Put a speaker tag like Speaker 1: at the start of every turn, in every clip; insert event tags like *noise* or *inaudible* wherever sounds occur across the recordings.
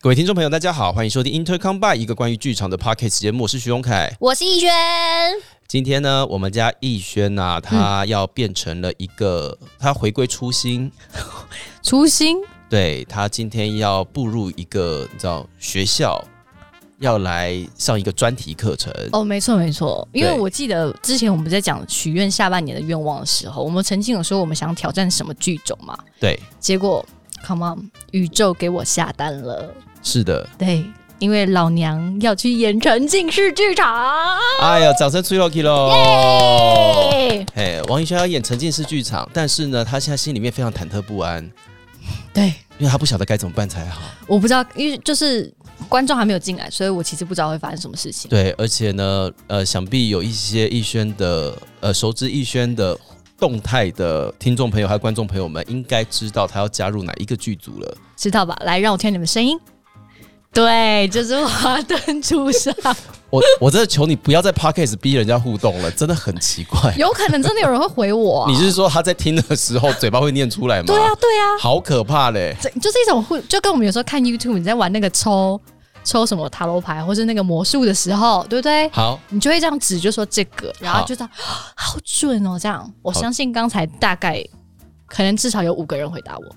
Speaker 1: 各位听众朋友，大家好，欢迎收听 Intercom by 一个关于剧场的 podcast 节目，我是徐荣凯。
Speaker 2: 我是逸轩，
Speaker 1: 今天呢，我们家逸轩呐、他要变成了一个，他回归初心，
Speaker 2: 初心
Speaker 1: 对他今天要步入一个，你知道学校要来上一个专题课程。
Speaker 2: 哦，没错没错，因为
Speaker 1: 对
Speaker 2: 我记得之前我们在讲许愿下半年的愿望的时候，我们曾经有说我们想挑战什么剧种嘛，
Speaker 1: 对，
Speaker 2: 结果 come on，宇宙给我下单了，
Speaker 1: 是的，
Speaker 2: 对，因为老娘要去演陈进士剧场，
Speaker 1: 哎呀，掌声出 Lucky 喽！
Speaker 2: 哎，
Speaker 1: 哎，王逸轩要演沉浸式剧场，但是呢，他现在心里面非常忐忑不安，
Speaker 2: 对，
Speaker 1: 因为他不晓得该怎么办才好。
Speaker 2: 我不知道，因为就是观众还没有进来，所以我其实不知道会发生什么事情。
Speaker 1: 对，而且呢，呃，想必有一些逸轩的呃熟知逸轩的动态的听众朋友还有观众朋友们，应该知道他要加入哪一个剧组了。
Speaker 2: 知道吧？来，让我听你们声音。对，就是华灯初上，
Speaker 1: 我 *laughs* 我真的求你不要在 podcast 逼人家互动了，真的很奇怪。
Speaker 2: *laughs* 有可能真的有人会回我、啊。
Speaker 1: *laughs* 你是说他在听的时候嘴巴会念出来吗？
Speaker 2: 对啊，对啊，
Speaker 1: 好可怕嘞！
Speaker 2: 这就是一种互，就跟我们有时候看 YouTube 你在玩那个抽抽什么塔罗牌或是那个魔术的时候，对不对？
Speaker 1: 好，
Speaker 2: 你就会这样指，就说这个，然后
Speaker 1: 好
Speaker 2: 就这样， *gasps* 好准哦，这样。我相信刚才大概可能至少有五个人回答我。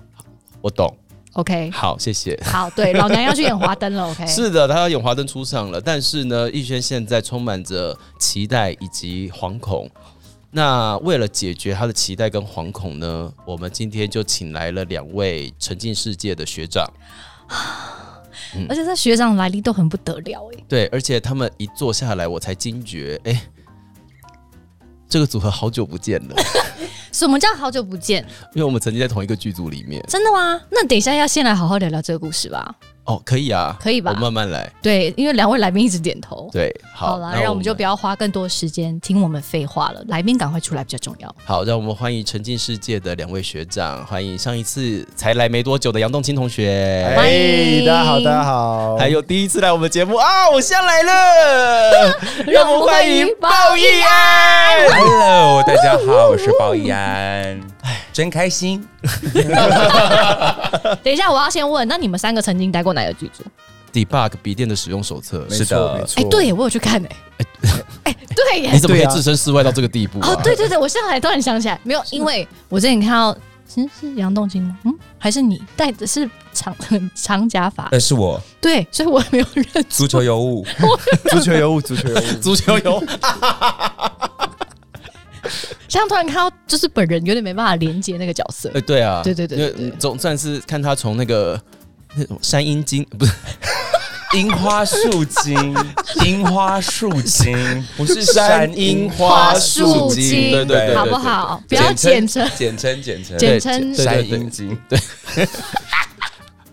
Speaker 1: 我懂。 *laughs*
Speaker 2: OK，
Speaker 1: 好，谢谢。
Speaker 2: 好，对，老娘要去演华灯了。OK，
Speaker 1: 是的，他要演华灯初上了，但是呢，逸轩现在充满着期待以及惶恐。那为了解决他的期待跟惶恐呢，我们今天就请来了两位沉浸世界的学长，
Speaker 2: 而且这学长来历都很不得了哎、
Speaker 1: 对，而且他们一坐下来，我才惊觉，哎、这个组合好久不见 *laughs* 了，
Speaker 2: 什么叫好久不见？
Speaker 1: 因为我们曾经在同一个剧组里面。
Speaker 2: 真的吗？那等一下要先来好好聊聊这个故事吧，
Speaker 1: 哦，可以啊，
Speaker 2: 可以吧
Speaker 1: 我？慢慢来。
Speaker 2: 对，因为两位来宾一直点头。
Speaker 1: 对，好，
Speaker 2: 了，
Speaker 1: 那
Speaker 2: 让我们就不要花更多时间听我们废话了，来宾赶快出来比较重
Speaker 1: *laughs*
Speaker 2: 要。
Speaker 1: 好，让我们欢迎沉浸世界的两位学长，欢迎上一次才来没多久的杨栋清同学。
Speaker 2: 欢迎
Speaker 3: 哎大家好，大家好，
Speaker 4: 哎
Speaker 1: 还有第一次来我们节目啊，我下来了，
Speaker 2: *laughs*
Speaker 1: 让我们欢迎鲍奕安。
Speaker 4: Hello，大家好，我是包奕
Speaker 3: 哎
Speaker 4: 安，真开心。
Speaker 2: 等一下，我要先问，那你们三个曾经待过哪个剧组？
Speaker 1: Debug 笔电的使用手册，
Speaker 3: 没
Speaker 4: 是
Speaker 3: 错，
Speaker 4: 的
Speaker 3: 没错，
Speaker 2: 哎、对耶，我有去看哎、 *laughs* 哎、对耶
Speaker 1: 你，怎么可以
Speaker 3: 对啊
Speaker 1: 置身事外到这个地步、啊？
Speaker 2: 哦，对对对，我现在还突然想起来，没有，因为我之前看到是是杨栋金吗？嗯，还是你戴的是长 *laughs* 长假发？
Speaker 1: 呃
Speaker 4: 但呃是我
Speaker 2: 对，所以我没有认
Speaker 4: 足球尤
Speaker 3: *laughs*
Speaker 4: 物，
Speaker 3: 足球尤物，足球尤物，
Speaker 1: 足球有，
Speaker 2: 像突然看到就是本人有点没办法连接那个角色
Speaker 1: 哎、。对啊，
Speaker 2: *laughs* 对对对对对
Speaker 1: 因为总算是看他从那个那种山阴经不是
Speaker 4: 樱花树
Speaker 3: *laughs*
Speaker 4: 精，樱花树精，不是
Speaker 2: 花树精
Speaker 1: 对对对，
Speaker 2: 好不
Speaker 1: 对？
Speaker 2: 好？不要简称，
Speaker 4: 简称简称
Speaker 2: 简
Speaker 1: 对
Speaker 2: 称
Speaker 1: 对对
Speaker 4: 山
Speaker 1: 对
Speaker 4: 樱精，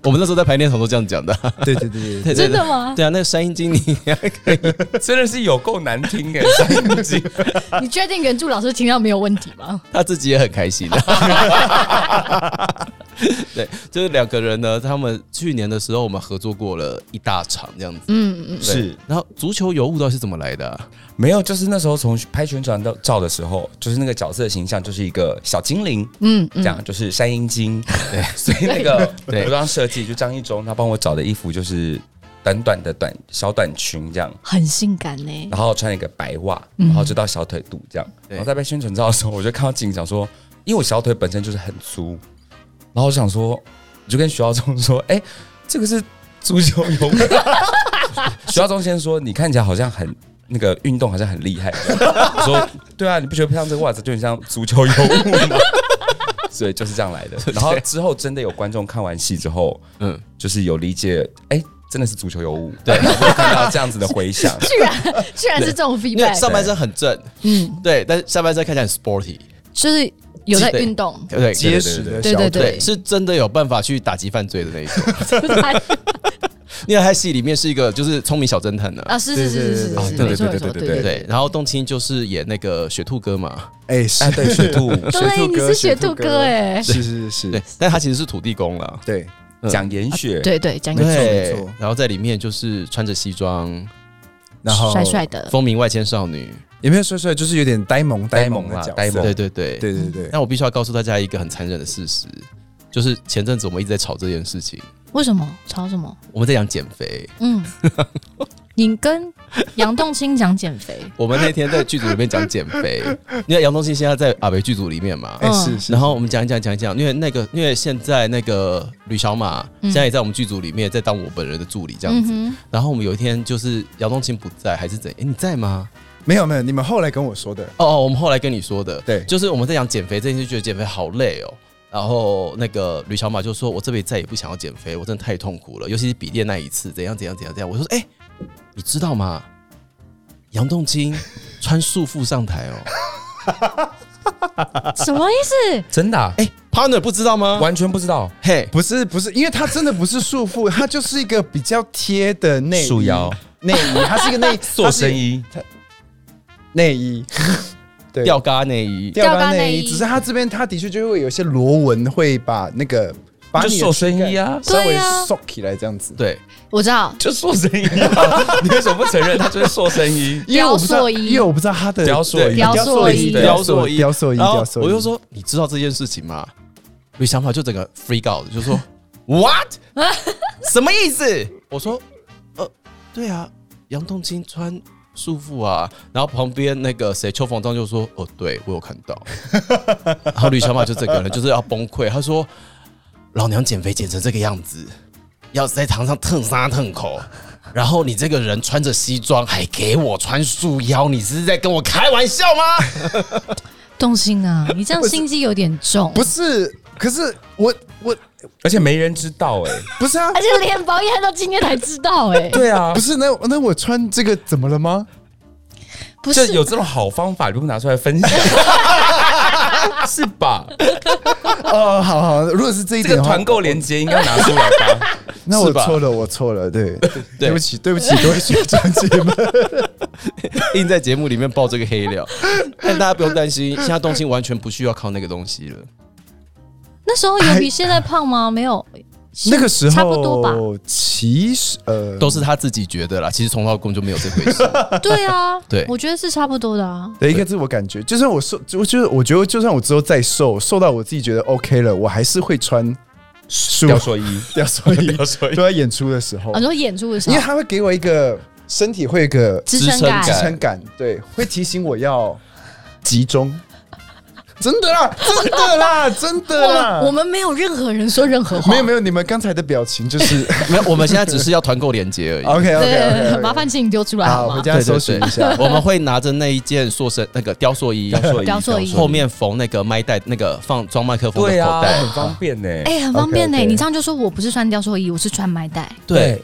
Speaker 1: 我们那时候在排练场都这样讲的，
Speaker 3: 对对对对，
Speaker 1: *laughs* 对对
Speaker 2: 真
Speaker 1: 对
Speaker 2: 的吗？
Speaker 1: 对啊，那个山阴经你可以
Speaker 4: 真的是有够难听哎，山樱精。
Speaker 1: 啊
Speaker 2: 你确定原著老师听到没有问题吗？
Speaker 1: 他自己也很开心。 *laughs* 对，就是两个人呢，他们去年的时候我们合作过了一大场这样子。
Speaker 2: 嗯嗯，
Speaker 1: 对
Speaker 3: 是
Speaker 1: 然后足球尤物到底是怎么来的啊、
Speaker 4: 没有，就是那时候从拍宣传照照的时候，就是那个角色的形象就是一个小精灵，
Speaker 2: 嗯
Speaker 4: 嗯，这样就是山鹰 *laughs* 精，对，所以那个
Speaker 1: 对
Speaker 4: 服装设计就张一中他帮我找的衣服就是短短的短小短裙这样，
Speaker 2: 很性感呢。
Speaker 4: 然后穿一个白袜，然后就到小腿肚这样，
Speaker 1: 对
Speaker 4: 然后在拍宣传照的时候，我就看到景想说，因为我小腿本身就是很粗，然后我想说，我就跟徐耀宗说，哎、这个是足球游泳。 *laughs* 徐耀宗先说，你看起来好像很。那个运动好像很厉害，这样我说对啊，你不觉得配上这个袜子就很像足球尤物吗？ *laughs* 所以就是这样来的。然后之后真的有观众看完戏之后，
Speaker 1: 嗯
Speaker 4: 嗯，就是有理解，哎、真的是足球尤物，
Speaker 1: 对
Speaker 4: 然后就看到这样子的回响，
Speaker 2: 居然居然是这种
Speaker 1: 因为
Speaker 2: feedback，
Speaker 1: 上半身很正，
Speaker 2: 嗯，
Speaker 1: 对，但是下半身看起来很 sporty，
Speaker 2: 就是有在运动，
Speaker 1: *laughs* 对对
Speaker 3: 结
Speaker 1: 对
Speaker 3: 实的
Speaker 2: 对
Speaker 3: 小
Speaker 2: 对
Speaker 3: 腿，
Speaker 1: 对，是真的有办法去打击犯罪的那一种。 *laughs*
Speaker 2: 啊，
Speaker 1: 因为他戏里面是一个就是聪明小侦探呢、啊
Speaker 2: 啊是是是是是，是
Speaker 4: 对对对
Speaker 2: 没错
Speaker 4: 对
Speaker 2: 没错，对
Speaker 4: 对
Speaker 2: 对
Speaker 4: 对对
Speaker 1: 对，然后动青就是演那个雪兔哥嘛，
Speaker 3: 哎是
Speaker 4: 哎，， *laughs* 对，雪兔
Speaker 2: 对，你是学兔哥哎，
Speaker 3: 是是是，
Speaker 1: 对，但他其实是土地公啦。
Speaker 3: 对
Speaker 4: 讲
Speaker 3: 啊
Speaker 4: 研学，
Speaker 2: 对对，讲一个
Speaker 1: 对
Speaker 3: 没错，
Speaker 1: 然后在里面就是穿着西装，
Speaker 3: 然后
Speaker 2: 帅帅的，
Speaker 1: 风靡外千少女，
Speaker 3: 也没有帅帅，就是有点呆萌
Speaker 4: 呆
Speaker 3: 萌
Speaker 4: 萌
Speaker 3: 的
Speaker 4: 啦
Speaker 1: 啊
Speaker 3: 角色，
Speaker 4: 呆萌
Speaker 1: 对对对
Speaker 3: 对对对，
Speaker 1: 但我必须要告诉大家一个很残忍的事实，就是前阵子我们一直在吵这件事情，
Speaker 2: 为什么吵什么？
Speaker 1: 我们在讲减肥。
Speaker 2: 嗯，你跟杨栋青讲减肥，
Speaker 1: 我们那天在剧组里面讲减肥，因为杨东信现在在阿北剧组里面嘛，
Speaker 3: 哎、
Speaker 2: 嗯
Speaker 3: 是是，
Speaker 1: 然后我们讲一讲讲一讲，因为那个因为现在那个吕小马
Speaker 2: 嗯
Speaker 1: 现在也在我们剧组里面，在当我本人的助理这样子。
Speaker 2: 嗯哼，
Speaker 1: 然后我们有一天就是杨东青不在还是怎？哎，你在吗？
Speaker 3: 没有没有，你们后来跟我说的，
Speaker 1: 哦哦，我们后来跟你说的，
Speaker 3: 对
Speaker 1: 就是我们在讲减肥这件事，觉得减肥好累哦。然后那个吕小马就说：“我这辈子再也不想要减肥，我真的太痛苦了，尤其是比练那一次，怎样怎样怎样怎样。”我就说：“哎、你知道吗？杨栋青穿束缚上台哦， *laughs*
Speaker 2: 什么意思？
Speaker 4: 真的啊、
Speaker 1: 哎、p a r t n e r 不知道
Speaker 3: 哎
Speaker 1: 吗？
Speaker 4: 完全不知道。
Speaker 1: 嘿，
Speaker 3: 不是不是，因为它真的不是束缚，它就是一个比较贴的内衣
Speaker 4: 束腰
Speaker 3: 内衣，它是一个内
Speaker 4: 做生
Speaker 3: 衣
Speaker 4: 意
Speaker 3: 内衣，对，
Speaker 1: 吊嘎内衣，
Speaker 3: 吊
Speaker 2: 吊
Speaker 3: 带
Speaker 2: 带内
Speaker 3: 内
Speaker 2: 衣
Speaker 3: 衣，只是它这边它的确就会有一些螺纹，会把那个把
Speaker 4: 就
Speaker 3: 你的
Speaker 4: 做生意
Speaker 3: 膝盖
Speaker 4: 啊，
Speaker 3: 稍
Speaker 2: 对
Speaker 3: 微
Speaker 2: 啊
Speaker 3: 缩起来这样子，
Speaker 1: 对，
Speaker 2: 我知道，
Speaker 4: 就做生意啊。 *laughs* 你为什么不承认他就是做生 *laughs* 意？
Speaker 3: 因为我不知
Speaker 2: 雕塑
Speaker 3: 道，
Speaker 2: 衣
Speaker 3: 因为我不知道它的
Speaker 4: 雕塑
Speaker 2: 雕塑衣
Speaker 3: 对
Speaker 1: 雕塑衣
Speaker 3: 雕塑衣，
Speaker 1: 然后
Speaker 3: 雕塑衣，
Speaker 1: 我就说：你知道这件事情吗？吕小马就整个 freak out，就说 *laughs*
Speaker 2: *laughs*
Speaker 1: ：What？什么意思？ *laughs* 我说：呃，对啊，杨栋青穿束缚啊。然后旁边那个谁邱逢章就说：哦，对我有看
Speaker 3: *laughs*
Speaker 1: 到。然后吕小马就整个人就是要崩溃，他说：老娘减肥减成这个样子，要在堂上蹭沙蹭口。然后你这个人穿着西装还给我穿束腰，你是在跟我开玩笑 *laughs* 吗？
Speaker 2: 动心啊，你这样心机有点重，
Speaker 3: 不是，可是我我
Speaker 4: 而且没人知道哎、
Speaker 3: 不是啊
Speaker 2: 而，且连保养到今天才知道、哎，
Speaker 4: 对 *laughs* 啊
Speaker 3: 不，是那那我穿这个怎么了吗？
Speaker 2: *laughs* 不
Speaker 4: 就是有这种好方法，你不拿出来分 *laughs* 享，是吧？
Speaker 3: 哦，好好，如果是这一
Speaker 4: 这
Speaker 3: 点
Speaker 4: 个
Speaker 3: 的话，
Speaker 4: 团购链接应该拿出来 *laughs* 吧？
Speaker 3: 那我
Speaker 1: 是吧
Speaker 3: 错了，我错了，对，对不起，对不起，各位学长姐
Speaker 2: *laughs*
Speaker 3: 们，
Speaker 1: 硬在节目里面爆这个黑料，哎但大家不用担心，现在东青完全不需要靠那个东西了。
Speaker 2: 那时候有比现在胖吗？没有，
Speaker 3: 那个时候
Speaker 2: 差不多吧。
Speaker 3: 其实呃，
Speaker 1: *laughs* 都是他自己觉得啦，其实从头到根本就没有这回事。
Speaker 2: 对
Speaker 3: *laughs*
Speaker 2: 啊，
Speaker 1: 对
Speaker 2: 我觉得是差不多的啊。
Speaker 3: 对，一个自我感觉，就算我瘦，就就是我觉得，就算我之后再瘦，瘦到我自己觉得 OK 了，我还是会穿束
Speaker 4: 雕塑衣，
Speaker 3: 掉所以
Speaker 4: *laughs* 雕塑衣
Speaker 3: 都，在演出的时候
Speaker 2: 很，多啊演出的时
Speaker 3: 哦因
Speaker 2: 候
Speaker 3: 为，它会给我一个身体会有一个
Speaker 2: 支
Speaker 1: 撑
Speaker 2: 撑感
Speaker 3: 支撑感，对，会提醒我要集中。真的啦，真的 *laughs* 啦，真的
Speaker 2: 我
Speaker 3: 啦
Speaker 2: 们我。们没有任何人说任何话，
Speaker 3: 没有没有，你们刚才的表情就是
Speaker 1: *laughs* 没有，我们现在 *laughs* 只是要团购链接而已。
Speaker 3: OK OK
Speaker 2: 对
Speaker 3: OK，
Speaker 2: 麻烦请你丢出来
Speaker 3: 好，
Speaker 2: 好
Speaker 3: 回
Speaker 2: 吗？
Speaker 3: 家哦搜寻一下。
Speaker 1: *laughs* 我们会拿着那一件塑身那个雕塑 *laughs* 衣，
Speaker 4: 雕塑衣，
Speaker 2: 雕塑衣
Speaker 1: 后面缝那个麦袋，那个放装麦克风的
Speaker 4: 对
Speaker 1: 口
Speaker 4: 啊，
Speaker 1: 袋。
Speaker 4: 很方便呢、
Speaker 2: 哎、很方
Speaker 3: OK，
Speaker 2: 便呢、
Speaker 3: OK
Speaker 2: 你这样就说我不是穿雕塑衣，我是穿麦带。
Speaker 1: 对，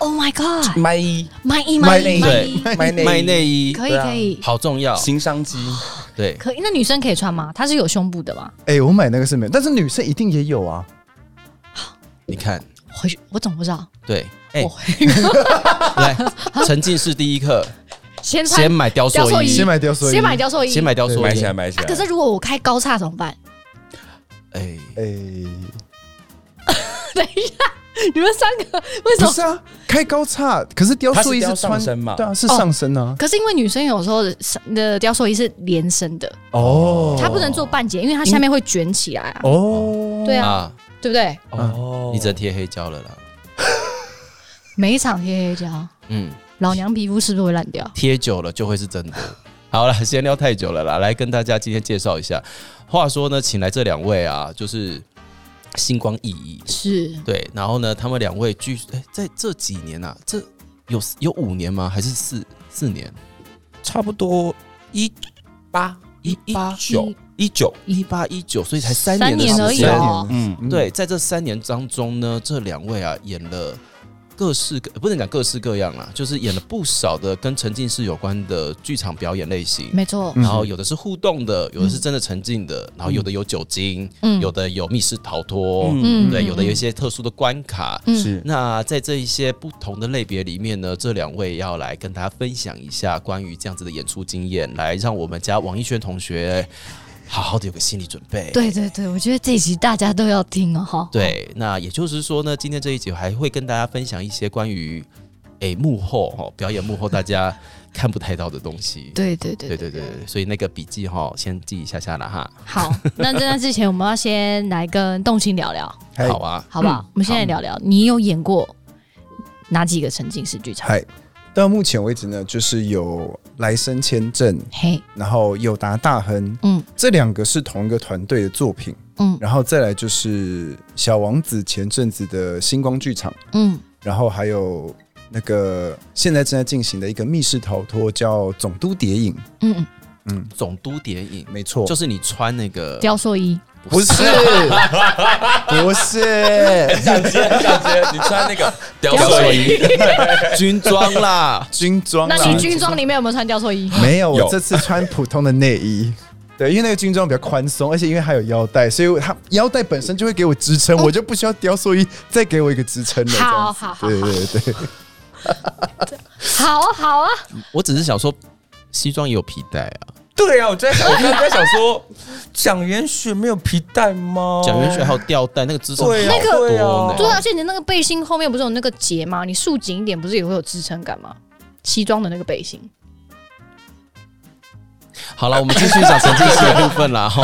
Speaker 2: Oh my *laughs* god，
Speaker 4: 卖衣，
Speaker 2: 麦衣麦衣
Speaker 1: 麦
Speaker 2: 麦
Speaker 1: 衣
Speaker 2: 衣，
Speaker 3: 哎
Speaker 4: 卖内衣
Speaker 1: 卖内衣
Speaker 2: 可以
Speaker 4: 对啊
Speaker 2: 可以
Speaker 1: 好重要。
Speaker 4: 行商机，
Speaker 1: 对，
Speaker 2: 可以。那女生可以穿吗？她是有胸部的吗？
Speaker 3: *laughs* 哎，我买那个是没有，但是女生一定也有啊。
Speaker 1: 你看，
Speaker 2: 回去我总不知道，
Speaker 1: 对，哎
Speaker 2: 我，
Speaker 1: *laughs* 来，沉浸式第一
Speaker 2: *laughs*
Speaker 1: 课，
Speaker 2: 先穿
Speaker 1: 先买雕
Speaker 2: 雕
Speaker 1: 塑
Speaker 2: 塑衣
Speaker 1: 衣
Speaker 3: 先，买雕塑衣，
Speaker 2: 先买雕塑衣，
Speaker 1: 先买雕塑
Speaker 4: 买起
Speaker 1: 衣
Speaker 4: 来，。买起
Speaker 2: 啊。
Speaker 4: 来。
Speaker 2: 可是如果我开高叉怎么办？
Speaker 1: 哎，
Speaker 3: 哎，
Speaker 2: 等一下，你们三个为什
Speaker 3: 不
Speaker 2: 么？
Speaker 3: 是啊，开高叉，可是雕塑
Speaker 4: 它是
Speaker 3: 衣
Speaker 4: 雕上
Speaker 3: 穿
Speaker 4: 身嘛
Speaker 3: 对啊，是上身啊。
Speaker 2: 可是因为女生有时候的的雕塑衣是连身的，
Speaker 3: 哦，
Speaker 2: 她不能做半截，因为她下面会卷起来啊，
Speaker 3: 哦，
Speaker 2: 对啊
Speaker 1: 啊，
Speaker 2: 对不对？
Speaker 4: 哦
Speaker 1: 你只能贴黑胶了啦。
Speaker 2: 每一场贴黑胶，
Speaker 1: 嗯。
Speaker 2: 老娘皮肤是不是会烂掉？
Speaker 1: 贴久了就会是真的。 *laughs* 好了，闲聊太久了啦，来跟大家今天介绍一下。话说呢，请来这两位啊，就是星光熠熠，
Speaker 2: 是
Speaker 1: 对，然后呢，他们两位据哎、在这几年啊，这有有五年吗？还是四四年？
Speaker 4: 差不多一八
Speaker 1: 一八
Speaker 4: 九一九，
Speaker 1: 一八一九，所以才三
Speaker 2: 三
Speaker 1: 年的
Speaker 2: 年而
Speaker 1: 时
Speaker 2: 已
Speaker 1: 间。
Speaker 2: 哦。
Speaker 4: 嗯，
Speaker 3: 嗯
Speaker 1: 对，在这三年当中呢，这两位啊演了各式各不能讲各式各样啦，就是演了不少的跟沉浸式有关的剧场表演类型。
Speaker 2: 没错，
Speaker 3: 嗯
Speaker 1: 然后有的是互动的，有的是真的沉浸的，然后有的有酒精，
Speaker 2: 嗯
Speaker 1: 有的有密室逃脱，
Speaker 2: 嗯
Speaker 1: 对，
Speaker 2: 嗯
Speaker 1: 有的有一些特殊的关卡。
Speaker 2: 嗯
Speaker 4: 是
Speaker 1: 那在这一些不同的类别里面呢，这两位要来跟大家分享一下关于这样子的演出经验，来让我们家王一轩同学好好的有个心理准备。
Speaker 2: 对对对，我觉得这一集大家都要听哦，哈。
Speaker 1: 对，那也就是说呢，今天
Speaker 2: *laughs*
Speaker 1: 这一集还会跟大家分享一些关于诶幕后哦，表演幕后大家看不太到的东西。
Speaker 2: 对对对
Speaker 1: 对对对对，所以那个笔记哈，先记一下下啦哈。
Speaker 2: 好，那在那之前，我们要先来跟动情聊聊，
Speaker 3: 嗨
Speaker 1: 好啊，
Speaker 2: 好不好？我们现在聊聊，你有演过哪几个沉浸式剧场？
Speaker 3: 嗨，到目前为止呢，就是有来生签证，
Speaker 2: 嘿，
Speaker 3: 然后友达大亨，
Speaker 2: 嗯
Speaker 3: 这两个是同一个团队的作品。
Speaker 2: 嗯
Speaker 3: 然后再来就是小王子前阵子的星光剧场，
Speaker 2: 嗯，
Speaker 3: 然后还有那个现在正在进行的一个密室逃脱叫《总督谍影》，
Speaker 2: 嗯嗯，
Speaker 3: 嗯，
Speaker 1: 总督谍影
Speaker 3: 没错，
Speaker 1: 就是你穿那个
Speaker 2: 雕塑衣，
Speaker 3: 不
Speaker 1: *laughs*
Speaker 3: 是不是，
Speaker 4: 想接想接，你穿
Speaker 1: *laughs*
Speaker 4: 那个雕塑衣，
Speaker 1: 军装啦
Speaker 3: 军装
Speaker 2: 那
Speaker 3: 啦，
Speaker 2: 你军装里面有没有穿雕塑衣？
Speaker 3: 没有，
Speaker 4: 有
Speaker 3: 我这次穿普通的内
Speaker 1: *laughs*
Speaker 3: 衣。对，因为那个军装比较宽松，而且因为它有腰带，所以它腰带本身就会给我支撑，我就不需要雕塑衣再给我一个支撑了。这样
Speaker 2: 好
Speaker 3: 子
Speaker 2: 好好
Speaker 3: 对对对，
Speaker 2: 好啊好啊，
Speaker 1: 我只是想说，西装也有皮带啊。
Speaker 4: *laughs* 对啊，我在想，我刚刚在想说，蒋元雪没有皮带吗？
Speaker 1: 蒋元水还有吊带，那个姿势
Speaker 4: 对啊
Speaker 1: 好多
Speaker 4: 那个
Speaker 1: 呢
Speaker 2: 对啊，而且你的那个背心后面不是有那个结吗？你束紧一点，不是也会有支撑感吗？西装的那个背心，
Speaker 1: 好了，我们继续讲沉浸式的部分啦。哈，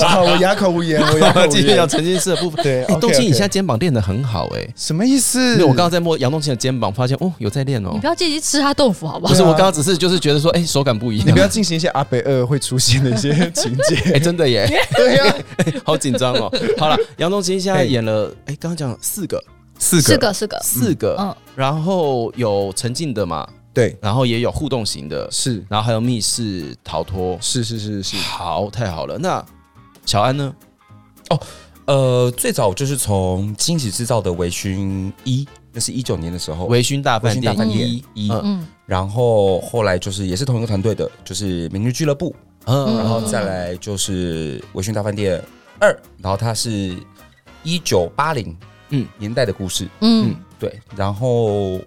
Speaker 3: 好好，我哑口无言，我哑
Speaker 1: *laughs*
Speaker 3: 口
Speaker 1: 我们
Speaker 3: 无
Speaker 1: 继续讲
Speaker 3: 言。
Speaker 1: 沉浸式的部分。
Speaker 3: 对
Speaker 1: *laughs* 哎，
Speaker 3: ，OK，
Speaker 1: 东青，你
Speaker 3: OK
Speaker 1: 现在肩膀练得很好哎。
Speaker 3: 什么意思
Speaker 1: 因？为我刚刚在摸杨东青的肩膀，发现哦，有在练哦
Speaker 2: 你不。要借机吃他豆腐好不
Speaker 1: 不
Speaker 2: 好？
Speaker 1: 是，我刚刚只是就是觉得说，哎，手感不一样。
Speaker 3: 你不要进行一些阿北二会出现的一些情
Speaker 1: *laughs* 哎， *laughs*
Speaker 3: 节。
Speaker 1: 真的
Speaker 2: *laughs*
Speaker 1: 耶，
Speaker 3: 对呀，
Speaker 1: 好紧张哦。好了，杨东青现在演了，哎，刚刚讲四个，
Speaker 3: 四
Speaker 2: 是个是个，
Speaker 1: 四个，
Speaker 2: 嗯，
Speaker 1: 然后有沉浸的嘛，
Speaker 3: 对，
Speaker 1: 然后也有互动型的，
Speaker 3: 是
Speaker 1: 然后还有密室逃脱。
Speaker 3: 是是是是，
Speaker 1: 好，太好了。那小安呢？
Speaker 4: 呃，最早就是从惊喜制造的微醺一，那是一九年的时候，
Speaker 1: 微醺大饭
Speaker 4: 微醺大饭
Speaker 1: 店
Speaker 4: 店
Speaker 1: 一，
Speaker 4: 一、
Speaker 1: 嗯
Speaker 2: 嗯，
Speaker 4: 然后后来就是也是同一个团队的，就是明日俱乐部，
Speaker 1: 嗯，
Speaker 4: 然
Speaker 1: 然
Speaker 4: 后
Speaker 1: 后
Speaker 4: 再来就是微醺大饭店二，然后它是一九八零
Speaker 1: 嗯
Speaker 4: 嗯年代的故事，
Speaker 2: 嗯
Speaker 4: 对，然后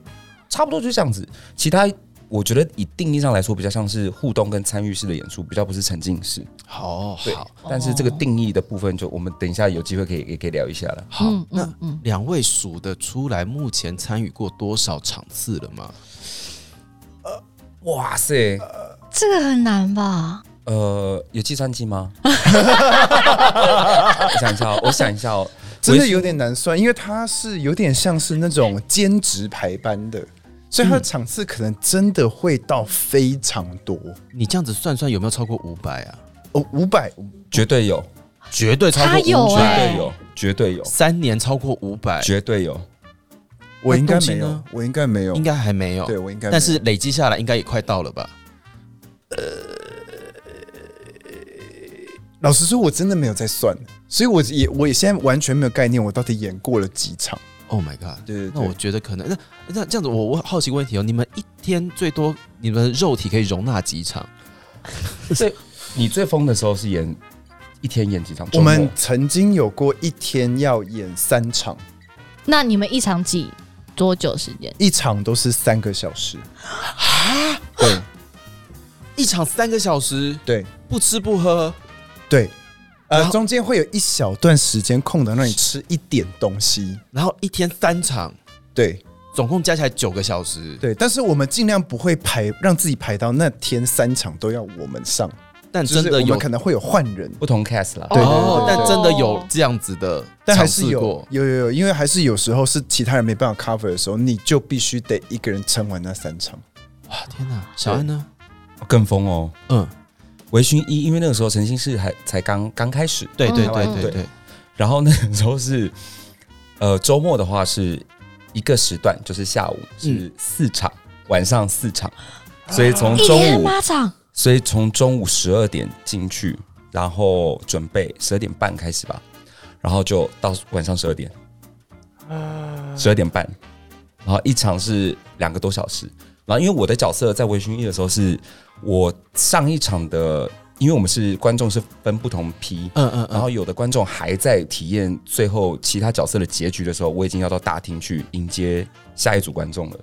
Speaker 4: 差不多就是这样子，其他。我觉得以定义上来说，比较像是互动跟参与式的演出，比较不是沉浸式。
Speaker 1: 好
Speaker 4: 对
Speaker 1: 好，
Speaker 4: 但是这个定义的部分，就我们等一下有机会可以也可以聊一下了。
Speaker 1: 好
Speaker 2: 嗯，
Speaker 1: 那
Speaker 2: 嗯嗯，
Speaker 1: 两位数得出来，目前参与过多少场次了吗？
Speaker 3: 哦
Speaker 4: 哇塞，
Speaker 2: 这个很难吧？
Speaker 4: 呃，有计算机
Speaker 3: *laughs*
Speaker 4: 吗？我想一下、哦，我想一下、哦，
Speaker 3: 真的有点难算，因为它是有点像是那种兼职排班的，所以它的场次可能真的会到非常多
Speaker 1: 你这样子算算，有没有超过五百啊？
Speaker 3: 哦，五百
Speaker 4: 绝对有，
Speaker 1: 绝对超过
Speaker 2: 他有
Speaker 1: 五
Speaker 4: 绝
Speaker 1: 百，
Speaker 2: 哎
Speaker 4: 对有，绝对有，
Speaker 1: 三年超过五百，
Speaker 4: 绝对有。
Speaker 3: 我应该
Speaker 1: 那
Speaker 3: 没
Speaker 1: 动静
Speaker 3: 有
Speaker 1: 呢，
Speaker 3: 我应该没有，
Speaker 1: 应该还没有。
Speaker 3: 对我应该没有，
Speaker 1: 但是累积下来应该也快到了吧？
Speaker 3: 老实说，我真的没有在算，所以我也我也现在完全没有概念，我到底演过了几场。
Speaker 1: Oh my god！
Speaker 3: 对对
Speaker 1: 那我
Speaker 3: 对，
Speaker 1: 觉得可能那那这样子我，我好奇个问题哦，你们一天最多你们肉体可以容纳几场？
Speaker 4: 所以你最疯的时候是演一天演几场？
Speaker 3: 我
Speaker 4: 周
Speaker 3: 们
Speaker 4: 末
Speaker 3: 曾经有过一天要演三场，
Speaker 2: 那你们一场几多久时间？
Speaker 3: 一场都是三个小时。对
Speaker 1: 一场三个小时，
Speaker 3: 对
Speaker 1: 不吃不喝，
Speaker 3: 对，
Speaker 1: 然
Speaker 3: 呃，
Speaker 1: 后
Speaker 3: 中间会有一小段时间空档，让你吃一点东西。
Speaker 1: 然后一天三场，
Speaker 3: 对
Speaker 1: 总共加起来九个小时。
Speaker 3: 对，但是我们尽量不会排，让自己排到那天三场都要我们上，
Speaker 1: 但
Speaker 3: 就是
Speaker 1: 真的
Speaker 3: 我
Speaker 1: 有
Speaker 3: 们可能会有换人，
Speaker 4: 不同 cast 啦。
Speaker 3: 对对对
Speaker 1: 哦，
Speaker 3: 对
Speaker 1: 但真的有这样子的，
Speaker 3: 但还
Speaker 1: 尝
Speaker 3: 是
Speaker 1: 试
Speaker 3: 有
Speaker 1: 过。
Speaker 3: 有有有，因为还是有时候是其他人没办法 cover 的时候，你就必须得一个人撑完那三场。
Speaker 1: 哇，啊天哪！小安呢？
Speaker 4: 更疯哦。
Speaker 1: 嗯，
Speaker 4: 微醺一，因为那个时候陈星是还才刚刚开始，
Speaker 1: 对对
Speaker 2: 嗯
Speaker 1: 对
Speaker 4: 嗯
Speaker 1: 对
Speaker 4: 对
Speaker 1: 对，
Speaker 4: 然后那个时候是， *laughs* 呃，周末的话是一个时段，就是下午是四场，晚上四场，所以从
Speaker 2: 哦一
Speaker 4: 中
Speaker 2: 天
Speaker 4: 午，
Speaker 2: 八场，
Speaker 4: 所以从中午十二点进去，然后准备十二点半开始吧，然后就到晚上十二点，十二点半，然后一场是两个多小时，然后因为我的角色在微醺一的时候是，我上一场的，因为我们是观众是分不同批，
Speaker 1: 嗯嗯
Speaker 4: 然
Speaker 1: 嗯，
Speaker 4: 后有的观众还在体验最后其他角色的结局的时候，我已经要到大厅去迎接下一组观众了。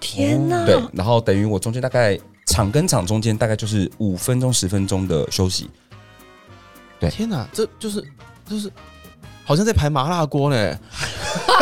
Speaker 2: 天哪！
Speaker 4: 对，然后等于我中间大概场跟场中间大概就是
Speaker 2: *laughs*
Speaker 4: 五分钟十分钟的休息。对
Speaker 1: 天哪，这就是就是。好像在排麻辣锅呢。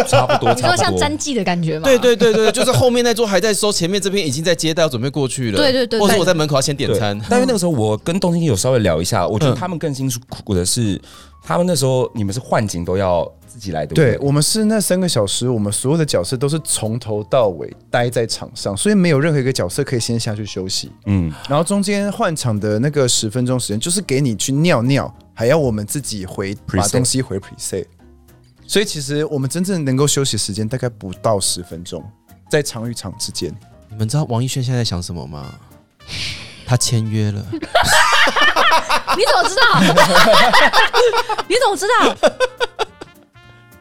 Speaker 4: 差不多，
Speaker 2: 你
Speaker 4: 差
Speaker 2: 说像
Speaker 4: 不多
Speaker 2: 詹。记的感觉吗？
Speaker 1: 对对对对，就是后面那桌还在收，前面这边已经在接待，要准备过去了。
Speaker 2: 对对对
Speaker 1: 或者是我在门口要先点
Speaker 4: 对
Speaker 1: 餐。
Speaker 4: 但是那个时候我跟东京有稍微聊一下，我觉得
Speaker 1: 嗯
Speaker 4: 他们更辛苦的是，他们那时候你们是换景都要自己来，对不
Speaker 3: 对我们是那三个小时，我们所有的角色都是从头到尾待在场上，所以没有任何一个角色可以先下去休息。
Speaker 4: 嗯，
Speaker 3: 然后中间换场的那个十分钟时间，就是给你去尿尿，还要我们自己回
Speaker 4: Preset
Speaker 3: 把东西回 preset。所以其实我们真正能够休息时间大概不到十分钟，在场与场之间。
Speaker 1: 你们知道王一轩现在在想什么吗？ *laughs* 他签约了，
Speaker 2: 啊你怎么知道？你怎么知道？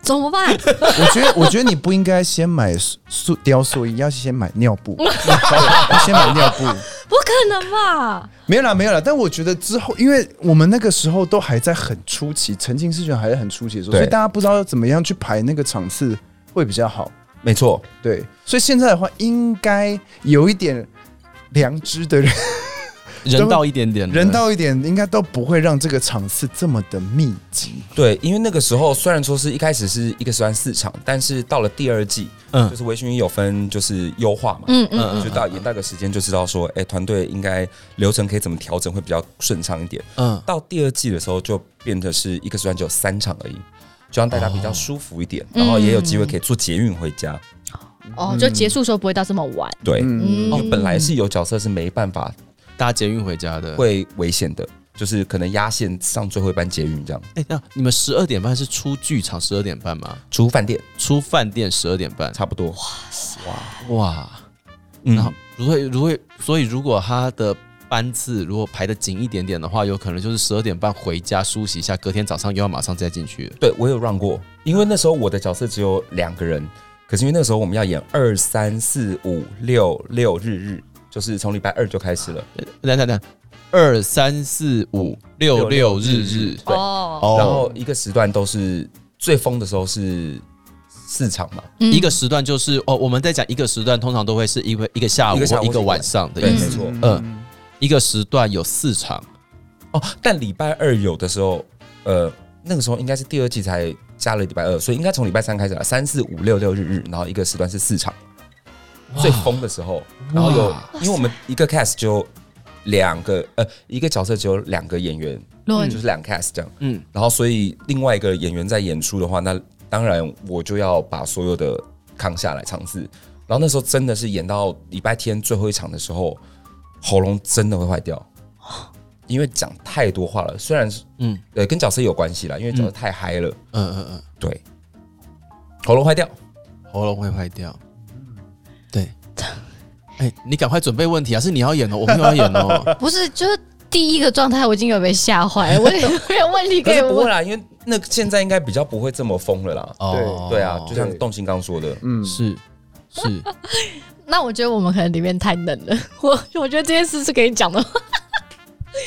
Speaker 2: 怎么办？
Speaker 3: 我觉得，我 *laughs* 觉得你不应该先买塑雕塑衣，要先买尿布， *laughs* 要先买尿布。
Speaker 2: 不可能吧？
Speaker 3: 没有啦，没有啦。但我觉得之后，因为我们那个时候都还在很初期，沉浸式剧场还在很初期的时候，
Speaker 4: 对
Speaker 3: 所以大家不知道要怎么样去排那个场次会比较好。
Speaker 4: 没错，
Speaker 3: 对，所以现在的话，应该有一点良知的人，
Speaker 1: 人道一点点，
Speaker 3: 人。道一点，应该都不会让这个场次这么的密集。
Speaker 4: 对，因为那个时候虽然说是一开始是一个时段四场，但是到了第二季，
Speaker 1: 嗯
Speaker 4: 就是微醺有分就是优化嘛，
Speaker 2: 嗯
Speaker 1: 嗯
Speaker 2: 嗯，
Speaker 1: 嗯
Speaker 4: 就到也到个时间就知道说，哎，团队应该流程可以怎么调整会比较顺畅一点。
Speaker 1: 嗯，
Speaker 4: 到第二季的时候，就变得是一个时段只有三场而已，就让大家比较舒服一点，
Speaker 2: 嗯
Speaker 4: 然后也有机会可以坐捷运回家。
Speaker 2: 哦，
Speaker 4: 嗯
Speaker 2: 就结束的时候不会到这么晚。
Speaker 4: 对，
Speaker 3: 嗯，
Speaker 2: 嗯，
Speaker 4: 因为本来是有角色是没办法
Speaker 1: 搭捷运回家的。
Speaker 4: 会危险的，就是可能压线上最后一班捷运这样，
Speaker 1: 哎、那你们十二点半是出剧场十二点半吗？
Speaker 4: 出饭店
Speaker 1: 出饭店十二点半？
Speaker 4: 差不多。
Speaker 1: 哇！然后
Speaker 4: 嗯，
Speaker 1: 如果如果所以如果他的班次如果排的紧一点点的话，有可能就是十二点半回家梳洗一下，隔天早上又要马上再进去了。
Speaker 4: 对我有让过，因为那时候我的角色只有两个人，可是因为那个时候我们要演二三四五六六日日，就是从礼拜二就开始了。
Speaker 1: 等等等，二三四五六哦六日日，
Speaker 4: 对
Speaker 2: 哦，
Speaker 4: 然后一个时段都是最疯的时候是四场嘛，
Speaker 2: 嗯
Speaker 1: 一个时段就是哦，我们在讲一个时段，通常都会是一个一个下午
Speaker 4: 一个下午
Speaker 1: 或一
Speaker 4: 或
Speaker 1: 个
Speaker 4: 者一个
Speaker 1: 晚上的
Speaker 4: 对，
Speaker 1: 意
Speaker 4: 没
Speaker 1: 思。
Speaker 4: 错。
Speaker 1: 嗯一个时段有四场，
Speaker 4: 哦，但礼拜二有的时候，呃，那个时候应该是第二季才加了礼拜二，所以应该从礼拜三开始吧，三四五六六日日，然后一个时段是四场，最疯的时候，然后有
Speaker 1: 哇，
Speaker 4: 因为我们一个 cast 就两个，呃，一个角色只有两个演员，
Speaker 2: 对
Speaker 4: 就是两 cast 这样，
Speaker 1: 嗯，
Speaker 4: 然后所以另外一个演员在演出的话，那当然我就要把所有的扛下来尝试。然后那时候真的是演到礼拜天最后一场的时候，喉咙真的会坏掉，因为讲太多话了。虽然是
Speaker 1: 嗯
Speaker 4: 嗯，呃，跟角色有关系啦，因为角色太嗨了，
Speaker 1: 嗯嗯嗯，
Speaker 4: 对，喉咙坏掉。
Speaker 1: 喉咙会坏掉。
Speaker 4: 嗯 *laughs*
Speaker 1: 对，哎，你赶快准备问题啊！是你要演哦，我没有要演
Speaker 4: *laughs* 嗯
Speaker 1: 哦。
Speaker 2: 不是，就是第一个状态我已经有被吓坏了，我 *laughs* 也没有问题
Speaker 4: 可
Speaker 2: 可以
Speaker 4: 是不会
Speaker 2: 问。
Speaker 4: 啦，因为那现在应该比较不会这么疯了啦。
Speaker 1: 哦，
Speaker 4: 对啊，就像
Speaker 3: 对
Speaker 4: 动心刚说的，
Speaker 3: 嗯，
Speaker 1: 是是，
Speaker 2: 那我觉得我们可能里面太冷了， *laughs* 我我觉得这件事是可以讲的。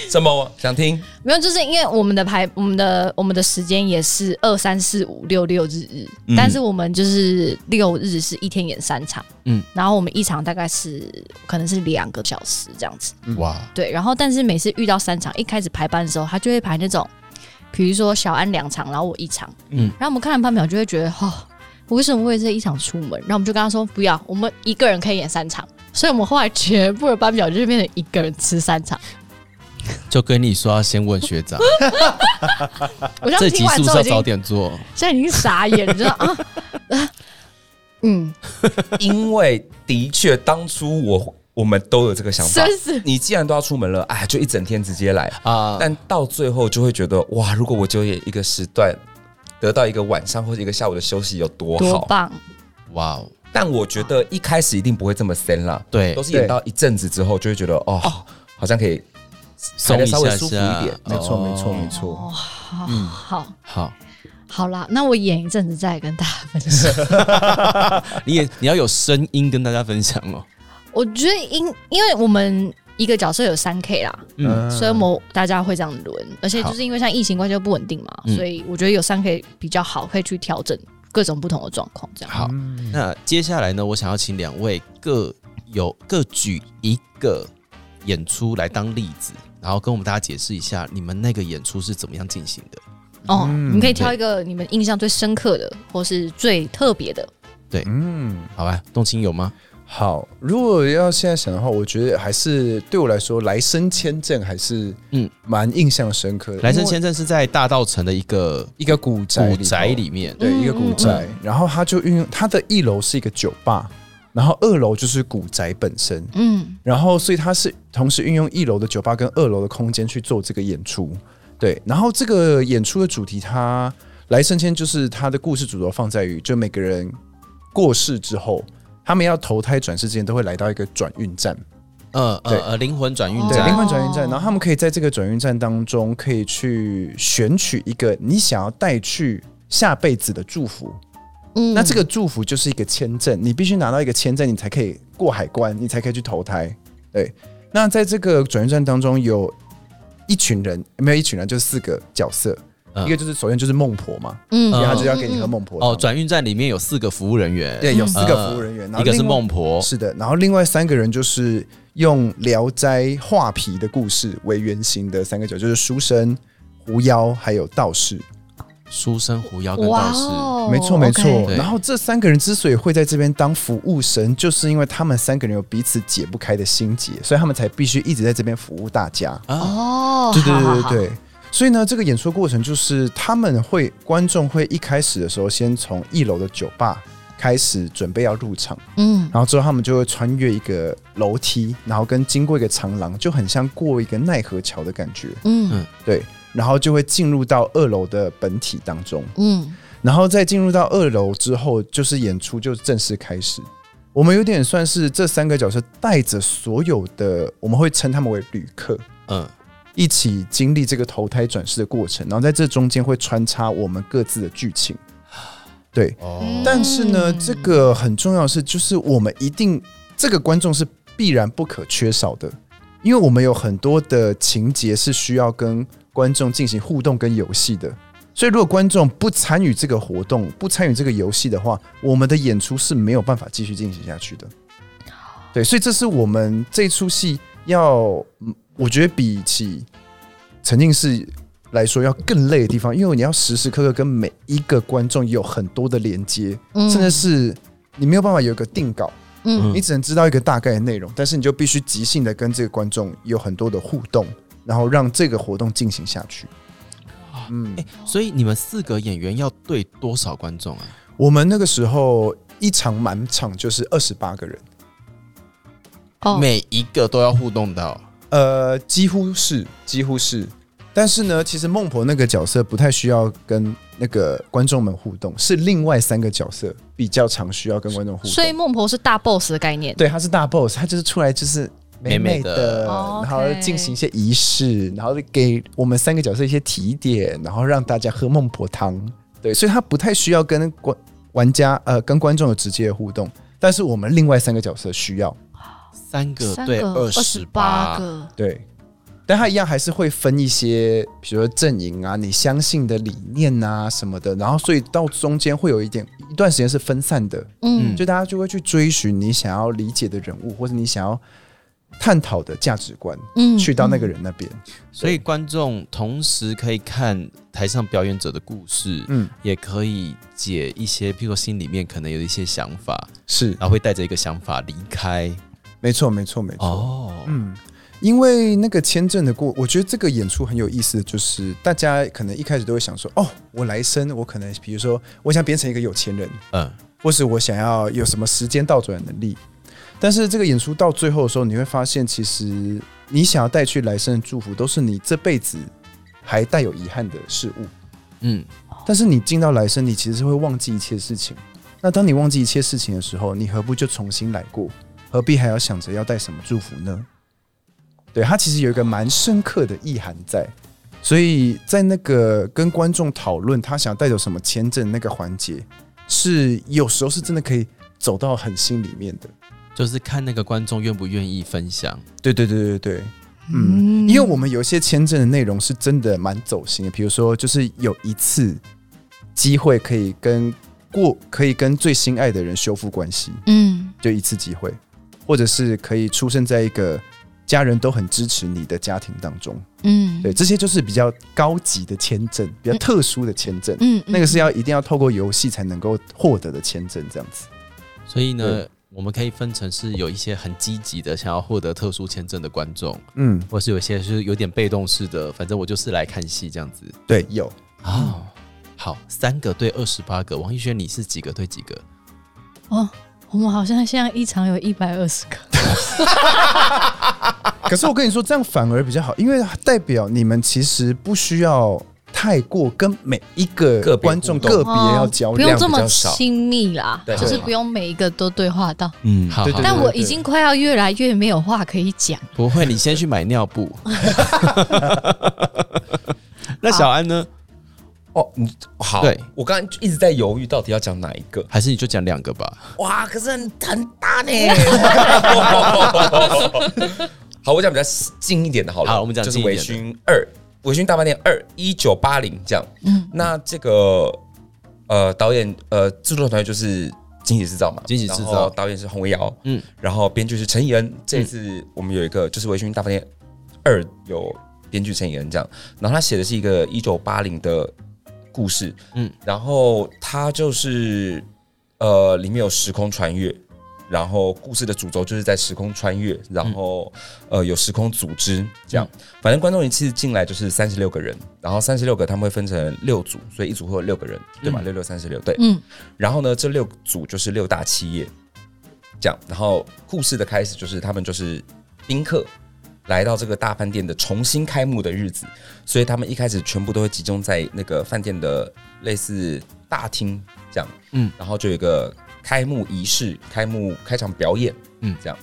Speaker 4: 什么想听？
Speaker 2: 没有，就是因为我们的排，我们的我们的时间也是二三四五六六日日，
Speaker 4: 嗯
Speaker 2: 但是我们就是六日是一天演三场，
Speaker 1: 嗯
Speaker 2: 嗯，然后我们一场大概是可能是两个小时这样子，
Speaker 4: 嗯
Speaker 1: 哇，
Speaker 2: 对，然后但是每次遇到三场，一开始排班的时候，他就会排那种，比如说小安两场，然后我一场，
Speaker 1: 嗯
Speaker 2: 嗯，然后我们看了半秒就会觉得，哦，我为什么为这一场出门？然后我们就跟他说不要，我们一个人可以演三场，所以我们后来全部的班表就是变成一个人吃三场。
Speaker 1: 就跟你说要先问学
Speaker 4: *laughs*
Speaker 1: 长，这
Speaker 2: 我这样
Speaker 1: 集
Speaker 2: 听
Speaker 1: 是
Speaker 2: 完
Speaker 1: 不
Speaker 2: 之
Speaker 1: 是
Speaker 2: 后
Speaker 1: 要
Speaker 2: 已经
Speaker 1: 早点做？
Speaker 2: 现在已经傻眼了，就是
Speaker 1: *laughs*
Speaker 2: 啊，啊嗯，
Speaker 4: 因为的确当初我我们都有这个想法，
Speaker 2: 真 *laughs* 是
Speaker 4: 你既然都要出门了，哎，就一整天直接来。 *laughs*
Speaker 1: 啊，
Speaker 4: 但到最后就会觉得，哇，如果我就业一个时段，得到一个晚上或者一个下午的休息有多
Speaker 2: 多
Speaker 4: 好。
Speaker 2: 棒！
Speaker 1: 哇哦，
Speaker 4: 但我觉得一开始一定不会这么深啦，
Speaker 1: 对
Speaker 4: 都，是演到一阵子之后就会觉得，哦，好像可以
Speaker 1: 松一
Speaker 4: 稍微
Speaker 1: 下
Speaker 4: 舒服
Speaker 1: 下
Speaker 4: 一点，
Speaker 3: 没错，没错，
Speaker 1: 哦
Speaker 3: 没错。
Speaker 2: 好，
Speaker 1: 嗯
Speaker 2: 好，
Speaker 1: 好，
Speaker 2: 好啦，那我演一阵子再跟大家分享。
Speaker 1: 你也你要有声音跟大家分享哦。
Speaker 2: 我觉得因因为我们一个角色有三 K 啦，
Speaker 1: 嗯，
Speaker 2: 所以某大家会这样轮，而且
Speaker 1: 好
Speaker 2: 就是因为像疫情关系又不稳定嘛，
Speaker 1: 嗯
Speaker 2: 所以我觉得有三 K 比较好，可以去调整各种不同的状况。这样，
Speaker 1: 好，那接下来呢，我想要请两位各有各举一个演出来当例子，然后跟我们大家解释一下你们那个演出是怎么样进行的。
Speaker 2: 哦，
Speaker 3: 嗯
Speaker 2: 你可以挑一个你们印象最深刻的，或是最特别的。
Speaker 3: 嗯，
Speaker 1: 好吧，动青有吗？
Speaker 3: 好。如果要现在想的话，我觉得还是对我来说，来生签证还是嗯
Speaker 1: 嗯
Speaker 3: 蛮印象深刻的。
Speaker 1: 来生
Speaker 3: 因为
Speaker 1: 签证是在大道城的一个
Speaker 3: 一个古宅
Speaker 1: 古
Speaker 3: 头
Speaker 1: 宅里面，
Speaker 3: 对，
Speaker 2: 嗯
Speaker 3: 一个古宅，然后他就运用他的一楼是一个酒吧，然后二楼就是古宅本身，
Speaker 2: 嗯，
Speaker 3: 然后所以他是同时运用一楼的酒吧跟二楼的空间去做这个演出，对，然后这个演出的主题它，来生签就是他的故事主轴放在于，就每个人过世之后，他们要投胎转世之前都会来到一个转运站，
Speaker 1: 呃呃
Speaker 3: 对
Speaker 1: 呃，灵魂转运
Speaker 2: 哦
Speaker 3: 对，
Speaker 1: 站
Speaker 3: 灵，魂转运站，
Speaker 2: 哦
Speaker 3: 然后他们可以在这个转运站当中，可以去选取一个你想要带去下辈子的祝福。
Speaker 2: 嗯
Speaker 3: 那这个祝福就是一个签证，你必须拿到一个签证，你才可以过海关，你才可以去投胎。对，那在这个转运站当中，有一群人，没有一群人，就是四个角色，
Speaker 1: 嗯
Speaker 3: 一个就是首先就是孟婆嘛，
Speaker 2: 嗯
Speaker 3: 因为
Speaker 1: 嗯
Speaker 3: 他就是要给你喝孟婆汤
Speaker 1: 哦，转运站里面有四个服务人员，
Speaker 3: 对，有四个
Speaker 1: 呃
Speaker 3: 服务人员，然后
Speaker 1: 一个是
Speaker 3: 另外
Speaker 1: 孟婆，
Speaker 3: 是的，然后另外三个人就是用《聊斋》画皮的故事为原型的三个角，就是书生、狐妖还有道士。
Speaker 1: 书生、狐妖跟
Speaker 2: 哇
Speaker 1: 道士。
Speaker 2: 哦，
Speaker 3: 没错，没错。
Speaker 1: 对
Speaker 3: 然后这三个人之所以会在这边当服务生，就是因为他们三个人有彼此解不开的心结，所以他们才必须一直在这边服务大家。
Speaker 1: 啊，
Speaker 2: 哦，
Speaker 3: 对对
Speaker 2: 好
Speaker 3: 对
Speaker 2: 好好
Speaker 3: 对对。所以呢，这个演出过程就是他们会观众会一开始的时候，先从一楼的酒吧开始准备要入场。
Speaker 2: 嗯，
Speaker 3: 然后之后他们就会穿越一个楼梯，然后跟经过一个长廊，就很像过一个奈何桥的感觉。
Speaker 2: 嗯
Speaker 3: 对，然后就会进入到二楼的本体当中，
Speaker 2: 嗯
Speaker 3: 然后再进入到二楼之后，就是演出就正式开始。我们有点算是这三个角色带着所有的，我们会称他们为旅客，
Speaker 1: 嗯，
Speaker 3: 一起经历这个投胎转世的过程，然后在这中间会穿插我们各自的剧情。对，
Speaker 1: 哦，
Speaker 3: 但是呢，
Speaker 2: 嗯
Speaker 3: 这个很重要的是，就是我们一定这个观众是必然不可缺少的，因为我们有很多的情节是需要跟观众进行互动跟游戏的。所以，如果观众不参与这个活动、不参与这个游戏的话，我们的演出是没有办法继续进行下去的。对，所以这是我们这出戏要，嗯我觉得比起沉浸式来说要更累的地方，因为你要时时刻刻跟每一个观众有很多的连接，
Speaker 2: 嗯，
Speaker 3: 甚至是你没有办法有一个定稿，
Speaker 2: 嗯
Speaker 1: 嗯
Speaker 3: 你只能知道一个大概的内容，但是你就必须即兴的跟这个观众有很多的互动，然后让这个活动进行下去。
Speaker 2: 啊
Speaker 3: 嗯，
Speaker 1: 所以你们四个演员要对多少观众啊？
Speaker 3: 我们那个时候一场满场就是二十八个人，
Speaker 2: 哦
Speaker 1: 每一个都要互动到，
Speaker 3: 呃，几乎是，几乎是。但是呢，其实孟婆那个角色不太需要跟那个观众们互动，是另外三个角色比较常需要跟观众互动。
Speaker 2: 所以孟婆是大 boss 的概念，
Speaker 3: 对，他是大 boss，他就是出来就是美美
Speaker 1: 美美
Speaker 3: 的，
Speaker 1: 的
Speaker 2: 哦
Speaker 3: 然后
Speaker 2: OK
Speaker 3: 进行一些仪式，然后给我们三个角色一些提点，然后让大家喝孟婆汤。对，所以他不太需要跟观玩家呃跟观众有直接的互动，但是我们另外三个角色需要。
Speaker 1: 三个
Speaker 2: 三
Speaker 1: 对
Speaker 2: 个
Speaker 1: 二
Speaker 2: 十
Speaker 1: 十八
Speaker 2: 个，
Speaker 3: 对，但他一样还是会分一些，比如说阵营啊，你相信的理念啊什么的，然后所以到中间会有一点一段时间是分散的，
Speaker 2: 嗯
Speaker 1: 嗯
Speaker 3: 就大家就会去追寻你想要理解的人物，或者你想要探讨的价值观，
Speaker 2: 嗯
Speaker 3: 去到那个，人那边。
Speaker 1: 所以观众同时可以看台上表演者的故事，
Speaker 3: 嗯，
Speaker 1: 也可以解一些，譬如说心里面可能有一些想法，
Speaker 3: 是，
Speaker 1: 然后会带着一个想法离开。
Speaker 3: 没错，没错，没错。
Speaker 1: 哦，
Speaker 3: 嗯，因为那个签证的过，我觉得这个演出很有意思，就是大家可能一开始都会想说，哦，我来生我可能，比如说我想变成一个有钱人，
Speaker 1: 嗯，
Speaker 3: 或是我想要有什么时间倒转的能力。但是这个演出到最后的时候，你会发现，其实你想要带去来生的祝福，都是你这辈子还带有遗憾的事物。
Speaker 1: 嗯，
Speaker 3: 但是你进到来生，你其实是会忘记一切事情。那当你忘记一切事情的时候，你何不就重新来过？何必还要想着要带什么祝福呢？对，它其实有一个蛮深刻的意涵在，所以在那个跟观众讨论他想带走什么签证那个环节，是有时候是真的可以走到很心里面的。
Speaker 1: 就是看那个观众愿不愿意分享。
Speaker 3: 对对对对对，嗯，因为我们有一些签证的内容是真的蛮走心的，比如说就是有一次机会可以跟过可以跟最心爱的人修复关系，
Speaker 2: 嗯
Speaker 3: 就一次机会，或者是可以出生在一个家人都很支持你的家庭当中，
Speaker 2: 嗯，
Speaker 3: 对，这些就是比较高级的签证，比较特殊的签证，
Speaker 2: 嗯，嗯，
Speaker 3: 那个是要一定要透过游戏才能够获得的签证，这样子。
Speaker 1: 所以呢
Speaker 3: 对，
Speaker 1: 我们可以分成是有一些很积极的想要获得特殊签证的观众，
Speaker 3: 嗯，
Speaker 1: 或是有些是有点被动式的，反正我就是来看戏这样子
Speaker 3: 对，有
Speaker 1: 啊。好，三个对二十八个，王艺轩你是几个对几个？
Speaker 2: 哦，我们好像现在一场有一百二十个，
Speaker 3: 可是我跟你说，这样反而比较好，因为代表你们其实不需要太过跟每一
Speaker 4: 个别
Speaker 3: 个观众
Speaker 4: 互动
Speaker 3: 个别要交
Speaker 2: 哦不
Speaker 3: 流
Speaker 2: 用，这么
Speaker 4: 量比较少
Speaker 2: 亲密啦，
Speaker 4: 对
Speaker 2: 就是
Speaker 4: 对
Speaker 2: 不用每一个都对话到。
Speaker 1: 嗯，好
Speaker 3: 对
Speaker 1: 好
Speaker 3: 对
Speaker 2: 但我已经快要越来越没有话可以讲。
Speaker 1: 不会，你先去买尿布。 *laughs* 那小安呢？
Speaker 4: 哦，你好，
Speaker 1: 对
Speaker 4: 我刚刚一直在犹豫到底要讲哪一个。
Speaker 1: 还是你就讲两个吧？
Speaker 4: 哇，可是很很大呢。 *laughs* 好，我讲比较近一点的，好了。
Speaker 1: 好我们讲
Speaker 4: 就是
Speaker 1: 近一
Speaker 4: 微
Speaker 1: 点的
Speaker 4: 醺二，微醺大饭店二，一九八零这样。
Speaker 2: 嗯，
Speaker 4: 那这个呃，导演呃，制作团队就是惊喜制造嘛，
Speaker 1: 惊喜制造
Speaker 4: 然后导演是洪维尧，
Speaker 1: 嗯
Speaker 4: 嗯，然后编剧是陈以恩。这次我们有一个就是《微醺大饭店二》有编剧陈以恩这样，然后他写的是一个一九八零的故事，
Speaker 1: 嗯
Speaker 4: 嗯，然后他就是呃，里面有时空穿越。然后故事的主轴就是在时空穿越，然后、呃有时空组织这样，反正观众一次进来就是三十六个人，然后三十六个他们会分成六组，所以一组会有六个人，对吧？六六三十六，对。
Speaker 2: 嗯，
Speaker 4: 然后呢，这六组就是六大企业，这样。然后故事的开始就是他们就是宾客来到这个大饭店的重新开幕的日子，所以他们一开始全部都会集中在那个饭店的类似大厅这样，
Speaker 1: 嗯
Speaker 4: 嗯，然后就有一个开幕仪式、开幕开场表演，
Speaker 1: 嗯
Speaker 4: 嗯，这样。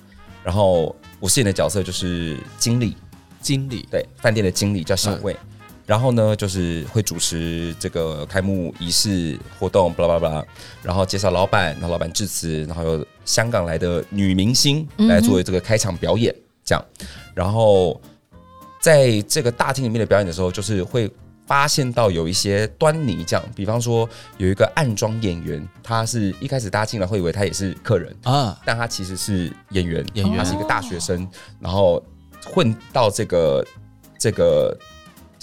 Speaker 4: 然后我饰演的角色就是经理，
Speaker 1: 经理，
Speaker 4: 对，饭店的经理叫小魏。然后呢，就是会主持这个开幕仪式活动，巴拉巴拉，然后介绍老板，然后老板致辞，然后有香港来的女明星来作为这个开场表演，这样。然后在这个大厅里面的表演的时候，就是会发现到有一些端倪，这样。比方说，有一个暗装演员，他是一开始大家进来会以为他也是客人，
Speaker 1: 啊，
Speaker 4: 但他其实是演员，
Speaker 1: 演员
Speaker 4: 他是一个大学生，然后混到这个这个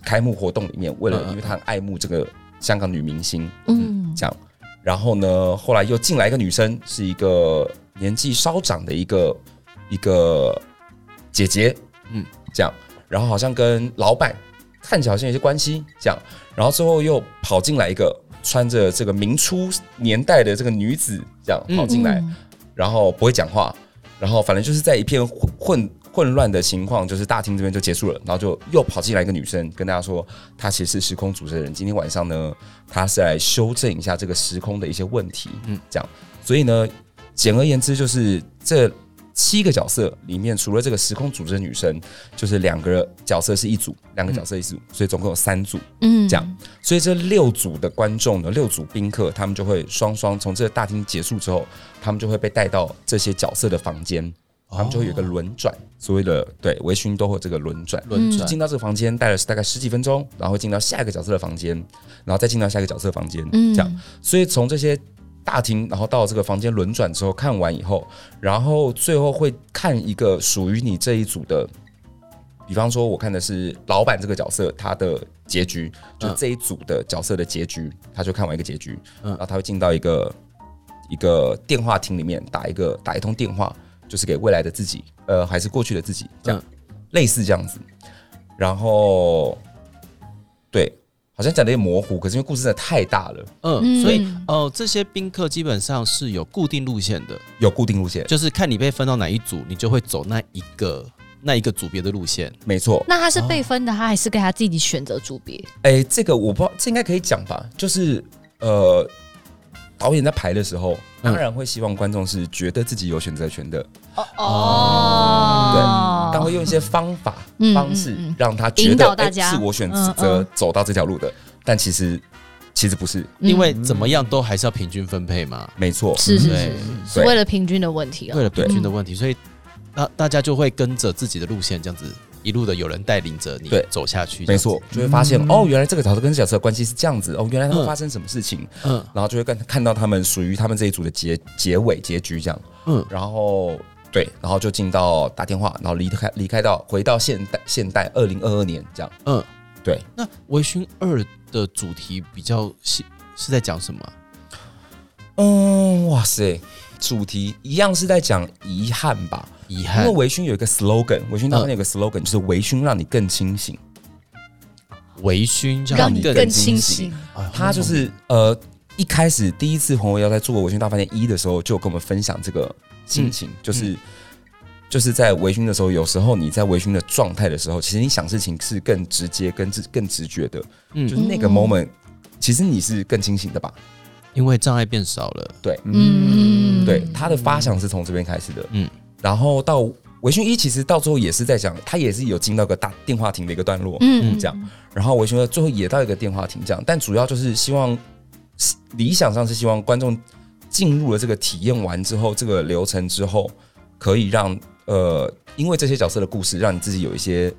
Speaker 4: 开幕活动里面，为了
Speaker 1: 嗯嗯
Speaker 4: 因为他很爱慕这个香港女明星，
Speaker 2: 嗯，
Speaker 4: 这样，然后呢，后来又进来一个女生，是一个年纪稍长的一个一个姐姐，
Speaker 1: 嗯
Speaker 4: 嗯，这样，然后好像跟老板看起来好像有些关系，这样，然后最后又跑进来一个穿着这个明初年代的这个女子，这样
Speaker 1: 嗯
Speaker 4: 跑进来，
Speaker 2: 嗯
Speaker 4: 然后不会讲话，然后反正就是在一片混混混乱的情况，就是大厅这边就结束了，然后就又跑进来一个女生，跟大家说她其实是时空主持人，今天晚上呢，她是来修正一下这个时空的一些问题，
Speaker 1: 嗯
Speaker 4: 嗯，这样，所以呢，简而言之就是这。七个角色里面，除了这个时空组织的女生，就是两个角色是一组，两个角色一组，所以总共有三组。
Speaker 2: 嗯
Speaker 4: 这样，所以这六组的观众呢，六组宾客，他们就会双双从这个大厅结束之后，他们就会被带到这些角色的房间，
Speaker 1: 哦
Speaker 4: 他们就会有一个轮转，所谓的对微醺都会有这个轮转。
Speaker 1: 轮
Speaker 2: 嗯
Speaker 1: 转
Speaker 4: 进到这个房间待了大概十几分钟，然后进到下一个角色的房间，然后再进到下一个角色的房间，
Speaker 2: 嗯
Speaker 4: 这样。所以从这些大厅，然后到这个房间轮转之后，看完以后，然后最后会看一个属于你这一组的，比方说，我看的是老板这个角色他的结局，就
Speaker 1: 嗯
Speaker 4: 这一组的角色的结局，他就看完一个结局，
Speaker 1: 嗯
Speaker 4: 然后他会进到一个一个电话亭里面打一个打一通电话，就是给未来的自己，呃，还是过去的自己，这样、
Speaker 1: 嗯
Speaker 4: 类似这样子，然后对。好像讲的有点模糊，可是因为故事真的太大了，
Speaker 1: 嗯，所以
Speaker 2: 嗯
Speaker 1: 哦、呃这些宾客基本上是有固定路线的，
Speaker 4: 有固定路线，
Speaker 1: 就是看你被分到哪一组，你就会走那一个那一个组别的路线。
Speaker 4: 没错。
Speaker 2: 那他是被分的，他还是给他自己选择组别？
Speaker 4: 哎、这个我不知道，这应该可以讲吧？就是呃，导演在排的时候，
Speaker 1: 嗯
Speaker 4: 当然会希望观众是觉得自己有选择权的，
Speaker 2: 哦
Speaker 4: 但会用一些方法、
Speaker 2: 嗯
Speaker 4: 方式
Speaker 2: 嗯嗯
Speaker 4: 让他觉
Speaker 2: 引
Speaker 4: 得
Speaker 2: 导大
Speaker 4: 哎
Speaker 2: 家
Speaker 4: 是我选
Speaker 2: 嗯
Speaker 4: 择
Speaker 2: 嗯
Speaker 4: 走到这条路的，但其实其实不是，
Speaker 1: 因为怎么样都还是要平均分配嘛，
Speaker 4: 没错，
Speaker 2: 是是
Speaker 1: 对
Speaker 2: 嗯是，是为了平均的问题啊
Speaker 1: 为。了平均的问题，所以大大家就会跟着自己的路线这样子。一路的有人带领着你
Speaker 4: 对
Speaker 1: 走下去，
Speaker 4: 没错，，就会发
Speaker 2: 嗯
Speaker 4: 现、哦，原来这个角色跟这个角色的关系是这样子，哦，原来他
Speaker 1: 嗯
Speaker 4: 们发生什么事情，
Speaker 1: 嗯
Speaker 4: 然后就会看看到他们属于他们这一组的结结尾结局这样，
Speaker 1: 嗯
Speaker 4: 然后对，然后就进到打电话，然后离开离开到回到现代现代二零二二年这样。
Speaker 1: 嗯，
Speaker 4: 对，
Speaker 1: 那《微醺二》的主题比较是是在讲什么啊？
Speaker 4: 嗯，哇塞，主题一样是在讲遗憾吧？
Speaker 1: 遗
Speaker 4: 因
Speaker 1: 憾嗯
Speaker 4: 为微醺有一个 slogan，微醺他们有个 slogan 就是微醺让你更清醒。
Speaker 1: 微醺
Speaker 2: 让你更
Speaker 4: 清
Speaker 2: 清
Speaker 4: 醒
Speaker 2: 醒。
Speaker 1: 哎
Speaker 4: 他就是呃，一开始第一次洪伟要在做《微醺大饭店一》的时候，就有跟我们分享这个心情，
Speaker 1: 嗯
Speaker 4: 就是、就是在微醺的时候，有时候你在微醺的状态的时候，其实你想事情是更直接、跟直更直觉的，
Speaker 1: 嗯
Speaker 4: 就是那个
Speaker 2: 嗯
Speaker 4: moment，、其实你是更清醒的吧？
Speaker 1: 因为障碍变少了，
Speaker 2: 嗯，
Speaker 4: 对，他的发想是从这边开始的，嗯
Speaker 1: 嗯，
Speaker 4: 然后到微醺一，其实到最后也是在讲，他也是有进到一个大电话亭的一个段落，
Speaker 2: 嗯
Speaker 4: 这样，然后维修最后也到一个电话亭这样，但主要就是希望理想上是希望观众进入了这个体验完之后，这个流程之后，可以让呃，因为这些角色的故事，让你自己有一些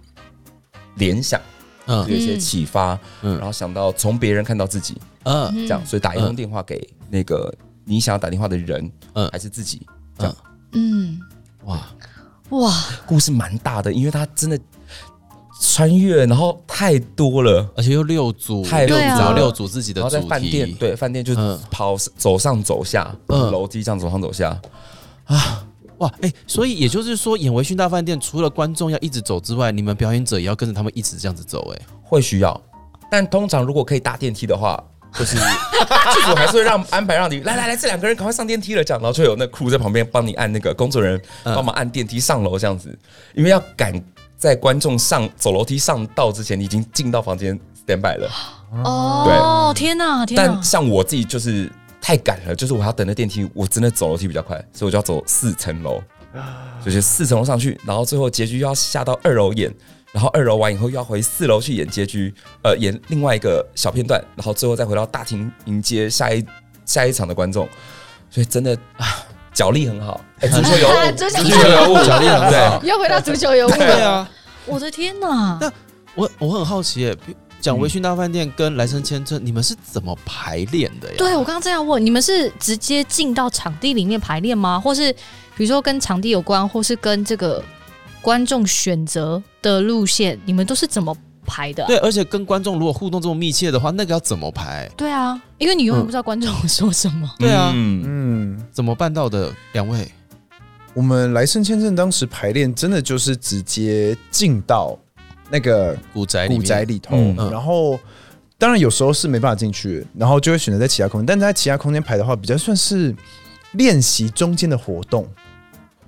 Speaker 4: 联想，有
Speaker 1: 嗯
Speaker 4: 一些启发，
Speaker 1: 嗯
Speaker 4: 然后想到从别人看到自己
Speaker 1: 嗯，
Speaker 4: 这样，所以打一通电话给那个你想要打电话的人，
Speaker 1: 嗯
Speaker 4: 还是自己，
Speaker 2: 嗯，
Speaker 1: 哇，
Speaker 2: 哇，
Speaker 4: 故事蛮大的，因为他真的穿越，然后太多了。
Speaker 1: 而且又六组，
Speaker 4: 太
Speaker 1: 六组，
Speaker 2: 对啊
Speaker 1: 然后六组自己的
Speaker 4: 然后在
Speaker 1: 主
Speaker 4: 饭店，
Speaker 1: 题，
Speaker 4: 对饭店就
Speaker 1: 嗯
Speaker 4: 跑、走上走下，
Speaker 1: 嗯
Speaker 4: 楼梯这样走上走下，
Speaker 1: 哇，哎，所以也就是说，演《微醺大饭店》除了观众要一直走之外，你们表演者也要跟着他们一直这样子走，哎，
Speaker 4: 会需要。但通常如果可以搭电梯的话，就是 *laughs* 剧组还是会让安排让你来来来，这两个人赶快上电梯了，这样，然后就有那 crew 在旁边帮你按那个工作人员
Speaker 1: 嗯
Speaker 4: 帮忙按电梯上楼这样子，因为要赶在观众上走楼梯上道之前，你已经进到房间 stand by 了。
Speaker 2: 哦，天哪，天哪
Speaker 4: 但，像我自己就是太赶了，就是我还要等那电梯，我真的走楼梯比较快，所以我就要走四层楼，就是四层楼上去，然后最后结局又要下到二楼演，然后二楼完以后又要回四楼去演结局，呃，演另外一个小片段，然后最后再回到大厅迎接下一下一场的观众，所以真的啊，脚力很好，哎、足球有
Speaker 2: 足球
Speaker 4: 足球有误，
Speaker 1: 脚力很好
Speaker 4: 对，
Speaker 2: 又回到足球游
Speaker 1: 对啊，
Speaker 2: 我的天哪！
Speaker 1: 那 *laughs* 我我很好奇，哎，讲《
Speaker 4: 嗯
Speaker 1: 微醺大饭店》跟《来生签证》，你们是怎么排练的呀？
Speaker 2: 对我刚刚这样问，你们是直接进到场地里面排练吗？或是比如说跟场地有关，或是跟这个观众选择的路线，你们都是怎么排的啊、
Speaker 1: 对，而且跟观众如果互动这么密切的话，那个要怎么排？
Speaker 2: 对啊，因为你永远不知道观众说什么。
Speaker 1: 对啊
Speaker 4: 嗯
Speaker 3: 嗯，
Speaker 1: 怎么办到的？两位，
Speaker 3: 我们来生签证当时排练真的就是直接进到那个
Speaker 1: 古宅里面，
Speaker 3: 古宅里头，
Speaker 4: 嗯
Speaker 1: 嗯
Speaker 3: 然后当然有时候是没办法进去，然后就会选择在其他空间，但在其他空间排的话，比较算是练习中间的活动，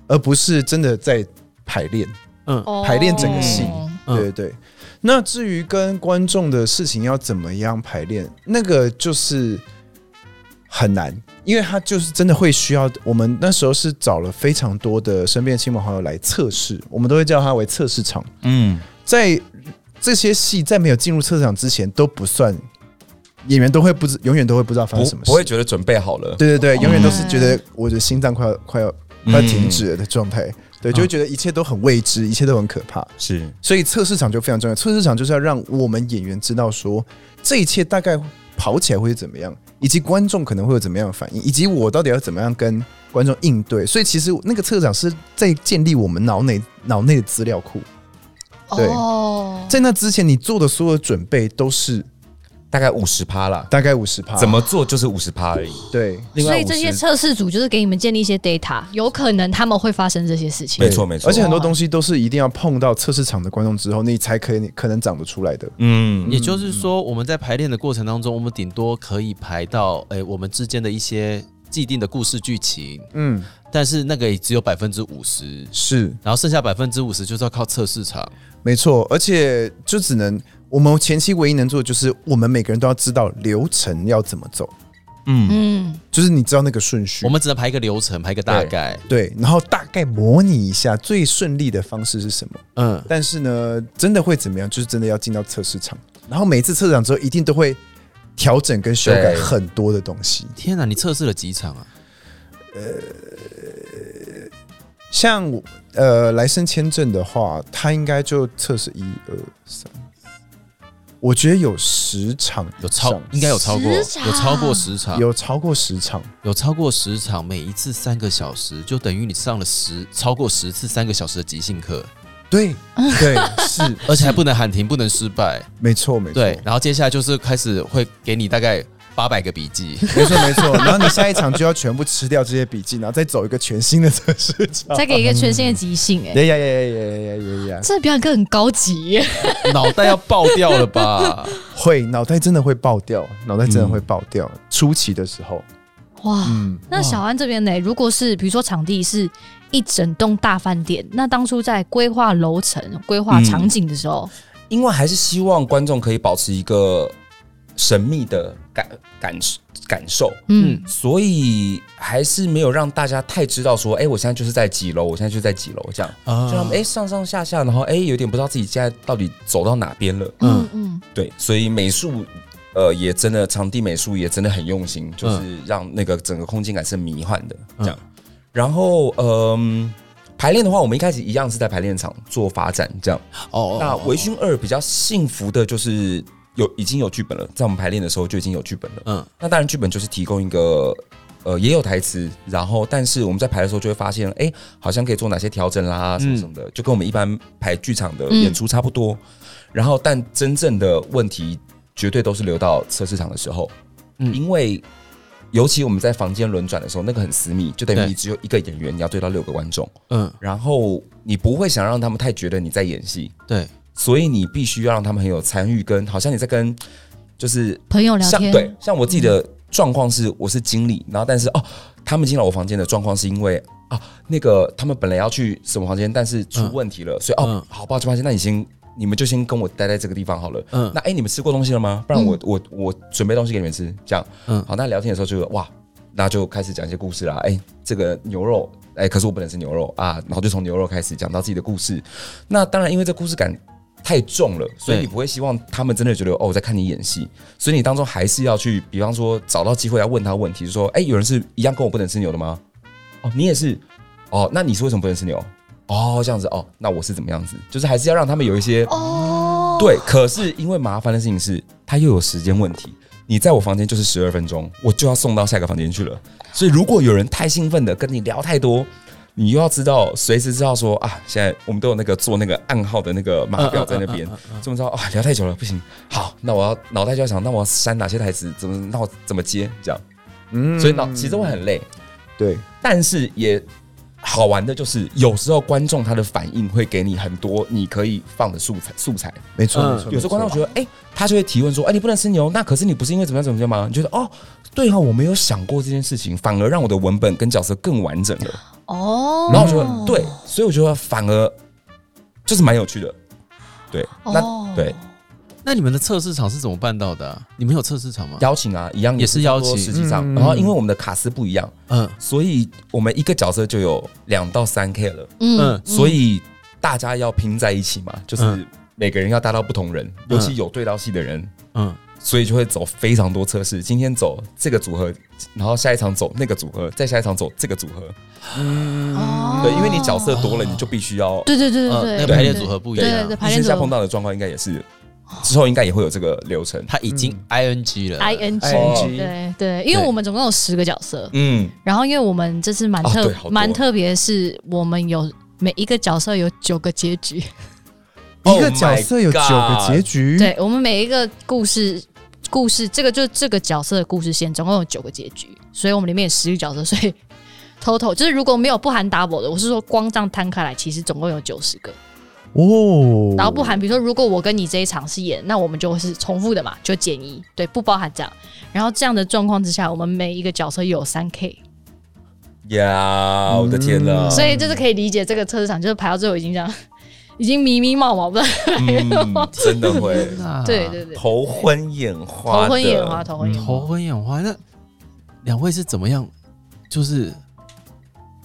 Speaker 3: 而不是真的在排练。
Speaker 1: 嗯，
Speaker 3: 排练整个戏
Speaker 2: 哦
Speaker 1: 嗯
Speaker 3: 对对对。那至于跟观众的事情要怎么样排练，那个就是很难，因为他就是真的会需要。我们那时候是找了非常多的身边的亲朋好友来测试，我们都会叫它为测试场。
Speaker 4: 嗯，
Speaker 3: 在这些戏在没有进入测试场之前，都不算演员都会不知，永远都会不知道发
Speaker 4: 不
Speaker 3: 生什么
Speaker 4: 哦
Speaker 3: 事。
Speaker 4: 不会嗯觉得准备好了，嗯
Speaker 3: 对对对，
Speaker 2: 哦
Speaker 3: 永远都是觉得我的心脏快要快要快要停止了的状态。对，就会觉得一切都很未知，一切都很可怕。
Speaker 4: 是
Speaker 3: 所以测试场就非常重要。测试场就是要让我们演员知道说这一切大概跑起来会是怎么样，以及观众可能会有怎么样的反应，以及我到底要怎么样跟观众应对。所以其实那个测试场是在建立我们脑内脑内的资料库，对
Speaker 2: 哦，
Speaker 3: 在那之前你做的所有准备都是
Speaker 4: 大概五十趴啦，
Speaker 3: 大概五十趴。
Speaker 4: 怎么做就是五十趴而已。
Speaker 3: 对？
Speaker 4: 另
Speaker 2: 所
Speaker 4: 外
Speaker 2: 以这些测试组就是给你们建立一些 data，有可能他们会发生这些事情
Speaker 4: 没。错没错
Speaker 3: 而且很多东西都是一定要碰到测试场的观众之后，你才可以可能长得出来的。
Speaker 4: 嗯，
Speaker 1: 也就是说，我们在排练的过程当中，我们顶多可以排到诶、我们之间的一些既定的故事剧情，
Speaker 3: 嗯，
Speaker 1: 但是那个也只有百分之五十，
Speaker 3: 是。
Speaker 1: 然后剩下百分之五十就是要靠测市场。
Speaker 3: 没错，而且就只能我们前期唯一能做的就是，我们每个人都要知道流程要怎么走，
Speaker 4: 嗯，
Speaker 2: 嗯，
Speaker 3: 就是你知道那个顺序。
Speaker 1: 我们只能排一个流程，排一个大概。
Speaker 3: 对，然后大概模拟一下最顺利的方式是什么。
Speaker 1: 嗯，
Speaker 3: 但是呢，真的会怎么样？就是真的要进到测试场，然后每一次测试场之后，一定都会调整跟修改
Speaker 4: 对
Speaker 3: 很多的东西。
Speaker 1: 天哪，你测试了几场啊？
Speaker 3: 像我呃，来生签证的话，它应该就测试一二三，我觉得有十场以上，
Speaker 1: 有超应该有超过
Speaker 2: 十场
Speaker 1: 有超过十场，有
Speaker 3: 有超过十场，
Speaker 1: 有超过十场，每一次三个小时，就等于你上了十超过十次三个小时的即兴课，
Speaker 2: *laughs*
Speaker 3: 对对是，
Speaker 1: 而且还不能喊停，不能失败。
Speaker 3: 没错没错，
Speaker 1: 对，然后接下来就是开始会给你大概八百个笔记，
Speaker 3: 没错没
Speaker 4: *laughs*
Speaker 3: 错。然后你下一场就要全部吃掉这些笔记，然后再走一个全新的测试场。
Speaker 2: 再给一个全新的即兴、哎、
Speaker 3: 呀呀呀呀呀呀呀！
Speaker 2: 这表演课很高级耶，
Speaker 1: 脑袋要爆掉了
Speaker 3: *laughs*
Speaker 1: 吧？
Speaker 3: 会，脑袋真的会爆掉，嗯脑袋真的会爆掉。初期的时候，
Speaker 2: 哇！
Speaker 3: 嗯，
Speaker 2: 那小安这边呢？如果是比如说场地是一整栋大饭店，那当初在规划楼层、规划场景的时候，
Speaker 4: 因为还是希望观众可以保持一个神秘的感感感受，
Speaker 2: 嗯，
Speaker 4: 所以还是没有让大家太知道说，哎、我现在就是在几楼，我现在就在几楼这样，就让他们哎、上上下下，然后哎、有点不知道自己现在到底走到哪边了。
Speaker 2: 嗯嗯，
Speaker 4: 对，所以美术呃也真的场地美术也真的很用心，就是让那个整个空间感是迷幻的这样。然后嗯、排练的话，我们一开始一样是在排练场做发展这样。
Speaker 1: 哦
Speaker 4: 那《微醺二》比较幸福的就是有已经有剧本了，在我们排练的时候就已经有剧本了。
Speaker 1: 嗯
Speaker 4: 那当然，剧本就是提供一个呃也有台词，然后但是我们在排的时候就会发现，哎、好像可以做哪些调整啦，什么什么的，
Speaker 1: 嗯
Speaker 4: 就跟我们一般排剧场的演出差不多。然后，但真正的问题绝对都是留到测试场的时候，
Speaker 1: 嗯
Speaker 4: 因为。尤其我们在房间轮转的时候，那个很私密，就等于
Speaker 1: 对
Speaker 4: 你只有一个演员，你要对到六个观众，
Speaker 1: 嗯，
Speaker 4: 然后你不会想让他们太觉得你在演戏，
Speaker 1: 对，
Speaker 4: 所以你必须要让他们很有参与，跟好像你在跟就是
Speaker 2: 朋友哦聊
Speaker 4: 像
Speaker 2: 天，
Speaker 4: 对，像我自己的状况是我是经理，然后但是哦，他们进来我房间的状况是因为啊，那个他们本来要去什么房间，但是出问题了，所以哦
Speaker 1: 嗯，
Speaker 4: 好抱歉抱歉，那你先你们就先跟我待在这个地方好了。
Speaker 1: 嗯
Speaker 4: 那哎、你们吃过东西了吗？不然我、我我准备东西给你们吃，这样。
Speaker 1: 嗯
Speaker 4: 好，那聊天的时候就哇，那就开始讲一些故事啦。哎、这个牛肉，哎、可是我不能吃牛肉啊，然后就从牛肉开始讲到自己的故事。那当然，因为这故事感太重了，所以
Speaker 1: 对
Speaker 4: 你不会希望他们真的觉得哦，我在看你演戏。所以你当中还是要去，比方说找到机会要问他问题，就说哎、有人是一样跟我不能吃牛的吗？哦，你也是。哦，那你是为什么不能吃牛？哦，这样子哦，那我是怎么样子？就是还是要让他们有一些
Speaker 2: 哦，
Speaker 4: 对，可是因为麻烦的事情是，它又有时间问题。你在我房间就是十二分钟，我就要送到下一个房间去了。所以如果有人太兴奋的跟你聊太多，你又要知道随时知道说啊，现在我们都有那个做那个暗号的那个码表在那边，这么知道啊聊太久了不行。好，那我要脑袋就要想，那我要删哪些台词，怎么那我怎么接这样，
Speaker 3: 嗯
Speaker 4: 所以脑其实会很累。
Speaker 3: 对，
Speaker 4: 但是也好玩的就是，有时候观众他的反应会给你很多你可以放的素材素材。
Speaker 3: 没错
Speaker 1: 嗯
Speaker 3: 没错。
Speaker 4: 有时候观众觉
Speaker 3: 得
Speaker 4: 得，哎、他就会提问说，哎、你不能吃牛，那可是你不是因为怎么样怎么样吗？你觉得，哦，对哦，我没有想过这件事情，反而让我的文本跟角色更完整了。
Speaker 2: 哦，
Speaker 4: 然后我觉得，对，所以我觉得反而就是蛮有趣的。对，那、
Speaker 2: 哦
Speaker 4: 对
Speaker 1: 那你们的测试场是怎么办到的啊？你们有测试场吗？
Speaker 4: 邀请啊，一样
Speaker 1: 也是邀请
Speaker 4: 实际上，
Speaker 3: 嗯
Speaker 4: 然后因为我们的卡司不一样，
Speaker 1: 嗯
Speaker 4: 所以我们一个角色就有两到三 K 了。
Speaker 1: 嗯
Speaker 2: 嗯，
Speaker 4: 所以大家要拼在一起嘛，就是
Speaker 1: 嗯
Speaker 4: 每个人要搭到不同人，尤其有对到戏的人，
Speaker 1: 嗯，
Speaker 4: 所以就会走非常多测试。今天走这个组合，然后下一场走那个组合，再下一场走这个组合。
Speaker 2: 哦
Speaker 4: 对，因为你角色嗯多了，你就必须要
Speaker 2: 对对对对对，
Speaker 1: 呃那
Speaker 2: 对
Speaker 1: 排列组合不一
Speaker 2: 对对
Speaker 1: 样
Speaker 2: 对，，排练
Speaker 4: 你线
Speaker 2: 组
Speaker 4: 下碰
Speaker 2: 合
Speaker 4: 到的状况应该也是，之后应该也会有这个流程。
Speaker 1: 他已
Speaker 3: 嗯
Speaker 1: 经 ing 了
Speaker 2: I N G，
Speaker 4: 哦
Speaker 2: 对对，因为
Speaker 1: 对
Speaker 2: 我们总共有十个角色，
Speaker 4: 嗯，
Speaker 2: 然后因为我们这次蛮
Speaker 4: 哦
Speaker 2: 特
Speaker 4: 对好多
Speaker 2: 蛮特别，是我们有每一个角色有九个结局，
Speaker 3: 一个角色有
Speaker 4: Oh
Speaker 3: 九
Speaker 4: my
Speaker 3: 个
Speaker 4: God
Speaker 3: 结局，
Speaker 2: 对我们每一个故事。故事这个就是这个角色的故事线，总共有九个结局，所以我们里面有十个角色，所以 total 就是如果没有不含 double 的，我是说光这样摊开来，其实总共有九十个，
Speaker 3: 哦，
Speaker 2: 然后不含，比如说如果我跟你这一场是演，那我们就是重复的嘛，就减一，对，不包含这样。然后这样的状况之下，我们每一个角色又有三 K，
Speaker 4: 呀，我的天
Speaker 1: 嗯
Speaker 4: 呐！
Speaker 2: 所以就是可以理解这个测试场就是排到最后已经这样，已经迷迷冒冒不知道
Speaker 4: 嗯，真的会
Speaker 1: 啊
Speaker 2: 对对对，
Speaker 4: 头昏眼花，
Speaker 2: 头昏眼花，。头昏眼花。
Speaker 1: 头昏眼花。那两位是怎么样？就是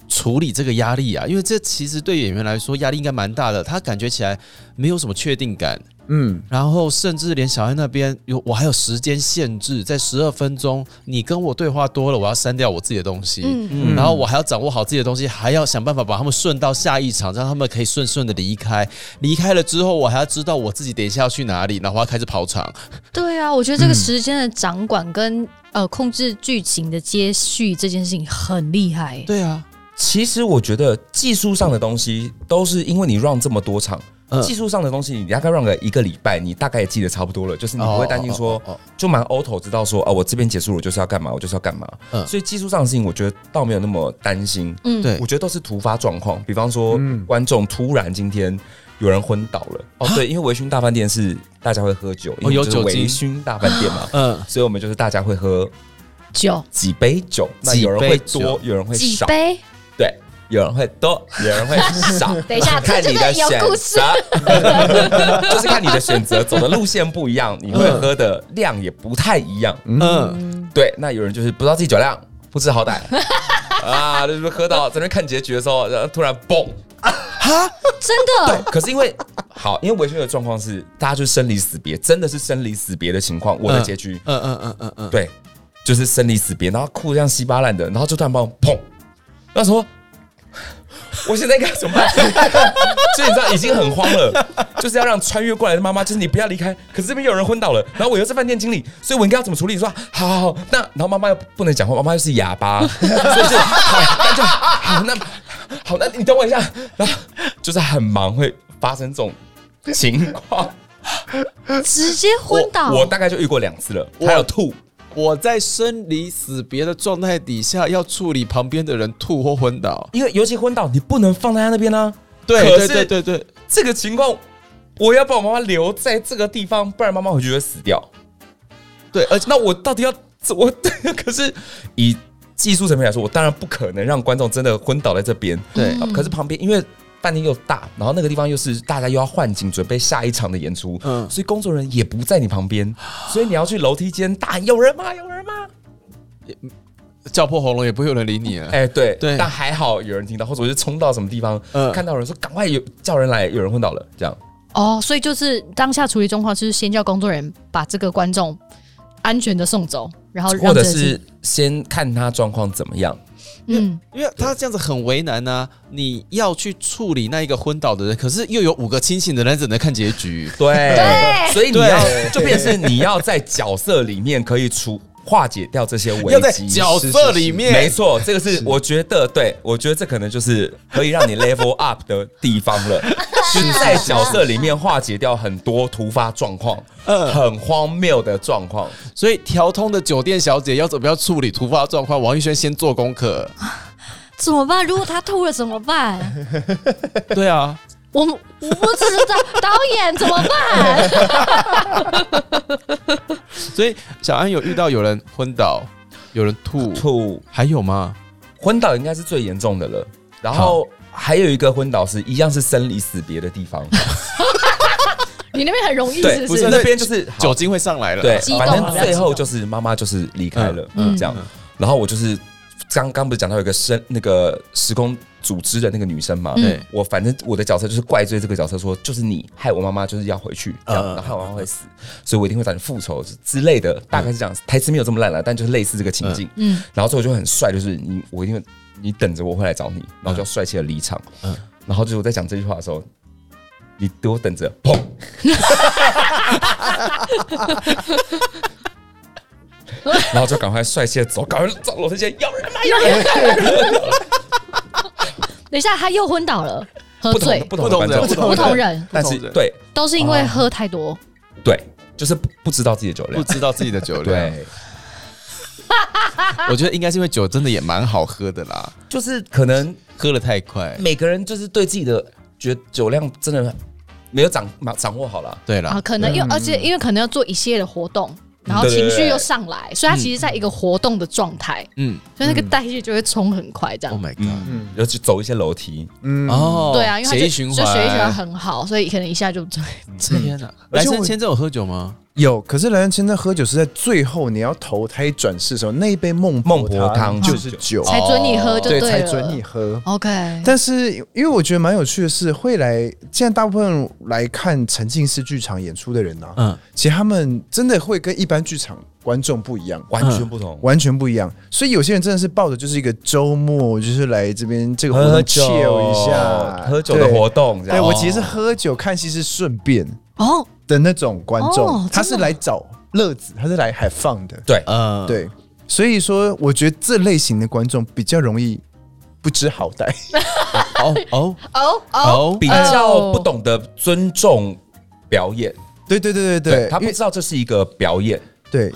Speaker 1: 处理这个压力啊？因为这其实对演员来说压力应该蛮大的，他感觉起来没有什么确定感，
Speaker 3: 嗯，
Speaker 1: 然后甚至连小爱那边有我还有时间限制，在十二分钟，你跟我对话多了，我要删掉我自己的东西，
Speaker 2: 嗯
Speaker 1: 然后我还要掌握好自己的东西，还要想办法把他们顺到下一场，让他们可以顺顺的离开。离开了之后，我还要知道我自己等一下要去哪里，然后我要开始跑场。
Speaker 2: 对啊，我觉得
Speaker 4: 嗯
Speaker 2: 这个时间的掌管跟、呃控制剧情的接续这件事情很厉害、
Speaker 1: 对啊，
Speaker 4: 其实我觉得技术上的东西都是因为你 run 这么多场，
Speaker 1: 嗯
Speaker 4: 技术上的东西你大概 run 个一个礼拜，你大概也记得差不多了，就是你不会担心说，
Speaker 1: 哦哦哦哦
Speaker 4: 就蛮 auto 知道说啊，我这边结束了，我就是要干嘛，我就是要干嘛。
Speaker 1: 嗯
Speaker 4: 所以技术上的事情，我觉得倒没有那么担心。
Speaker 2: 嗯，
Speaker 1: 对
Speaker 4: 我觉得都是突发状况，比方说、
Speaker 3: 嗯
Speaker 4: 观众突然今天有人昏倒了，哦，对，因为微醺大饭店是大家会喝酒，因为
Speaker 1: 有
Speaker 4: 就是
Speaker 1: 酒精，
Speaker 4: 微醺大饭店嘛
Speaker 1: 嗯，
Speaker 4: 所以我们就是大家会喝
Speaker 2: 酒
Speaker 4: 几杯酒，那
Speaker 1: 几
Speaker 4: 有人会
Speaker 1: 杯酒
Speaker 4: 多，有人会
Speaker 2: 几
Speaker 4: 少，
Speaker 2: 杯，
Speaker 4: 对，有人会多，有人会少。
Speaker 2: *laughs* 等一下
Speaker 4: 看
Speaker 2: 这
Speaker 4: 你
Speaker 2: 真的
Speaker 4: 的
Speaker 2: 有
Speaker 4: 选
Speaker 2: 故事
Speaker 4: 择， *laughs* 就是看你的选择，走的路线不一样，你会喝的量也不太一样。
Speaker 1: 嗯，
Speaker 4: 对，那有人就是不知道自己酒量，不知好歹啊，就是喝到在那边看结局的时候，然后突然嘣。
Speaker 2: 真的
Speaker 4: 对，可是因为好，因为维修的状况是大家就是生离死别，真的是生离死别的情况。我的结局，
Speaker 1: 嗯嗯嗯嗯嗯，
Speaker 4: 对，就是生离死别，然后哭得像稀巴烂的，然后就突然帮我砰，那时候我现在该怎么办？ *laughs* 所以你知道已经很慌了，就是要让穿越过来的妈妈，就是你不要离开。可是这边有人昏倒了，然后我又是饭店经理，所以我应该要怎么处理？说好好好，那然后妈妈又不能讲话，妈妈又是哑巴， *laughs* 所以就好，那就好，那好，那你等我一下，然后就是很忙会发生这种情况。
Speaker 2: 直接昏倒，
Speaker 4: 我，我大概就遇过两次了，
Speaker 1: 我
Speaker 4: 还有吐。
Speaker 1: 我在生离死别的状态底下，要处理旁边的人吐或昏倒。
Speaker 4: 因为尤其昏倒，你不能放在他那边啊。
Speaker 1: 对
Speaker 4: 可
Speaker 1: 对
Speaker 4: 是
Speaker 1: 对对对，
Speaker 4: 这个情况，我要把我妈妈留在这个地方，不然妈妈我就会死掉。
Speaker 1: 对
Speaker 4: 而且那我到底要我？ *laughs* 可是以技术层面来说，我当然不可能让观众真的昏倒在这边。
Speaker 1: 对
Speaker 4: 啊可是旁边因为饭店又大，然后那个地方又是大家又要换景准备下一场的演出，
Speaker 1: 嗯
Speaker 4: 所以工作人员也不在你旁边，所以你要去楼梯间大喊有人吗？有人吗？
Speaker 1: 叫破喉咙也不会有人理你啊。
Speaker 4: 哎、对
Speaker 1: 对
Speaker 4: 但还好有人听到，或者我就冲到什么地方，
Speaker 1: 嗯
Speaker 4: 看到有人说赶快有叫人来，有人昏倒了，这样。
Speaker 2: 哦，所以就是当下处理状况，就是先叫工作人员把这个观众安全的送走，然后哦让
Speaker 4: 或者
Speaker 2: 这个
Speaker 4: 是先看他状况怎么样。
Speaker 2: 嗯，
Speaker 1: 因为他这样子很为难呐、你要去处理那一个昏倒的人，可是又有五个清醒的人只能看结局。
Speaker 4: 对，所以你
Speaker 1: 对
Speaker 4: 要就变成是你要在角色里面可以除化解掉这些
Speaker 1: 要
Speaker 4: 危
Speaker 1: 在
Speaker 4: 机。
Speaker 1: 角色里面，
Speaker 4: 没错，这个是我觉得，对我觉得这可能就是可以让你 level up 的地方
Speaker 2: *laughs*
Speaker 4: 了，就是在角色里面化解掉很多突发状况，
Speaker 1: 嗯
Speaker 4: 很荒谬的状况。
Speaker 1: 所以调通的酒店小姐要怎么样处理突发状况？王一轩先做功课。
Speaker 2: 怎么办？如果他吐了怎么
Speaker 4: *laughs*
Speaker 2: 办？
Speaker 1: 对啊，
Speaker 2: 我我不知道导演怎么办？
Speaker 1: 所以小安有遇到有人昏倒，有人吐，
Speaker 4: 吐
Speaker 1: 还有吗？
Speaker 4: 昏倒应该是最严重的了，然后还有一个昏倒是一样是生离死别的地方。
Speaker 2: 你那边很容易
Speaker 4: 对
Speaker 2: *laughs* 是
Speaker 4: 不
Speaker 2: 是？
Speaker 4: 那边就是
Speaker 1: 酒精会上来了。
Speaker 4: 对，
Speaker 2: 激动
Speaker 4: 反
Speaker 2: 了
Speaker 4: 正
Speaker 2: 比较
Speaker 4: 最
Speaker 2: 激
Speaker 4: 后
Speaker 2: 动
Speaker 4: 就是妈妈就是离开了，
Speaker 2: 嗯嗯
Speaker 4: 这样。然后我就是刚刚不是讲到有一个生那个时空组织的那个女生
Speaker 2: 嗯
Speaker 4: 嘛，
Speaker 1: 对
Speaker 4: 我反正我的角色就是怪罪这个角色说，就是你害我妈妈就是要回去，这样，
Speaker 1: 嗯
Speaker 4: 然后害我妈妈会死，所以我一定会找你复仇之类的，大概是这样。台词没有这么烂了，但就是类似这个情境。
Speaker 2: 嗯，
Speaker 4: 然后最后就很帅，就是你我一定会你等着我会来找你，然后就要帅气的离场。
Speaker 1: 嗯
Speaker 4: 嗯，然后就是我在讲这句话的时候。你给我等着！砰！然后就赶快率先走，赶快走楼梯间，要人吗？
Speaker 2: 等一下他又昏倒了，喝
Speaker 4: 不同
Speaker 2: 醉
Speaker 4: 的不同的观哦众，
Speaker 1: 不同
Speaker 2: 不同人
Speaker 4: 但是
Speaker 1: 不同人
Speaker 4: 对
Speaker 2: 都是因为喝太多，
Speaker 4: 对，就是不不知道自己的酒
Speaker 1: 不
Speaker 4: 量。
Speaker 1: 知道自己的酒量，
Speaker 4: 对，
Speaker 2: *laughs*
Speaker 1: 我觉得应该是因为酒真的也蛮好喝的啦，
Speaker 4: 就是可能
Speaker 1: 喝的太快。
Speaker 4: 每个人就是对自己的觉酒量真的没有掌掌握好了。
Speaker 1: 对
Speaker 2: 啊，
Speaker 1: 啦，
Speaker 2: 可能又而且因为可能要做一系列的活动，然后
Speaker 4: 对对
Speaker 2: 情
Speaker 4: 对
Speaker 2: 绪又上来，所以他其实在一个活动的状态，
Speaker 1: 嗯
Speaker 2: 所以那个代谢就会冲很快，这
Speaker 1: ，Oh
Speaker 2: 样。
Speaker 1: my god，
Speaker 4: 嗯，尤其走一些楼梯，
Speaker 3: 嗯，
Speaker 1: 哦，
Speaker 2: 对啊，因为他
Speaker 1: 血
Speaker 2: 就
Speaker 1: 液
Speaker 2: 就
Speaker 1: 循
Speaker 2: 血液
Speaker 1: 环，
Speaker 2: 循环很好，所以可能一下就醉。
Speaker 1: 天哪！
Speaker 3: 而
Speaker 1: 男
Speaker 3: 且我
Speaker 1: 生签证有喝酒吗？
Speaker 3: 有，可是莱恩现在喝酒是在最后你要投胎转世的时候，那一杯孟
Speaker 4: 孟
Speaker 3: 婆
Speaker 4: 婆汤
Speaker 3: 就
Speaker 4: 就
Speaker 3: 是
Speaker 4: 是
Speaker 3: 酒，
Speaker 2: 才准你喝就
Speaker 3: 哦对，
Speaker 2: 了，
Speaker 3: 才准你喝。
Speaker 2: OK，
Speaker 3: 但是，因为我觉得蛮有趣的是，会来现在大部分来看沉浸式剧场演出的人呢、啊，
Speaker 1: 嗯，
Speaker 3: 其实他们真的会跟一般剧场观众不一样，
Speaker 4: 完全不同。
Speaker 3: 完全不一样。所以有些人真的是抱着就是一个周末，就是来这边这个活动
Speaker 4: 喝酒
Speaker 3: chill 一下，
Speaker 4: 喝酒的活动，哦这
Speaker 3: 对。对
Speaker 4: 样
Speaker 3: 我其实是喝酒看戏是顺便
Speaker 2: 哦，
Speaker 3: 的那种观众，
Speaker 2: 哦真的
Speaker 3: 他是来找乐子，他是来海放的，
Speaker 4: 对
Speaker 1: 呃，
Speaker 3: 对。所以说，我觉得这类型的观众比较容易不知好歹。 *laughs*
Speaker 1: 哦哦
Speaker 2: 哦哦，
Speaker 1: 哦
Speaker 4: 比，较不懂得尊重表演，
Speaker 3: 对对对对
Speaker 4: 对
Speaker 3: 对，
Speaker 4: 他
Speaker 3: 因
Speaker 4: 不
Speaker 3: 为
Speaker 4: 知道这是一个表演，
Speaker 3: 对，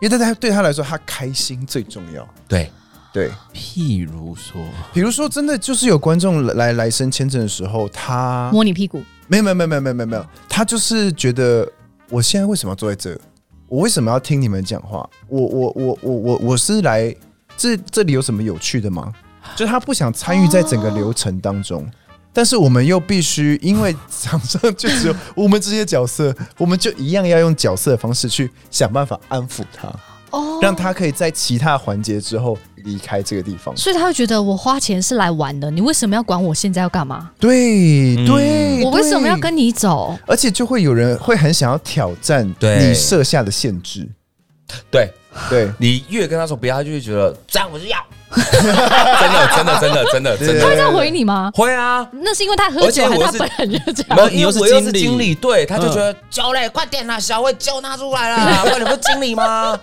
Speaker 3: 因为对他对他来说，他开心最重要。
Speaker 4: 对，
Speaker 3: 对，
Speaker 1: 譬如说，
Speaker 3: 比如说，真的就是有观众来来申签证的时候，他
Speaker 2: 摸你屁股，
Speaker 3: 没有没有没有没有没有没有没有，他就是觉得我现在为什么要坐在这？我为什么要听你们讲话？我我我我我我是来这这里有什么有趣的吗？就是他不想参与在整个流程当中。但是我们又必须，因为场上就只有我们这些角色，我们就一样要用角色的方式去想办法安抚他。
Speaker 2: 哦，
Speaker 3: 让他可以在其他环节之后离开这个地方。
Speaker 2: 所以他会觉得我花钱是来玩的，你为什么要管我现在要干嘛？
Speaker 3: 对
Speaker 4: 嗯
Speaker 3: 对，
Speaker 2: 我为什么要
Speaker 3: 对？
Speaker 2: 跟你走？
Speaker 3: 而且就会有人会很想要挑战
Speaker 4: 对
Speaker 3: 你设下的限制。
Speaker 4: 对
Speaker 3: 对，
Speaker 4: 你越跟他说不要，他就会觉得这样我就要， *laughs* 真的真的真的真的真
Speaker 2: 他会
Speaker 4: 的
Speaker 2: 这样回你吗？
Speaker 4: 会啊，
Speaker 2: 那是因为他喝
Speaker 4: 而且
Speaker 2: 酒，还
Speaker 4: 我
Speaker 2: 他
Speaker 4: 是
Speaker 2: 本人就这
Speaker 1: 然后
Speaker 2: 样？
Speaker 4: 然后
Speaker 1: 你
Speaker 4: 因
Speaker 1: 又
Speaker 4: 为
Speaker 1: 是
Speaker 4: 我又
Speaker 1: 经
Speaker 4: 是
Speaker 1: 理
Speaker 4: 经理，对，他就
Speaker 1: 嗯
Speaker 4: 觉得教嘞，快点啦，小慧酒拿出来啦，快点不是经理吗？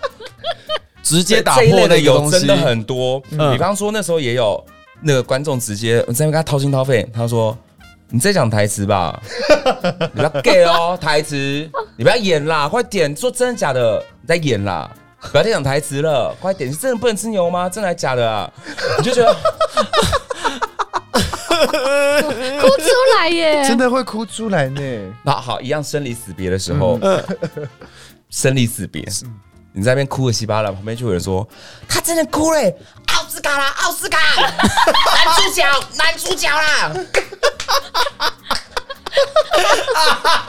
Speaker 1: 直
Speaker 4: 直
Speaker 1: 接打破那个
Speaker 4: 有
Speaker 1: 东西
Speaker 4: 真的，很多。
Speaker 1: 嗯
Speaker 4: 比方说那时候也有那个观众直接我在那边跟他掏心掏肺，他说。你在讲台词
Speaker 1: *laughs*
Speaker 4: 吧，你不要 gay 哦，台词，你不要演啦，快点！说真的假的？你在演啦，不要再讲台词了，快点！你真的不能吃牛吗？真的还假的啊？你就觉得
Speaker 2: 哭出来耶！
Speaker 3: 真的会哭出来呢。
Speaker 4: 那好，一样生离死别的时候，生离死别，你在那边哭的稀巴烂，旁边就有人说他真的哭嘞，奥斯卡啦，奥斯卡，男主角，男主角啦，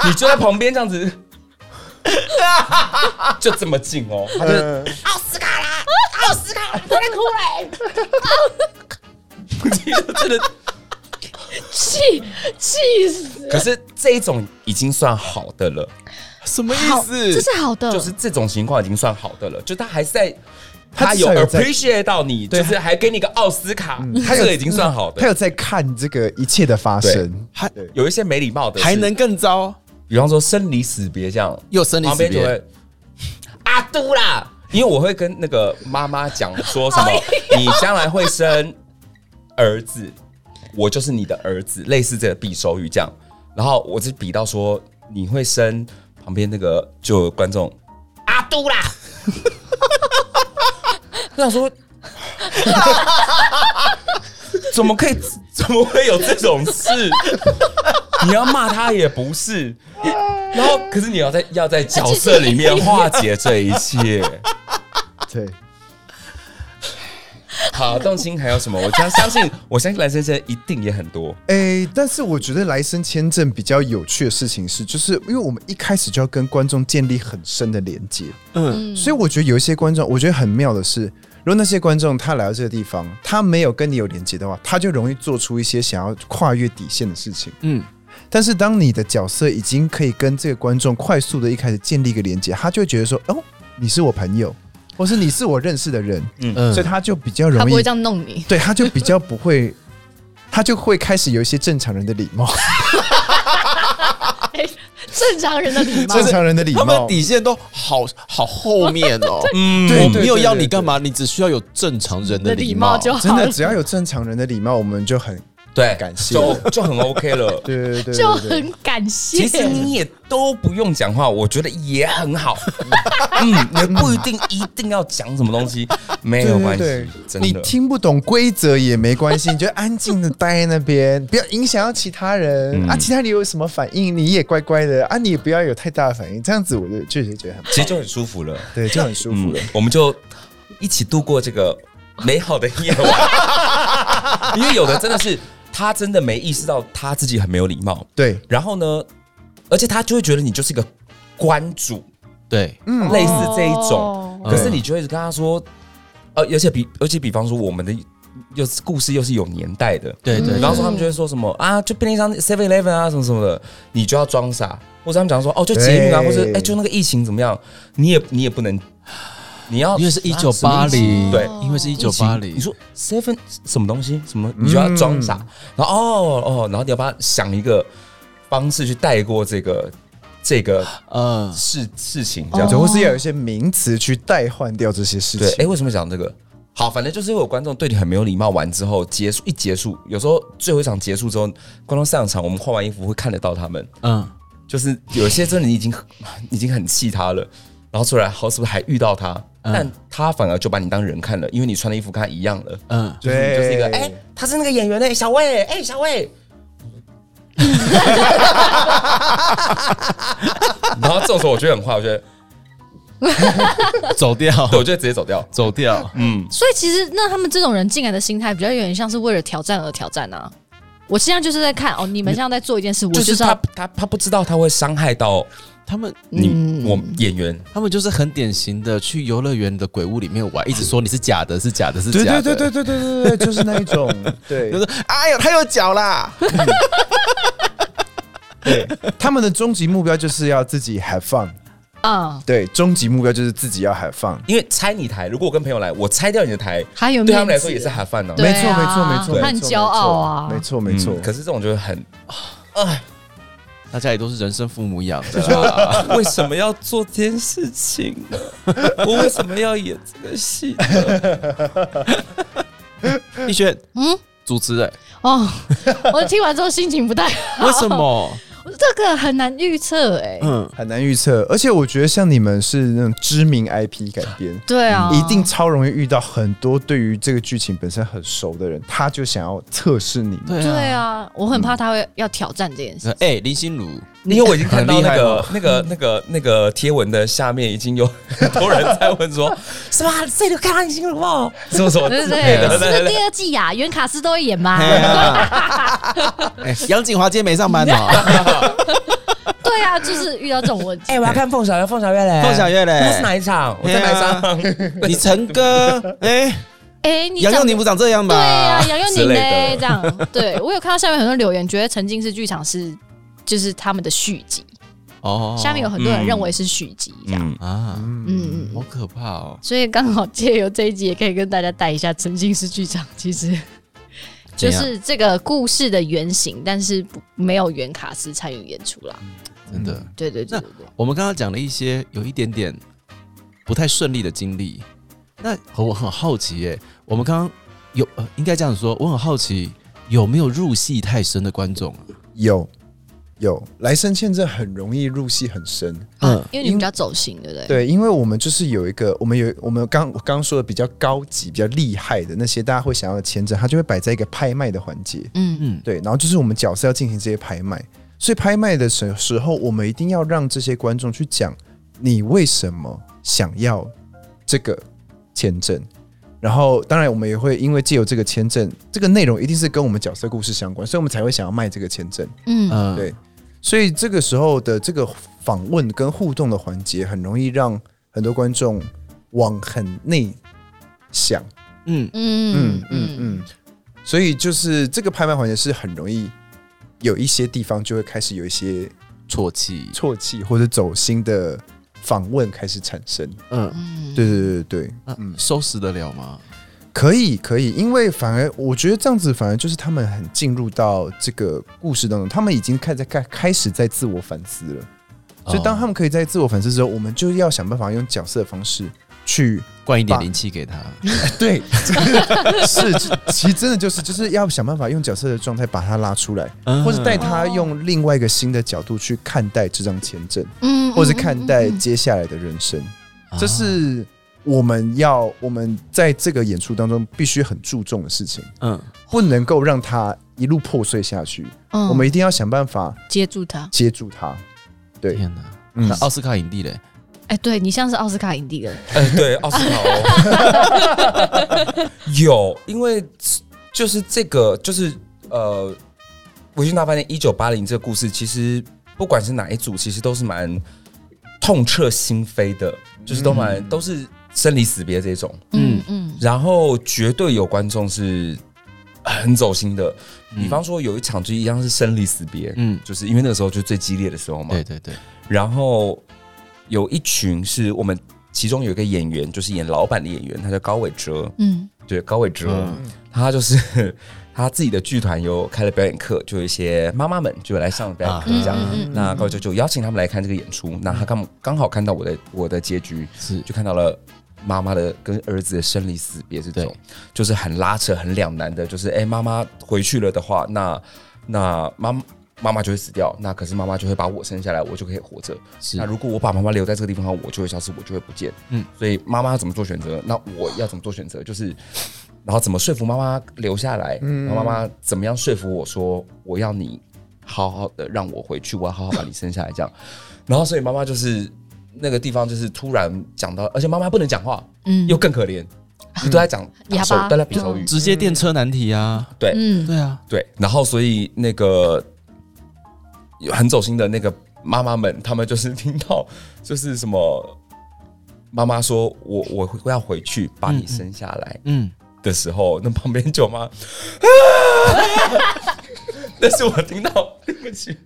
Speaker 4: 你就在旁边这样子，就这么近哦，他就
Speaker 3: 呃，
Speaker 4: 奥斯卡啦，奥斯卡啦，真的哭嘞， *laughs* 真的。
Speaker 2: 气气死！
Speaker 4: 可是这一种已经算好的了，
Speaker 1: 什么
Speaker 2: 好，
Speaker 1: 意思？
Speaker 2: 这是好的，
Speaker 4: 就是这种情况已经算好的了，就他还是在。
Speaker 3: 他
Speaker 4: 他有
Speaker 3: 至少有在
Speaker 4: appreciate 到你，就是还给你个奥斯卡，他这个已经算好
Speaker 3: 他
Speaker 4: 的。
Speaker 3: 有在看这个一切的发生。
Speaker 1: 还
Speaker 4: 有一些没礼貌的是，
Speaker 1: 还能更糟，
Speaker 4: 比方说生离死别这样，
Speaker 1: 又生离
Speaker 4: 旁
Speaker 1: 死
Speaker 4: 边就
Speaker 1: 别，
Speaker 4: 会阿都啦，因为我会跟那个妈妈讲说什么，你将来会生儿子，我就是你的儿子，类似这个比手语这样。然后我是比到说你会生，旁边那个就有观众阿都啦， *laughs* 我想说。 *laughs* 怎么可以？怎么会有这种 *laughs* 事？你要骂他也不是，然后可是你要在要在角色里面化解这一切。
Speaker 3: 对，
Speaker 4: *laughs* 好，动心还有什么？我相相信，我相信蓝先生一定也很多。
Speaker 3: 诶，但是我觉得来生签证比较有趣的事情是，就是因为我们一开始就要跟观众建立很深的连接。
Speaker 1: 嗯，
Speaker 2: 嗯
Speaker 3: 所以我觉得有一些观众，我觉得很妙的是，如果那些观众他来到这个地方，他没有跟你有连接的话，他就容易做出一些想要跨越底线的事情。
Speaker 1: 嗯，
Speaker 3: 但是当你的角色已经可以跟这个观众快速的一开始建立一个连接，他就会觉得说，哦，你是我朋友，或是你是我认识的人，
Speaker 1: 嗯
Speaker 3: 所以他就比较
Speaker 2: 他
Speaker 3: 容
Speaker 2: 不会
Speaker 3: 易
Speaker 2: 这，样弄你。
Speaker 3: 对，他就比较不会，他就会开始有一些正常人的
Speaker 1: *laughs*
Speaker 3: 礼貌，
Speaker 4: 啊
Speaker 2: *laughs* 正常人的礼貌
Speaker 3: 正，常人的礼
Speaker 1: 他们
Speaker 3: 貌，
Speaker 1: 底线都好好后面哦。
Speaker 4: 嗯
Speaker 3: 对
Speaker 1: 我
Speaker 3: 对
Speaker 1: 没有
Speaker 3: 对
Speaker 1: 要
Speaker 3: 对
Speaker 1: 你
Speaker 3: 对
Speaker 1: 干嘛，你只需要有正常人的
Speaker 2: 的礼
Speaker 1: 礼
Speaker 2: 貌
Speaker 1: 貌
Speaker 2: 就好
Speaker 3: 真的只要有正常人的礼貌，我们就很
Speaker 4: 对，
Speaker 3: 感谢
Speaker 4: 就就很 OK 了。
Speaker 3: 对对对对对
Speaker 2: 就很感
Speaker 4: 其
Speaker 2: 谢。
Speaker 4: 实你也都不用讲话，我觉得也很
Speaker 3: *laughs*
Speaker 4: 好。嗯，也不一定一定要讲什么东西，没有关
Speaker 3: 对
Speaker 4: 系
Speaker 3: 对，
Speaker 4: 真
Speaker 3: 你
Speaker 4: 的。
Speaker 3: 听不懂规则也没关系，你就安静的待在那边，不要影响到其他人、
Speaker 4: 嗯
Speaker 3: 啊。其他人有什么反应，你也乖乖的啊，你也不要有太大的反应，这样子我就确实觉得很
Speaker 4: 其实就很舒服了。
Speaker 3: 对，就很舒服
Speaker 4: 嗯
Speaker 3: 了。，
Speaker 4: 我们就一起度过这个美好的夜晚。 *laughs* 因为有的真的是他真的没意识到他自己很没有礼貌，
Speaker 3: 对
Speaker 4: 然后呢，而且他就会觉得你就是一个关主，
Speaker 1: 对，
Speaker 3: 嗯，
Speaker 4: 类似这一种。嗯
Speaker 2: 哦
Speaker 4: 可是你就会跟他说，呃，而且比而且比方说我们的又是故事又是有年代的，
Speaker 1: 对对
Speaker 4: 比
Speaker 1: 对，
Speaker 4: 方说他们就会说什么啊，就便利商 Seven Eleven 啊什么什么的，你就要装傻，或者他们讲说哦，就捷运啊，
Speaker 3: 对
Speaker 4: 或者哎、就那个疫情怎么样，你也你也不能，你要
Speaker 1: 因为是一九
Speaker 4: 啊
Speaker 1: 八
Speaker 4: 什么疫情
Speaker 1: 零，
Speaker 4: 对
Speaker 1: 因为是一九八零嗯
Speaker 4: 你，说 Seven 什么东西什么，你就要装傻，然后哦哦，然后你要把它想一个方式去带过这个这个
Speaker 1: 嗯，
Speaker 4: 事事情
Speaker 1: 哦
Speaker 4: 这
Speaker 3: 这
Speaker 4: 样
Speaker 3: 样
Speaker 4: 子。
Speaker 3: 子，或是要有一些名词去代换掉这些事
Speaker 4: 对，哎、
Speaker 3: 情。
Speaker 4: 为什么讲这个？好，反正就是有观众对你很没有礼貌，完之后结束一结束，有时候最后一场结束之后，观众上场，我们换完衣服会看得到他们，
Speaker 1: 嗯，
Speaker 4: 就是有些真的你已经已经很气他了，然后出来好是不是还遇到他，
Speaker 3: 嗯
Speaker 4: 但他反而就把你当人看了，因为你穿的衣服跟他一样了，
Speaker 1: 嗯，
Speaker 4: 就是你就是一个哎、他是那个演员哎、小魏哎、小
Speaker 3: *laughs*
Speaker 4: 魏。然后这种时候我觉得很坏，我觉得，
Speaker 1: 走掉
Speaker 4: 对，我就直接走掉。
Speaker 1: 走掉，
Speaker 4: 嗯，
Speaker 2: 所以其实那他们这种人进来的心态，比较有点像是为了挑战而挑战啊。我现在就是在看哦，你们现在在做一件事，我
Speaker 4: 就是
Speaker 2: 是
Speaker 4: 他
Speaker 2: 要
Speaker 4: 他他不知道他会伤害到
Speaker 1: 他们
Speaker 4: 你、
Speaker 2: 嗯
Speaker 4: 我演员，
Speaker 1: 他们就是很典型的去游乐园的鬼屋里面玩，一直说你是假的，是假的，是
Speaker 3: 对
Speaker 1: 假
Speaker 3: 对
Speaker 1: 的，
Speaker 3: 对对对对对对，就是那一种，对
Speaker 1: 就是哎呀，他有脚啦， *laughs*
Speaker 3: 对，他们的终极目标就是要自己 have fun，
Speaker 2: 啊，
Speaker 3: 对，终极目标就是自己要 have fun，
Speaker 4: 因为拆你台，如果我跟朋友来，我拆掉你的台，
Speaker 2: 还有
Speaker 4: 对他
Speaker 2: 面
Speaker 4: 们来
Speaker 2: 子
Speaker 4: 说也是还饭呢、嗯
Speaker 2: 对
Speaker 3: 没
Speaker 2: 啊
Speaker 3: 错没错没错，
Speaker 2: 他很
Speaker 3: 没错
Speaker 2: 骄傲啊
Speaker 3: 没错没错，
Speaker 4: 可是这种就会很，
Speaker 1: 大家也都是人生父母养的、啊，
Speaker 4: *laughs* 为什么要做这件事情 *laughs* 呢？我为什么要演这个 *laughs* 戏？
Speaker 1: 逸轩，
Speaker 2: 嗯
Speaker 1: 主持人，
Speaker 2: 哦， *laughs* 我听完之后心情不太 *laughs* 好。
Speaker 1: 为什？
Speaker 4: 哦
Speaker 1: 么？
Speaker 2: 这个很难预测哎。
Speaker 1: 嗯，
Speaker 3: 很难预测，而且我觉得像你们是那种知名 IP 改编。
Speaker 2: 对啊，
Speaker 3: 一定超容易遇到很多对于这个剧情本身很熟的人，他就想要测试你们。
Speaker 1: 对
Speaker 2: 对
Speaker 1: 啊，
Speaker 2: 啊，我很怕他会要挑战这件
Speaker 4: 啊
Speaker 2: 事。
Speaker 1: 哎、林心如，
Speaker 4: 因为我已经看到那个
Speaker 3: 很
Speaker 4: 那个那个那个贴文的下面已经有很多人在问说，是吧？这里看到你心了吗？ *laughs* 什么什么
Speaker 2: *laughs* 对
Speaker 4: 之
Speaker 2: 不
Speaker 4: 类
Speaker 2: 对？
Speaker 4: 的，
Speaker 2: 是不
Speaker 4: *laughs* 对对
Speaker 2: 是
Speaker 4: 对
Speaker 2: 第二季呀？袁卡斯都会演
Speaker 4: 啊
Speaker 2: 吗？
Speaker 1: 哎呀，哎杨锦华今天没上班
Speaker 4: *laughs*
Speaker 1: 呢、哦，
Speaker 2: 对啊，就是遇到这种问题。
Speaker 4: 哎，我要看凤小岳，凤小岳嘞，
Speaker 1: 凤小岳嘞啊
Speaker 4: 那是哪一场？我在哪一场？
Speaker 1: 你陈哥，哎、
Speaker 2: 哎，你
Speaker 1: 杨佑
Speaker 2: 长
Speaker 1: 宁不长这样吧？
Speaker 2: 对呀，杨佑
Speaker 4: 之
Speaker 2: 宁
Speaker 4: 类
Speaker 2: 嘞，
Speaker 4: 的
Speaker 2: 这样。对我有看到下面很多留言，觉得《沉浸式剧场》是就是他们的续集，
Speaker 1: 哦，
Speaker 2: 下面有很多人
Speaker 4: 嗯
Speaker 2: 认为是续集这样。
Speaker 4: 嗯
Speaker 1: 啊，
Speaker 2: 嗯嗯
Speaker 1: 好可怕哦。
Speaker 2: 所以刚好借由这一集，也可以跟大家带一下沉浸式剧场。其实就
Speaker 4: 怎样
Speaker 2: 是这个故事的原型，但是不没有原卡斯参与演出啦。
Speaker 1: 真的。
Speaker 2: 对对对
Speaker 1: 那
Speaker 2: 对啊对，
Speaker 1: 嗯我们刚刚讲了一些有一点点不太顺利的经历，那我很好奇耶、我们刚刚有呃，应该这样说，我很好奇有没有入戏太深的观众啊？
Speaker 3: 有有，来生欠这很容易入戏很深。
Speaker 2: 啊因为你
Speaker 3: 因
Speaker 2: 比较走心，对不对？
Speaker 3: 对，因为我们就是有一个，我们有我们刚我刚说的比较高级、比较厉害的那些大家会想要的签证，它就会摆在一个拍卖的环节。
Speaker 2: 嗯，
Speaker 1: 嗯，
Speaker 3: 对，然后就是我们角色要进行这些拍卖，所以拍卖的时时候，我们一定要让这些观众去讲你为什么想要这个签证。然后，当然我们也会因为借由这个签证，这个内容一定是跟我们角色故事相关，所以我们才会想要卖这个签证。
Speaker 2: 嗯嗯
Speaker 1: 嗯，
Speaker 3: 对所以这个时候的这个访问跟互动的环节，很容易让很多观众往很内想。
Speaker 1: 嗯，
Speaker 2: 嗯
Speaker 3: 嗯
Speaker 2: 嗯
Speaker 3: 嗯嗯，所以就是这个拍卖环节是很容易有一些地方就会开始有一些
Speaker 1: 啜泣，
Speaker 3: 啜泣或者走心的访问开始产生。
Speaker 1: 嗯，
Speaker 2: 嗯，
Speaker 3: 对对对对对，
Speaker 1: 那
Speaker 3: 嗯
Speaker 1: 收拾得了吗？
Speaker 3: 可以可以，因为反而我觉得这样子反而就是他们很进入到这个故事当中，他们已经开始开开始在自我反思了。所以当他
Speaker 1: 哦
Speaker 3: 们可以在自我反思之后，我们就要想办法用角色的方式去
Speaker 1: 灌一点
Speaker 3: 把
Speaker 1: 灵气给他，
Speaker 3: 对，是，其实真的就是就是要想办法用角色的状态把他拉出来，
Speaker 1: 嗯
Speaker 3: 或者带他用另外一个新的角度去看待这张签证，
Speaker 2: 嗯，嗯
Speaker 3: 或者看待
Speaker 2: 嗯嗯嗯
Speaker 3: 接下来的人生，
Speaker 1: 嗯
Speaker 3: 这是我们要我们在这个演出当中必须很注重的事情，
Speaker 1: 嗯
Speaker 3: 不能够让他一路破碎下去，
Speaker 2: 嗯
Speaker 3: 我们一定要想办法
Speaker 2: 接住他。
Speaker 3: 接住他。对
Speaker 1: 天哪，
Speaker 3: 嗯
Speaker 1: 那奥斯卡影帝嘞？
Speaker 2: 哎，对你像是奥斯卡影帝了，
Speaker 4: 呃，对，奥斯卡哦， *laughs* 有，因为就是这个，就是呃，维京大饭店一九八零这个故事，其实不管是哪一组，其实都是蛮痛彻心扉的，就是都蛮、都是生离死别这种。
Speaker 2: 嗯嗯，
Speaker 4: 然后绝对有观众是很走心的，比方说有一场就一样是生离死别，
Speaker 1: 嗯，
Speaker 4: 就是因为那个时候就最激烈的时候嘛。
Speaker 1: 对对对，
Speaker 4: 然后有一群是我们其中有一个演员，就是演老板的演员，他叫高伟哲，
Speaker 2: 嗯
Speaker 4: 对，高伟哲，
Speaker 1: 嗯
Speaker 4: 他就是 *laughs* 他自己的剧团有开了表演课，就有一些妈妈们就来上表演课
Speaker 2: 嗯
Speaker 4: 这样。
Speaker 2: 嗯嗯
Speaker 4: 那高伟哲就邀请他们来看这个演出，那他刚刚好看到我的我的结局，
Speaker 1: 是
Speaker 4: 就看到了妈妈的跟儿子的生离死别这种
Speaker 1: 对，
Speaker 4: 就是很拉扯、很两难的。就是哎，妈、妈回去了的话，那那妈妈妈就会死掉，那可是妈妈就会把我生下来，我就可以活着。
Speaker 1: 是
Speaker 4: 那，如果我把妈妈留在这个地方的话，我就会消失，我就会不见。
Speaker 1: 嗯
Speaker 4: 嗯，所以妈妈要怎么做选择？那我要怎么做选择？就是。然后怎么说服妈妈留下来？然后妈妈怎么样说服我说我要你好好的让我回去，我要好好把你生下来这样。然后所以妈妈就是那个地方就是突然讲到，而且妈妈不能讲话，
Speaker 2: 嗯
Speaker 4: 又更可怜，就都在讲
Speaker 2: 哑巴
Speaker 4: 打手，都在比手语。
Speaker 1: 直接电车难题啊，
Speaker 2: 嗯，
Speaker 1: 对啊，
Speaker 4: 对，然后所以那个有很走心的那个妈妈们，他们就是听到 *laughs* 就是什么妈妈说我我我要回去把你生下来
Speaker 1: 嗯，
Speaker 4: 的时候，那旁边舅妈， *laughs* 啊那是我听到，对不起。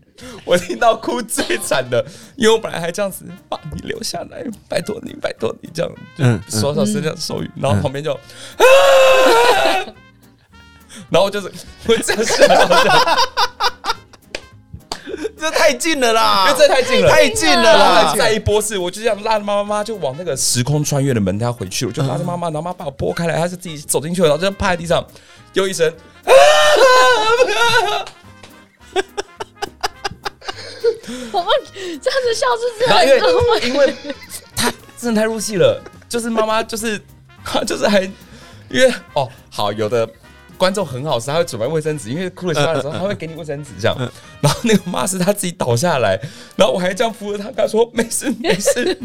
Speaker 4: 我听到哭最惨的，因为我本来还这样子把你留下来，拜托你，拜托你这样，
Speaker 1: 嗯
Speaker 4: 就手手伸向手语，然后旁边就，啊，嗯 *laughs* 然后就是我这样想，然后这样
Speaker 1: 这太近了啦
Speaker 4: 因为这太近了，
Speaker 1: 太近了
Speaker 4: 然
Speaker 1: 啦
Speaker 4: 后，再一波是，我就这样拉着妈妈妈就往那个时空穿越的门，她要回去，我就拉着妈妈，然后妈把我拨开来，她是自己走进去了，然后就趴在地上，又一声，啊
Speaker 2: 我们这样子笑是
Speaker 4: *laughs* 然后因
Speaker 1: *laughs*
Speaker 2: 这样子，
Speaker 4: 为因为她真的太入戏了，就是妈妈就是 *laughs* 她就是还因为哦好有的。观众很好，是他会准备卫生纸，因为哭了起来的时候，他会给你卫生纸这样。
Speaker 1: 嗯
Speaker 4: 然后那个妈是她自己倒下来，然后我还这样扶着她，跟她说没事
Speaker 1: *laughs*
Speaker 4: 没事。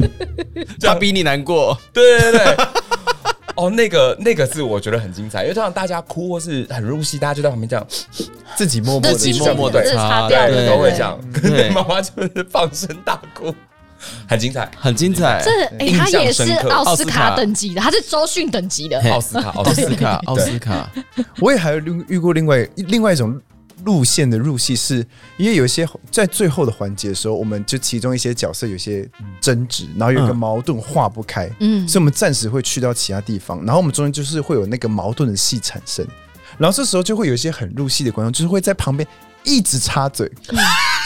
Speaker 1: 他比你难过，
Speaker 4: 对对对。对哦，那个那个是我觉得很精彩，因为通常大家哭或是很入戏，大家就在旁边这样，
Speaker 3: 自己默默
Speaker 2: 这
Speaker 3: 的
Speaker 2: 记
Speaker 1: 己
Speaker 2: 忆
Speaker 1: 默默地
Speaker 2: 这是
Speaker 1: 擦
Speaker 2: 擦
Speaker 1: 对
Speaker 2: 掉
Speaker 1: 对
Speaker 2: 的，
Speaker 4: 都会
Speaker 2: 对
Speaker 4: 这样。可
Speaker 1: 对
Speaker 4: 是妈妈就是放声大哭，很精彩。
Speaker 1: 很精彩，
Speaker 2: 这哎，他
Speaker 4: 印象
Speaker 2: 也是
Speaker 4: 深刻
Speaker 2: 奥斯
Speaker 1: 奥斯
Speaker 2: 卡
Speaker 1: 卡
Speaker 2: 等级的，他是周迅等级的，
Speaker 1: 嘿
Speaker 4: 奥斯卡，奥
Speaker 1: 奥
Speaker 4: 斯
Speaker 1: 斯
Speaker 4: 卡，
Speaker 1: 卡，奥斯卡，
Speaker 3: 我也还有遇遇过另外另外一种路线的入戏是，因为有一些在最后的环节的时候，我们就其中一些角色有些争执，然后有一个
Speaker 1: 嗯
Speaker 3: 矛盾化不开，
Speaker 2: 嗯
Speaker 3: 所以我们暂时会去到其他地方，然后我们中间就是会有那个矛盾的戏产生，然后这时候就会有一些很入戏的观众，就是会在旁边一直插嘴，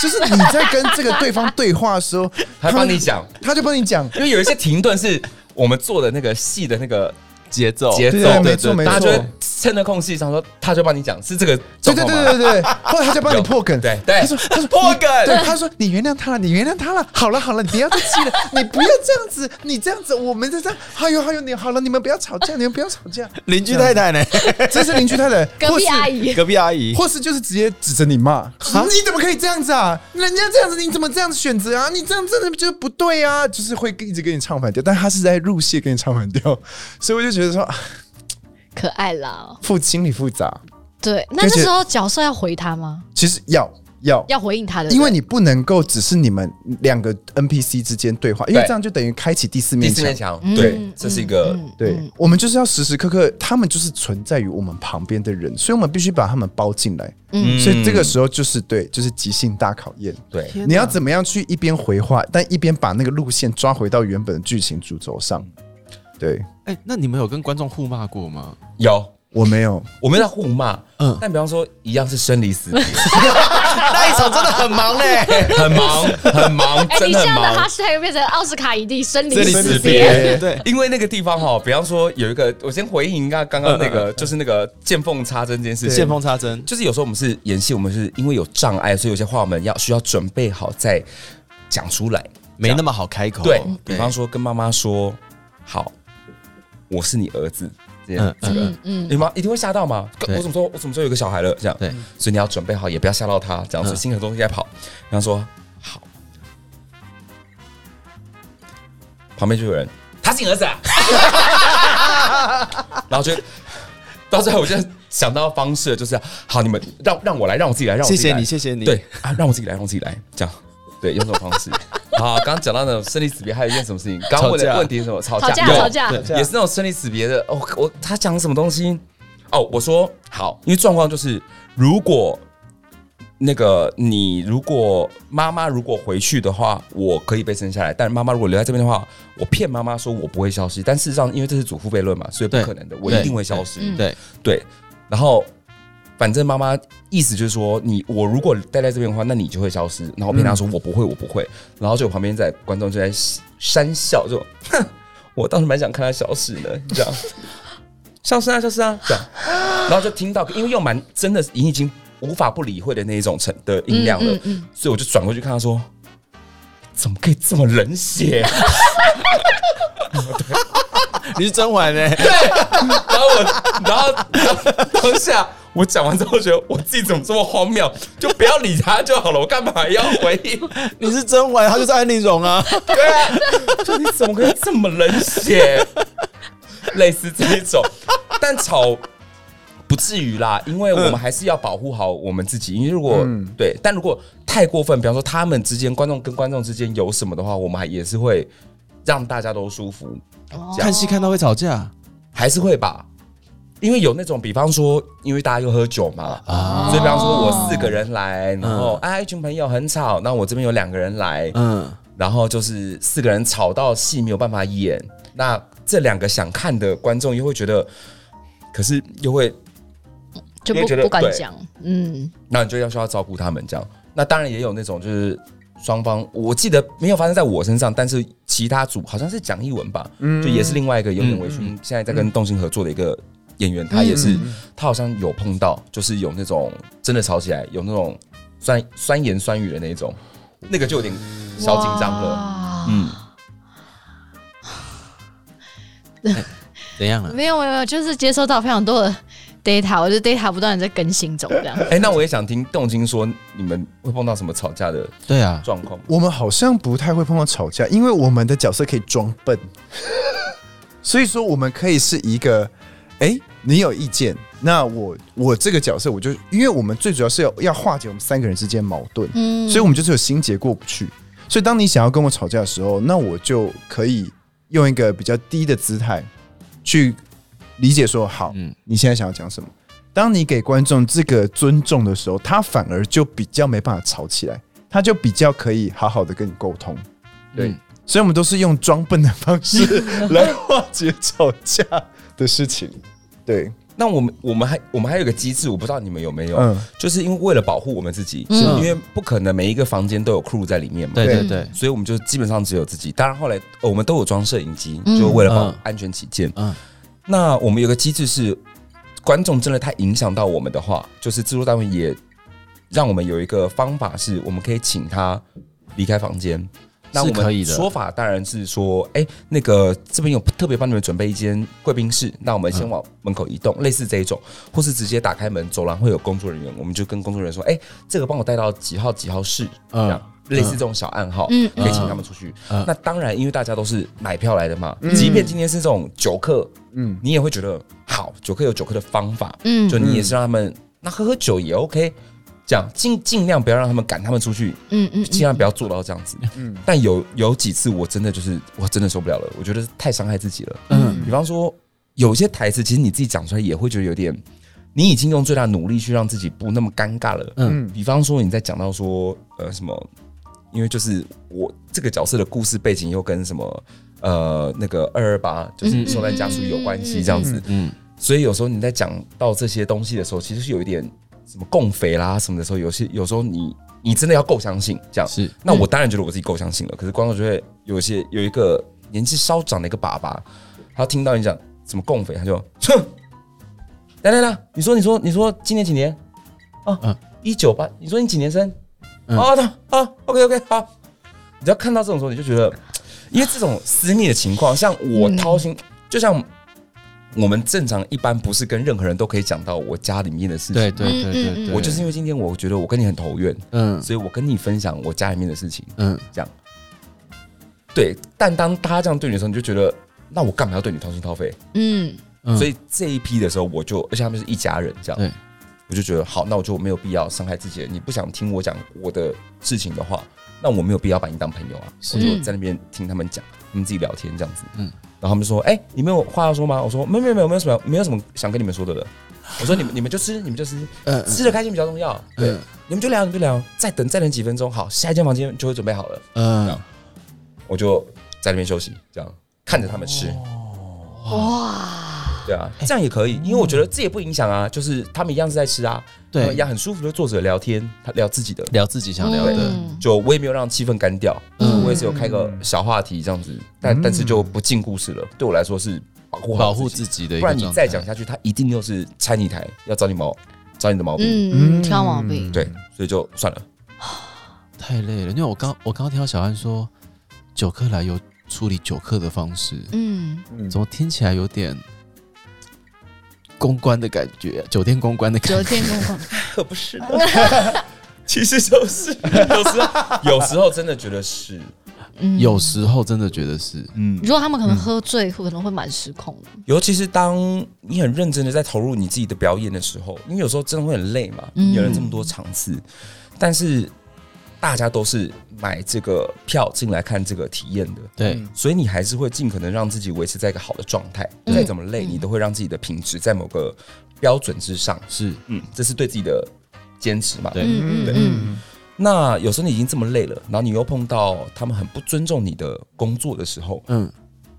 Speaker 3: 就是你在跟这个对方对话的时候，
Speaker 4: 他帮你讲，
Speaker 3: 他就帮你讲，
Speaker 4: 因为有一些停顿是我们做的那个戏的那个
Speaker 1: 节奏，
Speaker 4: 节奏
Speaker 3: 对，
Speaker 1: 对
Speaker 3: 没错
Speaker 1: 对
Speaker 3: 没
Speaker 4: 大家就
Speaker 3: 错
Speaker 4: 会。趁着空隙想说，他就帮你讲，是这个状
Speaker 3: 对对
Speaker 4: 况吗？
Speaker 3: 对对对，后来他就帮你破梗，
Speaker 4: 对对
Speaker 3: 他说他说
Speaker 4: 破
Speaker 3: 你
Speaker 4: 梗
Speaker 3: 对，他说你原谅他了，你原谅他了，好了好了，你不要再气了， *laughs* 你不要这样子，你这样子，我们就这样，哎呦哎呦，你好了，你们不要吵架，你们不要吵架，
Speaker 1: 邻居太太呢？
Speaker 3: *laughs* 这是邻居太太，
Speaker 2: 隔
Speaker 3: 或
Speaker 2: 壁
Speaker 3: 是
Speaker 2: 阿姨，
Speaker 1: 隔壁阿姨，
Speaker 3: 或是就是直接指着你骂，你怎么可以这样子啊？人家这样子，你怎么这样子选择啊？你这样真的就是不对啊！就是会一直跟你唱反调，但他是在入戏跟你唱反调，所以我就觉得说，啊
Speaker 2: 可爱啦。
Speaker 3: 复心理复杂，
Speaker 2: 对，那
Speaker 3: 而
Speaker 2: 这
Speaker 3: 且
Speaker 2: 时候角色要回他吗？
Speaker 3: 其实要要
Speaker 2: 要回应他的，
Speaker 3: 因为你不能够只是你们两个 NPC 之间对话，因为
Speaker 4: 对
Speaker 3: 这样就等于开启第
Speaker 4: 第
Speaker 3: 四面
Speaker 4: 四
Speaker 3: 墙
Speaker 4: 面。墙，
Speaker 2: 嗯
Speaker 4: 对
Speaker 2: 嗯，
Speaker 4: 这是一个
Speaker 2: 嗯
Speaker 3: 对、
Speaker 2: 嗯
Speaker 3: 我们就是要时时刻刻，他们就是存在于我们旁边的人，所以我们必须把他们包进来。
Speaker 2: 嗯
Speaker 3: 所以这个时候就是对，就是即兴大考验。
Speaker 4: 对，
Speaker 3: 你要怎么样去一边回话，但一边把那个路线抓回到原本的剧情主轴上？对
Speaker 1: 哎，那你们有跟观众互骂过吗？
Speaker 4: 有
Speaker 3: 我没有，
Speaker 4: 我们在互骂，
Speaker 1: 嗯
Speaker 4: 嗯，但比方说一样是生离死别，
Speaker 1: 那一场真的很忙嘞，
Speaker 4: 很忙，很忙，
Speaker 2: 哎，
Speaker 4: 真
Speaker 2: 你
Speaker 4: 的
Speaker 2: 现
Speaker 4: 很
Speaker 2: 在的
Speaker 4: 忙。
Speaker 2: hashtag 又变成奥斯卡影帝生
Speaker 1: 这
Speaker 2: 离
Speaker 1: 里
Speaker 2: 死
Speaker 1: 死
Speaker 2: 别，
Speaker 1: 别，对，
Speaker 4: 因为那个地方哈、比方说有一个，我先回应刚刚刚那个，就是那个见缝插针这件事情
Speaker 1: 见。缝插针，
Speaker 4: 就是有时候我们是演戏，我们是因为有障碍，所以有些话我们要需要准备好再讲出来。
Speaker 1: 没那么好开口。
Speaker 4: 对哦比方说跟妈妈说：“好，我是你儿子。”这样
Speaker 1: 嗯，
Speaker 4: 这个
Speaker 2: 嗯嗯，
Speaker 4: 你妈一定会吓到嘛？
Speaker 1: 对
Speaker 4: 我什么时候我什么时候有个小孩了？这样，
Speaker 1: 对，
Speaker 4: 所以你要准备好，也不要吓到他，这样，所以心很多东西在跑。然后说好，旁边就有人，他是你儿子啊， *laughs* 然后就到最后，我就想到方式就是，好，你们让让我来，让我自己来，让我
Speaker 1: 谢
Speaker 4: 自己
Speaker 1: 谢
Speaker 4: 来
Speaker 1: 你，谢谢你。 *laughs*
Speaker 4: 对，啊，让我自己来，让我自己来，这样，对，用这种方式，好，刚刚讲到那种生离死别，还有一件什么事情？刚刚问
Speaker 1: 吵
Speaker 4: 的
Speaker 1: 架
Speaker 4: 问题是什么？吵
Speaker 2: 吵架
Speaker 4: 有
Speaker 2: 吵架，
Speaker 1: 对
Speaker 4: 也是那种生离死别的。哦，我他讲什么东西？哦，我说好，因为状况就是，如果那个你如果妈妈如果回去的话，我可以被生下来；但妈妈如果留在这边的话，我骗妈妈说我不会消失，但事实上因为这是祖父悖论嘛，所以不
Speaker 1: 对
Speaker 4: 可能的，我
Speaker 1: 对
Speaker 4: 一定会消失。
Speaker 2: 嗯
Speaker 1: 对，
Speaker 4: 对，然后反正妈妈意思就是说，你我如果待在这边的话，那你就会消失。然后我骗她说我不会，我不会。然后就有旁边在观众就在讪笑，就哼，我倒是蛮想看她消失的，这样 *laughs* 消失啊，消失啊，这样。然后就听到，因为又蛮真的，你已经无法不理会的那一种程的音量了，
Speaker 2: 嗯嗯
Speaker 4: 所以我就转过去看她说。怎么可以这么冷血、啊？
Speaker 1: 你是甄嬛呢？
Speaker 4: 然后我，然后当下我讲完之后，觉得我自己怎么这么荒谬？就不要理他就好了，我干嘛要回应？
Speaker 1: 你是甄嬛，她就是安陵容啊。
Speaker 4: 对啊，就你怎么可以这么冷血？类似这一种，但吵不至于啦，因为我们还是要保护好我们自己。因为如果、
Speaker 3: 嗯
Speaker 4: 对，但如果太过分，比方说他们之间、观众跟观众之间有什么的话，我们还也是会让大家都舒服。
Speaker 2: 嗯，
Speaker 1: 看戏看到会吵架
Speaker 4: 还是会吧，因为有那种，比方说，因为大家又喝酒嘛，
Speaker 1: 啊
Speaker 4: 所以比方说我四个人来，然后哎、啊一群朋友很吵，那我这边有两个人来，
Speaker 1: 嗯，
Speaker 4: 然后就是四个人吵到戏没有办法演，那这两个想看的观众又会觉得，可是又会，
Speaker 2: 就
Speaker 4: 因为
Speaker 2: 不
Speaker 4: 觉得
Speaker 2: 不敢
Speaker 4: 对
Speaker 2: 讲，嗯，
Speaker 4: 那你就要需要照顾他们这样。那当然也有那种就是双方，我记得没有发生在我身上，但是其他组好像是蒋一文吧，就也是另外一个有点微醺，现在在跟动心合作的一个演员，他也是，他好像有碰到，就是有那种真的吵起来，有那种酸酸言酸语的那一种，那个就有点小紧张了。
Speaker 2: 了
Speaker 4: 嗯，
Speaker 1: 怎样啊？
Speaker 2: 没有没有没有，就是接收到非常多的 data，我觉得 data 不断的在更新中
Speaker 4: *laughs*
Speaker 2: 这样。
Speaker 4: 哎、那我也想听动心说，你们会碰到什么吵架的
Speaker 1: 对啊，
Speaker 4: 状况？
Speaker 3: 我们好像不太会碰到吵架，因为我们的角色可以装笨， *laughs* 所以说我们可以是一个，哎、你有意见，那我我这个角色我就，因为我们最主要是要要化解我们三个人之间矛盾，
Speaker 2: 嗯
Speaker 3: 所以我们就是有心结过不去。所以当你想要跟我吵架的时候，那我就可以用一个比较低的姿态去理解说，好，
Speaker 1: 嗯
Speaker 3: 你现在想要讲什么？当你给观众这个尊重的时候，他反而就比较没办法吵起来，他就比较可以好好的跟你沟通。对，
Speaker 1: 嗯
Speaker 3: 所以我们都是用装笨的方式来化解吵架的事情。对，
Speaker 4: 那我们我们还我们还有一个机制，我不知道你们有没有，
Speaker 3: 嗯，
Speaker 4: 就是因为为了保护我们自己，
Speaker 2: 嗯
Speaker 4: 是因为不可能每一个房间都有 crew 在里面嘛，
Speaker 1: 对对
Speaker 2: 嗯
Speaker 1: 对，
Speaker 4: 所以我们就基本上只有自己。当然后来呃我们都有装摄影机，
Speaker 2: 嗯
Speaker 4: 就为了保
Speaker 1: 嗯
Speaker 4: 安全起见。
Speaker 1: 嗯
Speaker 4: 那我们有个机制是，观众真的太影响到我们的话，就是制作单位也让我们有一个方法，是我们可以请他离开房间。那我
Speaker 1: 是可以
Speaker 4: 们
Speaker 1: 的
Speaker 4: 说法当然是说，哎、那个这边有特别帮你们准备一间贵宾室，那我
Speaker 1: 嗯
Speaker 4: 们先往门口移动，类似这一种，或是直接打开门，走廊会有工作人员，我们就跟工作人员说，哎、这个帮我带到几号几号室，这样、类似这种小暗号，
Speaker 2: 嗯
Speaker 4: 可以请他们出去。
Speaker 1: 嗯
Speaker 4: 那当然，因为大家都是买票来的嘛，
Speaker 2: 嗯
Speaker 4: 即便今天是这种酒客，
Speaker 3: 嗯
Speaker 4: 嗯，你也会觉得好，酒客有酒客的方法，
Speaker 2: 嗯
Speaker 4: 就你也是让他们那喝喝酒也 OK，这样尽尽量不要让他们赶他们出去，
Speaker 2: 嗯嗯
Speaker 4: 尽量不要做到这样子。嗯，但有有几次我真的就是我真的受不了了，我觉得太伤害自己了。
Speaker 1: 嗯
Speaker 4: 比方说有些台词，其实你自己讲出来也会觉得有点，你已经用最大努力去让自己不那么尴尬了。
Speaker 1: 嗯
Speaker 4: 比方说你在讲到说呃什么，因为就是我这个角色的故事背景又跟什么呃那个二二八就是受难家属有关系这样子，
Speaker 1: 嗯，
Speaker 4: 所以有时候你在讲到这些东西的时候，其实是有一点什么共匪啦什么的时候，有些有时候你你真的要够相信这样。
Speaker 1: 是
Speaker 4: 那我当然觉得我自己够相信了，可是观众就会有一些有一个年纪稍长的一个爸爸，他听到你讲什么共匪，他就哼，来来来，你说你说你说今年几年？
Speaker 1: 嗯
Speaker 4: 啊，一九八，你说你几年生？
Speaker 1: 嗯
Speaker 4: 啊，他啊，OK OK，好。你只要看到这种时候，你就觉得，因为这种私密的情况，像我
Speaker 2: 嗯
Speaker 4: 掏心，就像我们正常一般，不是跟任何人都可以讲到我家里面的事情。
Speaker 1: 对对对对对，
Speaker 4: 我就是因为今天我觉得我跟你很投缘，
Speaker 1: 嗯
Speaker 4: 所以我跟你分享我家里面的事情。
Speaker 1: 嗯
Speaker 4: 对，但当他这样对你的时候，你就觉得，那我干嘛要对你掏心掏肺？
Speaker 2: 嗯
Speaker 1: 嗯，
Speaker 4: 所以这一批的时候，我就，而且他们是一家人，这样，
Speaker 1: 对
Speaker 4: 我就觉得好，那我就没有必要伤害自己了。你不想听我讲我的事情的话，那我没有必要把你当朋友啊，
Speaker 1: 是
Speaker 4: 我就在那边听他们讲，他们自己聊天这样子，
Speaker 1: 嗯
Speaker 4: 嗯，然后他们就说，哎、你们有话要说吗？我说没有没有没有没有什么没有什么想跟你们
Speaker 1: *laughs*
Speaker 4: 说的了，我说你们你们就吃你们就吃，
Speaker 1: 嗯
Speaker 4: 吃的开心比较重要，对，
Speaker 1: 嗯
Speaker 4: 你们就聊你们就聊，再等再等几分钟，好，下一间房间就会准备好了，
Speaker 1: 嗯，
Speaker 4: 我就在那边休息，这样看着他们吃，
Speaker 2: 哇，
Speaker 4: 对啊，这样也可以，因为我觉得这也不影响啊，就是他们一样是在吃啊，他们
Speaker 1: 对
Speaker 4: 一，样很舒服的坐着聊天，他聊自己的，
Speaker 1: 聊自己想聊的，
Speaker 2: 嗯
Speaker 4: 就我也没有让气氛干掉，
Speaker 1: 嗯
Speaker 4: 我也只有开个小话题这样子，但但是就不进故事了，对我来说是保护好
Speaker 1: 保护
Speaker 4: 自己，
Speaker 1: 自己的一
Speaker 4: 不
Speaker 1: 个
Speaker 4: 然你
Speaker 1: 状态。
Speaker 4: 再讲下去，他一定又是拆你台，要找你毛，找你的毛病，
Speaker 2: 嗯，挑毛病，
Speaker 4: 对，所以就算了，
Speaker 1: 太累了，因为我刚我刚刚听到小安说，九克来有处理九克的方式，
Speaker 2: 嗯，
Speaker 3: 嗯
Speaker 1: 怎么听起来有点公关的感觉，啊酒店公关的感
Speaker 2: 九
Speaker 1: 觉。
Speaker 2: 天公公，
Speaker 4: 可不是的， *laughs* 其实就是有时候有时候真的觉得是，
Speaker 2: 嗯，
Speaker 1: 有时候真的觉得是，
Speaker 4: 嗯
Speaker 2: 如果他们可能喝醉，可能会蛮失控的。
Speaker 4: 尤其是当你很认真的在投入你自己的表演的时候，因为有时候真的会很累嘛，
Speaker 2: 嗯
Speaker 4: 有了这么多场次，但是大家都是买这个票进来看这个体验的，
Speaker 1: 对，
Speaker 4: 所以你还是会尽可能让自己维持在一个好的状态，
Speaker 2: 嗯
Speaker 4: 再怎么累，
Speaker 2: 嗯
Speaker 4: 你都会让自己的品质在某个标准之上，
Speaker 1: 是，
Speaker 4: 嗯，这是对自己的坚持嘛，
Speaker 1: 对
Speaker 2: 嗯嗯嗯，
Speaker 4: 那有时候你已经这么累了，然后你又碰到他们很不尊重你的工作的时候，
Speaker 1: 嗯，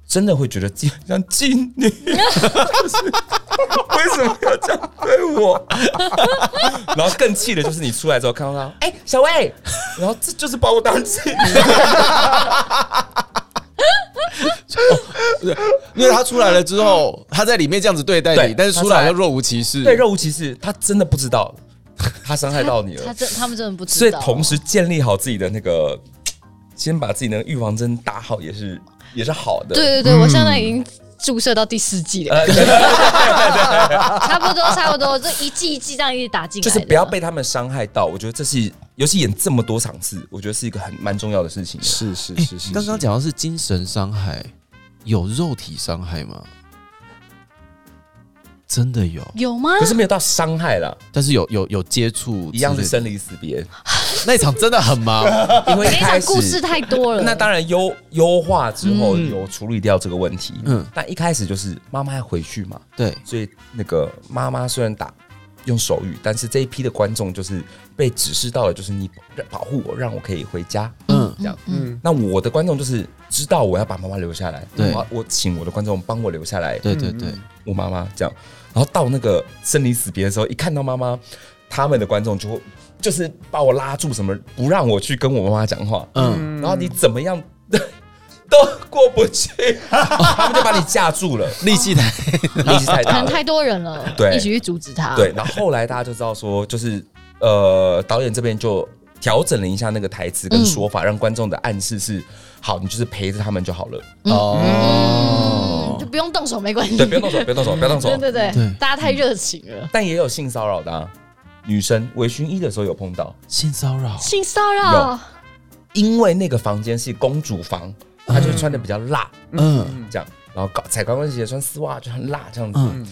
Speaker 4: 真的会觉得自己很 *laughs* 像妓女，就是为什么要这样对我？ *laughs* 然后更气的就是你出来之后看到他，哎、小魏，然后这就是把我当妓女，
Speaker 1: 因为他出来了之后，他在里面这样子对待你，
Speaker 4: 对
Speaker 1: 但是出来又若无其事，
Speaker 4: 对，若无其事，他真的不知道他伤害到你
Speaker 2: 他
Speaker 4: 了，
Speaker 2: 这他们真的不
Speaker 4: 所以
Speaker 2: 知道，
Speaker 4: 同时建立好自己的那个，先把自己的预防针打好也是也是好的，
Speaker 2: 对对对，我现在已经注射到第四季了，
Speaker 4: 呃。 *laughs* 对
Speaker 2: *laughs* 差不多差不多，这一季一季这样一直打进来
Speaker 4: 就
Speaker 2: 的，
Speaker 4: 是不要被他们伤害到。我觉得这是，尤其演这么多场次，我觉得是一个很蛮重要的事情。
Speaker 3: 是是是
Speaker 2: 嗯
Speaker 3: 是，
Speaker 1: 刚刚讲到是精神伤害，有肉体伤害吗？真的有，
Speaker 2: 有吗？
Speaker 4: 可是没有到伤害啦，
Speaker 1: 但是有有有接触之类的，
Speaker 4: 一样是生离死
Speaker 2: *laughs*
Speaker 4: 别，
Speaker 1: 那一场真的很
Speaker 4: *laughs*
Speaker 1: 忙，
Speaker 4: 因为一
Speaker 2: 那
Speaker 4: 开
Speaker 2: 场
Speaker 4: 始
Speaker 2: 故事太多了，
Speaker 4: 那当然优优化之后
Speaker 1: 嗯
Speaker 4: 有处理掉这个问题，
Speaker 1: 嗯
Speaker 4: 嗯，但一开始就是妈妈要回去嘛，
Speaker 1: 对，
Speaker 4: 所以那个妈妈虽然打用手语，但是这一批的观众就是被指示到了，就是你保保护我，让我可以回家，
Speaker 1: 嗯，
Speaker 4: 这样。
Speaker 3: 嗯
Speaker 4: 那我的观众就是知道我要把妈妈留下来，
Speaker 1: 对
Speaker 4: 我要我请我的观众帮我留下来，
Speaker 1: 对对对，
Speaker 4: 我妈妈这样，然后到那个生离死别的时候，一看到妈妈，他们的观众就会就是把我拉住，什么不让我去跟我妈妈讲话，
Speaker 1: 嗯，
Speaker 4: 然后你怎么样 *laughs* 都过不 *laughs* 去，他们就把你架住 *laughs* 了，
Speaker 1: 力气太，
Speaker 4: 力气太
Speaker 2: 可
Speaker 4: 大
Speaker 2: 能
Speaker 4: 了。
Speaker 2: 太多人了，
Speaker 4: 对
Speaker 2: 一起去阻止他，
Speaker 4: 对，然后后来大家就知道说，就是呃，导演这边就调整了一下那个台词跟说法，让观众的暗示是好，你就是陪着他们就好了，
Speaker 2: 嗯，
Speaker 1: 哦
Speaker 2: 就，不用动手没关系，
Speaker 4: 对，不要动手，不要动手，不要动手
Speaker 2: *laughs*
Speaker 4: 嗯
Speaker 2: 对。对对
Speaker 1: 对
Speaker 2: 大家太热情了，
Speaker 4: 但也有性骚扰的、啊，女生围裙一的时候有碰到。
Speaker 1: 性骚扰，
Speaker 2: 性骚扰，
Speaker 4: 因为那个房间是公主房，她就穿的比较辣，
Speaker 1: 嗯
Speaker 4: 这样，然后搞踩高跟鞋、穿丝袜就很辣这样子，
Speaker 1: 嗯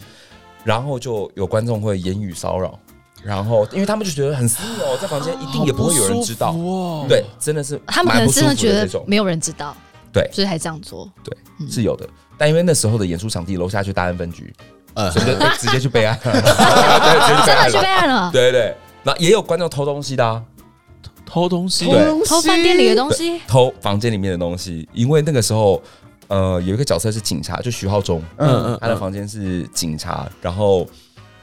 Speaker 4: 然后就有观众会言语骚扰，然后因为他们就觉得很私密哦，在房间一定也不会有人知道
Speaker 1: 好不舒，服哦，
Speaker 4: 对，真的是
Speaker 2: 他们可能真的
Speaker 4: 蛮不舒服
Speaker 2: 觉
Speaker 4: 的这
Speaker 2: 得
Speaker 4: 种，
Speaker 2: 没有人知道，
Speaker 4: 对
Speaker 2: 所以才这样做。
Speaker 4: 对，是有的。但因为那时候的演出场地楼下去大安分局，
Speaker 1: 嗯
Speaker 4: 所以就哎直接去备案，
Speaker 2: *laughs*
Speaker 4: 对，
Speaker 2: 真的去备
Speaker 4: 直接去备案了，
Speaker 2: 案了，
Speaker 4: 对对对。那也有观众偷东西的、啊，
Speaker 1: 偷东西，
Speaker 4: 对
Speaker 2: 偷饭店里的东西，
Speaker 4: 偷房间里面的东西，因为那个时候，呃，有一个角色是警察，就徐浩中，
Speaker 1: 嗯嗯
Speaker 4: 他的房间是警察，然后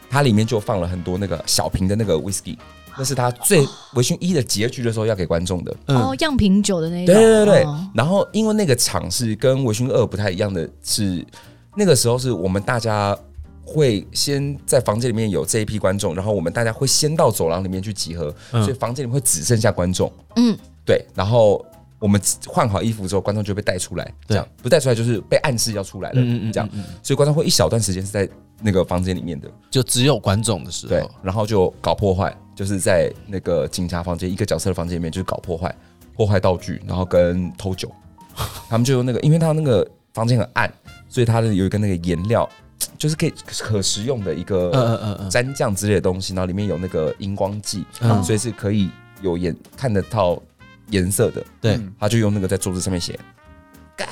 Speaker 4: 他里面就放了很多那个小瓶的那个 whisky，那是他最
Speaker 1: 哦
Speaker 4: 微醺一的结局的时候要给观众的。
Speaker 1: 嗯
Speaker 2: 哦，样品酒的那一
Speaker 4: 对
Speaker 2: 种，
Speaker 4: 嗯对对对，
Speaker 2: 哦
Speaker 4: 然后因为那个场是跟微醺二不太一样的是，那个时候是我们大家会先在房间里面有这一批观众，然后我们大家会先到走廊里面去集合，
Speaker 1: 嗯
Speaker 4: 所以房间里面会只剩下观众。
Speaker 2: 嗯，
Speaker 4: 对，然后我们换好衣服之后，观众就被带出来，这样不带出来就是被暗示要出来了，
Speaker 1: 嗯嗯嗯
Speaker 4: 这样
Speaker 1: 嗯，
Speaker 4: 所以观众会一小段时间是在那个房间里面的，
Speaker 1: 就只有观众的时
Speaker 4: 对
Speaker 1: 候，，
Speaker 4: 然后就搞破坏，就是在那个警察房间一个角色的房间里面就是搞破坏，破坏道具，然后跟偷
Speaker 1: *laughs*
Speaker 4: 酒，他们就用那个，因为他那个房间很暗，所以他的有一个那个颜料，就是可以可食用的一个
Speaker 1: 嗯嗯嗯
Speaker 4: 蘸酱之类的东西，然后里面有那个荧光剂，
Speaker 1: 嗯
Speaker 4: 所以是可以有眼看得到颜色的，
Speaker 1: 对，
Speaker 3: 嗯
Speaker 4: 他就用那个在桌子上面写干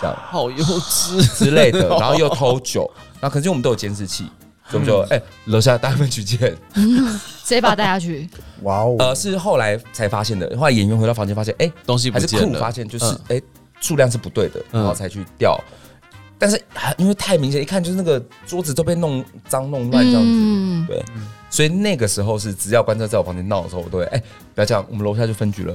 Speaker 4: 这样
Speaker 1: 好幼
Speaker 4: *laughs*
Speaker 1: 稚。
Speaker 4: 之
Speaker 1: *laughs*
Speaker 4: 类的，然后又偷酒，然后可是因为我们都有监视器，所以我们就
Speaker 1: 嗯
Speaker 4: 哎楼下大分局见，
Speaker 2: 直接把他带下去。
Speaker 3: 哇哦，
Speaker 4: 呃是后来才发现的，后来演员回到房间发现哎
Speaker 1: 东西不
Speaker 4: 还是
Speaker 1: 见
Speaker 4: 库
Speaker 1: 了，
Speaker 4: 发现就是
Speaker 1: 嗯
Speaker 4: 哎数、量是不对的，
Speaker 1: 嗯
Speaker 4: 然后才去调。但是啊因为太明显，一看就是那个桌子都被弄脏弄 *laughs* 乱这样子，
Speaker 2: 嗯，
Speaker 4: 对。所以那个时候是，只要观众在我房间闹的时候，我都会哎、不要这样，我们楼下就分局
Speaker 3: *laughs*
Speaker 4: 了。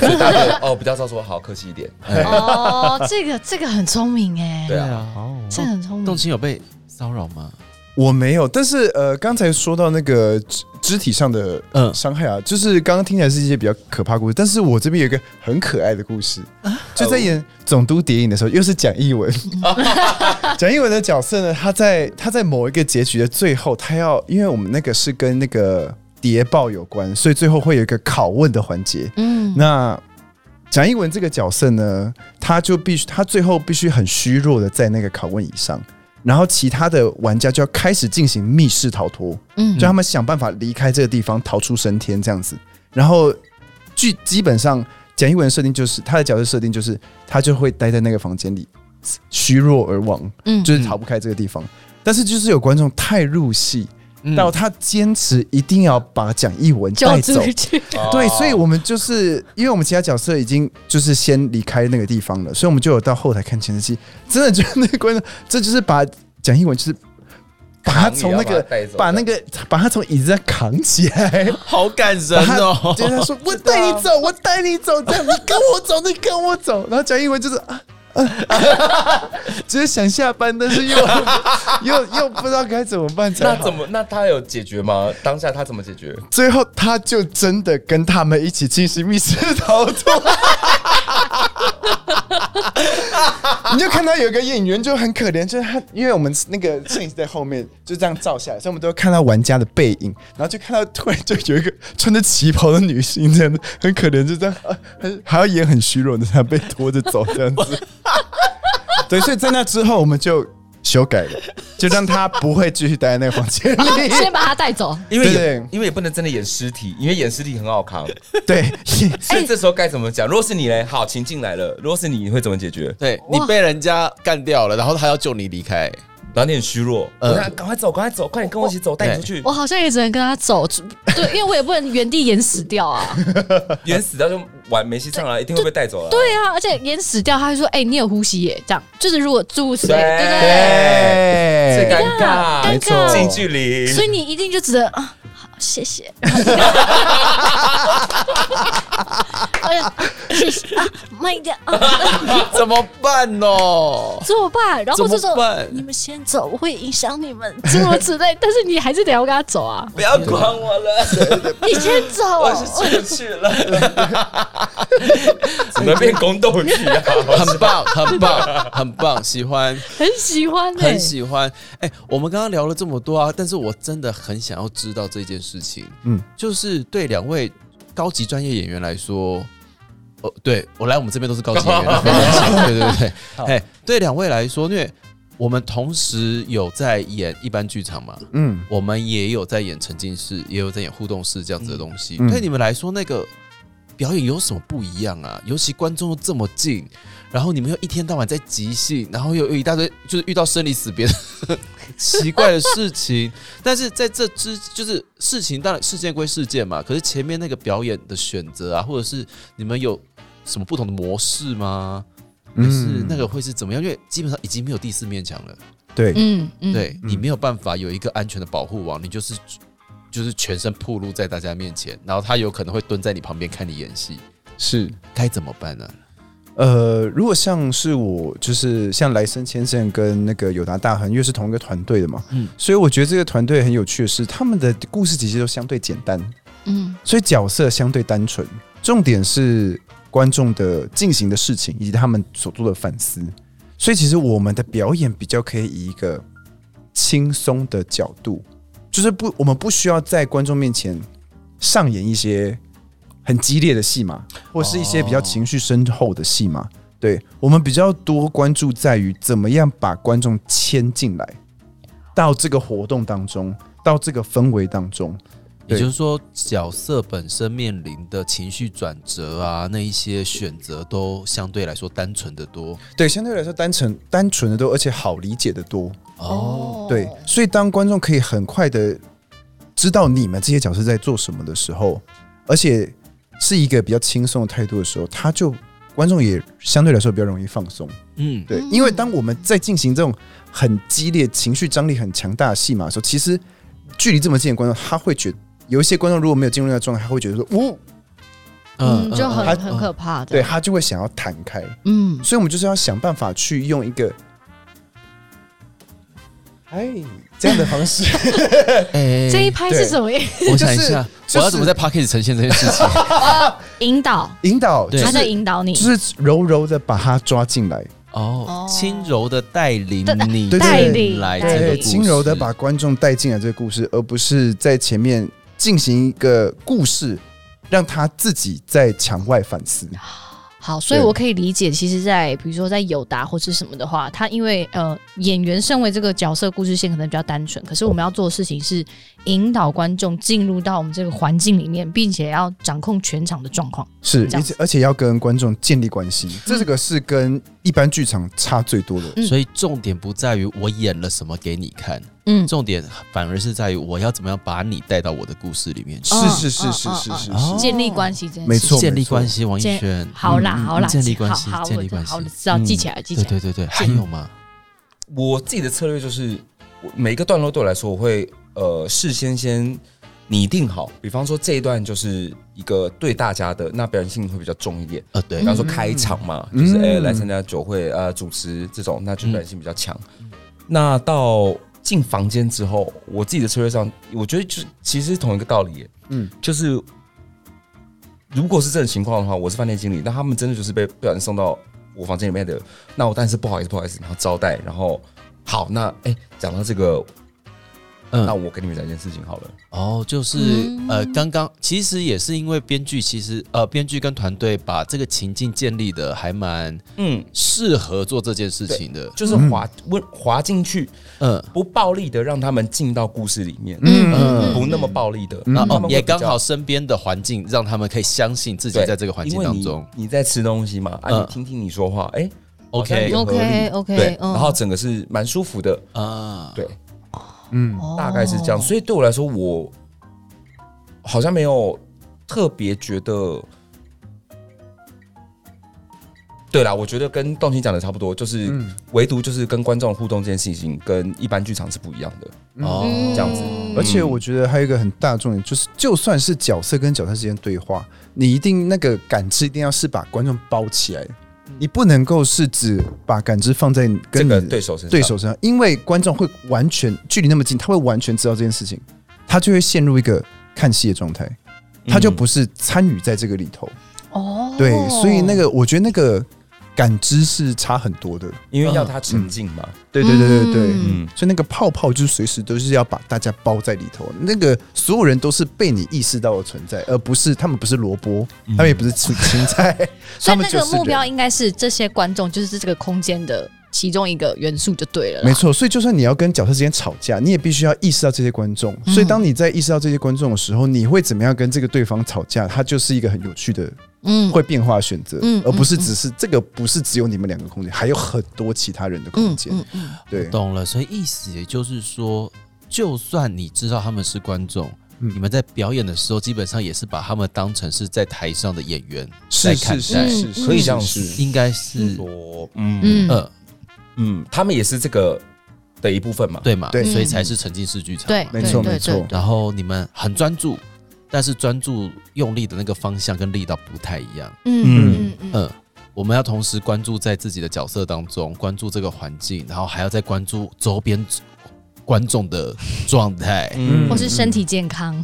Speaker 4: 所以大家就哦，比较照说好，客气一点。
Speaker 3: 哎
Speaker 2: 哦，这个这个很聪明哎，
Speaker 4: 对啊
Speaker 1: 哦
Speaker 2: 这个很聪
Speaker 1: 动
Speaker 2: 明。
Speaker 1: 情有被骚扰吗？
Speaker 3: 我没有，但是呃，刚才说到那个肢肢体上的
Speaker 1: 嗯，
Speaker 3: 伤害啊，就是刚刚听起来是一些比较可怕的故事，但是我这边有一个很可爱的故事，就在演《总督谍影》的时候，又是蒋一文。 *laughs* 蒋一文的角色呢，他在他在某一个结局的最后，他要因为我们那个是跟那个谍报有关，所以最后会有一个拷问的环节。
Speaker 2: 嗯，
Speaker 3: 那蒋一文这个角色呢，他就必须他最后必须很虚弱的在那个拷问椅上，然后其他的玩家就要开始进行密室逃脱。
Speaker 2: 嗯
Speaker 3: 就他们想办法离开这个地方，逃出升天这样子。然后据基本上简一文的设定就是他的角色设定就是他就会待在那个房间里，虚弱而亡，
Speaker 2: 嗯
Speaker 3: 就是逃不开这个地方。但是就是有观众太入戏，
Speaker 1: 嗯
Speaker 3: 到他坚持一定要把蒋一文带
Speaker 2: 叫
Speaker 3: 走
Speaker 2: 出， *laughs* 去。
Speaker 3: 对，所以
Speaker 4: 哦
Speaker 3: 我们就是因为我们其他角色已经就是先离开那个地方了，所以我们就有到后台看监视器，真的就是那个观众，这就是把蒋一文就是把他从那个啊把那个把他从椅子上扛起来，
Speaker 1: *laughs* 好感人
Speaker 3: 把他
Speaker 1: 哦，
Speaker 3: 就是他说我带你走，我带你走，这样你跟我走，你跟我走，然后蒋英文就是啊。啊 *laughs* 就是想下班，但是又又又不知道该怎么办才 *laughs*
Speaker 4: 那
Speaker 3: 好
Speaker 4: 怎么？那他有解决吗？当下他怎么解决？
Speaker 3: 最后他就真的跟他们一起进行密室逃脱。 *laughs* 你就看到有一个演员就很可怜，就是他，因为我们那个摄影师在后面就这样照下来，所以我们都会看到玩家的背影，然后就看到突然就有一个穿着旗袍的女性，这样子很可怜，就这样，啊很还要演很虚弱的，她被拖着走这样子。对，所以在那之后我们就修改了，就让他不会继续待在那个房间 *laughs* 里。
Speaker 2: 先把他带走，
Speaker 4: 因为
Speaker 3: 对
Speaker 4: 也因为也不能真的演尸体，因为演尸体很好扛。
Speaker 3: 对，
Speaker 4: 所以这时候该怎么讲？如果是你嘞，好，情境来了。如果是你，你会怎么解决？
Speaker 1: 对你被人家干掉了，然后他要救你离开，
Speaker 4: 然后你很虚弱，
Speaker 1: 嗯
Speaker 4: 我想赶快走，赶快走，快点跟我一起走，带你出去
Speaker 2: 我。好像也只能跟他走，对，因为我也不能原地演死掉啊。
Speaker 4: 演死掉就玩没戏上来，一定会被带走了。
Speaker 2: 对啊，而且演死掉，他还说：“哎、你有呼吸耶。”这样就是如果诸如此类，
Speaker 4: 对
Speaker 2: 对不
Speaker 4: 最
Speaker 3: 对
Speaker 4: 尴
Speaker 2: 啊尴
Speaker 4: 尬，
Speaker 2: 尬
Speaker 4: 近距离
Speaker 2: 对？。所以你一定就只能啊，好，谢谢。哎呀，谢谢啊，慢一点啊，
Speaker 1: *laughs* 怎么办哦？
Speaker 2: 怎么办？然后
Speaker 1: 怎
Speaker 2: 这
Speaker 1: 么
Speaker 2: 种
Speaker 1: 办
Speaker 2: 你们先走，我会影响你们，诸如此类。但是你还是得要跟他走啊，
Speaker 4: 不要管我了，
Speaker 2: 你先走。
Speaker 4: 我是出去 *laughs* 了。怎么变宫斗剧啊？
Speaker 1: 很 *laughs* 棒，很棒，很棒，喜欢，
Speaker 2: 很喜欢、欸，
Speaker 1: 很喜欢。哎、我们刚刚聊了这么多啊，但是我真的很想要知道这件事情。嗯
Speaker 3: 嗯，
Speaker 1: 就是对两位高级专业演员来说，哦，对我来我们这边都是高级演 *laughs* 员，对对对。哎、对两位来说，因为我们同时有在演一般剧场嘛，
Speaker 3: 嗯。
Speaker 1: 我们也有在演沉浸式，也有在演互动式这样子的东西。
Speaker 3: 嗯
Speaker 1: 对你们来说，那个表演有什么不一样啊？尤其观众又这么近，然后你们又一天到晚在即兴，然后又有一大堆就是遇到生离死别的 *laughs* 奇怪的事情。 *laughs* 但是在这之就是事情当然事件归事件嘛，可是前面那个表演的选择啊，或者是你们有什么不同的模式吗？
Speaker 3: 嗯
Speaker 1: 还是那个会是怎么样？因为基本上已经没有第四面墙了。
Speaker 3: 对，
Speaker 2: 嗯嗯，
Speaker 1: 对你
Speaker 3: 嗯
Speaker 1: 没有办法有一个安全的保护网，你就是就是全身暴露在大家面前，然后他有可能会蹲在你旁边看你演戏，
Speaker 3: 是
Speaker 1: 该怎么办呢？
Speaker 3: 呃，如果像是我，就是像莱森先生跟那个友达大亨，因为是同一个团队的嘛，
Speaker 1: 嗯
Speaker 3: 所以我觉得这个团队很有趣的是，他们的故事其实都相对简单，
Speaker 2: 嗯
Speaker 3: 所以角色相对单纯，重点是观众的进行的事情以及他们所做的反思。所以其实我们的表演比较可以以一个轻松的角度，就是不，我们不需要在观众面前上演一些很激烈的戏码，或是一些比较情绪深厚的戏码。对我们比较多关注在于怎么样把观众牵进来到这个活动当中，到这个氛围当中。
Speaker 1: 也
Speaker 3: 对
Speaker 1: 就是说，角色本身面临的情绪转折啊，那一些选择都相对来说单纯的多
Speaker 3: 对，相对来说单纯单纯的多，而且好理解的多。
Speaker 1: 哦。
Speaker 3: 对，所以当观众可以很快的知道你们这些角色在做什么的时候，而且是一个比较轻松的态度的时候，他就观众也相对来说比较容易放松。
Speaker 1: 嗯，
Speaker 3: 对，
Speaker 2: 嗯
Speaker 3: 因为当我们在进行这种很激烈、情绪张力很强大的戏码的时候，其实距离这么近的观众，他会觉得有一些观众如果没有进入那个状态，他会觉得说，哦，
Speaker 2: 嗯，就很
Speaker 3: 他
Speaker 2: 很可怕的，
Speaker 3: 对，他就会想要弹开。
Speaker 2: 嗯，
Speaker 3: 所以我们就是要想办法去用一个。哎，
Speaker 1: *laughs*
Speaker 3: 这样的方式，
Speaker 1: 哎
Speaker 2: *laughs* 这一拍是
Speaker 3: 对
Speaker 2: 什么意
Speaker 3: *laughs*
Speaker 1: 我想一下，
Speaker 3: 就是
Speaker 1: 我要怎么在 p a c k a g e 呈现这件
Speaker 2: *laughs*
Speaker 1: 事情？
Speaker 2: 引导，
Speaker 3: 引导，
Speaker 1: 对
Speaker 3: 就
Speaker 2: 他在
Speaker 3: 是
Speaker 2: 引导你，
Speaker 3: 就是柔柔的把他抓进来，
Speaker 1: 哦
Speaker 2: 哦，
Speaker 1: 轻柔的带领
Speaker 2: 对
Speaker 1: 你
Speaker 3: 对带领
Speaker 1: 进来
Speaker 2: 带
Speaker 1: 这个
Speaker 2: 领
Speaker 1: 故事
Speaker 3: 轻柔的把观众带进来这个故事，而不是在前面进行一个故事，让他自己在墙外反思。
Speaker 2: 好，所以
Speaker 3: 对
Speaker 2: 我可以理解，其实在，比如说在友达或是什么的话，他因为呃演员身为这个角色故事线可能比较单纯，可是我们要做的事情是引导观众进入到我们这个环境里面，并且要掌控全场的状况。
Speaker 3: 是，
Speaker 2: 这
Speaker 3: 而
Speaker 2: 样子
Speaker 3: 且而且要跟观众建立关系，这个是跟一般剧场差最多的。
Speaker 2: 嗯
Speaker 1: 所以重点不在于我演了什么给你看，
Speaker 2: 嗯，
Speaker 1: 重点反而是在于我要怎么样把你带到我的故事里面去，
Speaker 2: 哦
Speaker 3: 是是
Speaker 2: 哦
Speaker 3: 是是
Speaker 2: 哦
Speaker 3: 是
Speaker 2: 哦
Speaker 3: 是
Speaker 1: 哦
Speaker 3: 是，
Speaker 2: 建立关系这件事
Speaker 3: 没错
Speaker 1: 建立关系。王一
Speaker 2: 建
Speaker 1: 轩，
Speaker 2: 好啦，
Speaker 3: 嗯
Speaker 2: 好啦，
Speaker 1: 建立关系
Speaker 2: 好，好
Speaker 1: 建立关系
Speaker 2: 我知道，
Speaker 1: 嗯
Speaker 2: 记起来，记
Speaker 1: 对
Speaker 2: 起来。
Speaker 1: 对对对，还有吗？
Speaker 4: *laughs* 我自己的策略就是，我每一个段落对我来说，我会呃事先先拟定好，比方说这一段就是一个对大家的，那表演性会比较重一点。
Speaker 1: 呃，
Speaker 4: 比
Speaker 1: 对
Speaker 2: 嗯，
Speaker 4: 方说开场嘛，
Speaker 3: 嗯
Speaker 4: 就是哎、来参加酒会啊、呃主持这种，那就表演性比较强。那到进房间之后，我自己的策略上，我觉得就是其实是同一个道理耶，
Speaker 3: 嗯，
Speaker 4: 就是如果是这种情况的话，我是饭店经理，那他们真的就是被不小心送到我房间里面的，那我当然是不好意思，不好意思，然后招待，然后好，那哎，讲、到这个，那
Speaker 1: 嗯，
Speaker 4: 我跟你们讲一件事情好了，
Speaker 1: 哦，就是
Speaker 2: 嗯
Speaker 1: 呃，刚刚其实也是因为编剧，其实呃，编剧跟团队把这个情境建立的还蛮
Speaker 4: 嗯，
Speaker 1: 适合做这件事情的，
Speaker 4: 就是滑问滑进去，
Speaker 1: 嗯，
Speaker 4: 不暴力的让他们进到故事里面，呃
Speaker 2: 嗯
Speaker 3: 嗯
Speaker 4: 不那么暴力的，
Speaker 1: 那
Speaker 4: 那他
Speaker 1: 哦
Speaker 4: 们，会
Speaker 1: 也
Speaker 4: 比较
Speaker 1: 刚好身边的环境让他们可以相信自己
Speaker 4: 对
Speaker 1: 在这个环境
Speaker 4: 因为
Speaker 1: 当
Speaker 4: 你
Speaker 1: 中
Speaker 4: 你在吃东西嘛，啊，
Speaker 1: 嗯
Speaker 4: 你听听你说话，哎好像
Speaker 1: ，OK
Speaker 4: 有合理
Speaker 2: OK，OK，
Speaker 4: 对，
Speaker 2: 嗯
Speaker 4: 然后整个是蛮舒服的，
Speaker 1: 啊，
Speaker 4: 对，
Speaker 3: 嗯，
Speaker 2: 哦
Speaker 4: 大概是这样。所以对我来说，我好像没有特别觉得。对啦，我觉得跟动心讲的差不多，就是、
Speaker 3: 嗯
Speaker 4: 唯独就是跟观众互动这件事情，跟一般剧场是不一样的。
Speaker 1: 哦
Speaker 2: 嗯
Speaker 4: 这样子
Speaker 3: 而且我觉得还有一个很大的重点，就是就算是角色跟角色之间对话，你一定那个感知一定要是把观众包起来，你不能够是只把感知放在
Speaker 4: 这
Speaker 3: 跟
Speaker 4: 个
Speaker 3: 你
Speaker 4: 对手身上，
Speaker 3: 对手身上，因为观众会完全距离那么近，他会完全知道这件事情，他就会陷入一个看戏的状态，他就
Speaker 4: 嗯
Speaker 3: 不是参与在这个里头。
Speaker 2: 哦，
Speaker 3: 对，所以那个我觉得那个感知是差很多的。
Speaker 4: 因为要
Speaker 1: 嗯
Speaker 4: 他沉浸嘛。
Speaker 3: 对对对对对。
Speaker 2: 嗯
Speaker 4: 嗯
Speaker 3: 所以那个泡泡就是随时都是要把大家包在里头，那个所有人都是被你意识到的存在，而不是他们不是萝卜，他们也不是吃青菜，
Speaker 2: *laughs* 所
Speaker 3: 他
Speaker 2: 以
Speaker 3: 们
Speaker 2: 那个
Speaker 3: 就是
Speaker 2: 目标
Speaker 3: 人。
Speaker 2: 应该是这些观众，就是这个空间的其中一个元素就对了啦。
Speaker 3: 没错，所以就算你要跟角色之间吵架，你也必须要意识到这些观众。
Speaker 2: 嗯
Speaker 3: 所以当你在意识到这些观众的时候，你会怎么样跟这个对方吵架？它就是一个很有趣的、
Speaker 2: 嗯，
Speaker 3: 会变化的选择，
Speaker 2: 嗯
Speaker 3: 而不是只是这个不是只有你们两个空间，还有很多其他人的空间。
Speaker 2: 嗯，
Speaker 3: 对，
Speaker 1: 懂了，所以意思也就是说，就算你知道他们是观众，
Speaker 3: 嗯
Speaker 1: 你们在表演的时候，基本上也是把他们当成是在台上的演员在
Speaker 3: 是
Speaker 1: 看
Speaker 3: 是
Speaker 1: 待，
Speaker 3: 是
Speaker 2: 嗯
Speaker 3: 是，是
Speaker 4: 可以这样
Speaker 3: 是
Speaker 4: 子
Speaker 1: 应该是
Speaker 4: 说，嗯
Speaker 2: 嗯
Speaker 1: 呃，
Speaker 4: 嗯，他们也是这个的一部分嘛。
Speaker 1: 对嘛？
Speaker 3: 对
Speaker 1: 所以才是沉浸式剧场
Speaker 2: 对
Speaker 1: 嘛。，
Speaker 3: 没错
Speaker 2: 对
Speaker 3: 没错
Speaker 2: 对对
Speaker 1: 然后你们很专注，但是专注用力的那个方向跟力道不太一样。
Speaker 2: 嗯嗯嗯，
Speaker 1: 嗯，我们要同时关注在自己的角色当中，关注这个环境，然后还要再关注周边观众的状态。
Speaker 4: 嗯，
Speaker 2: 或是身体健康，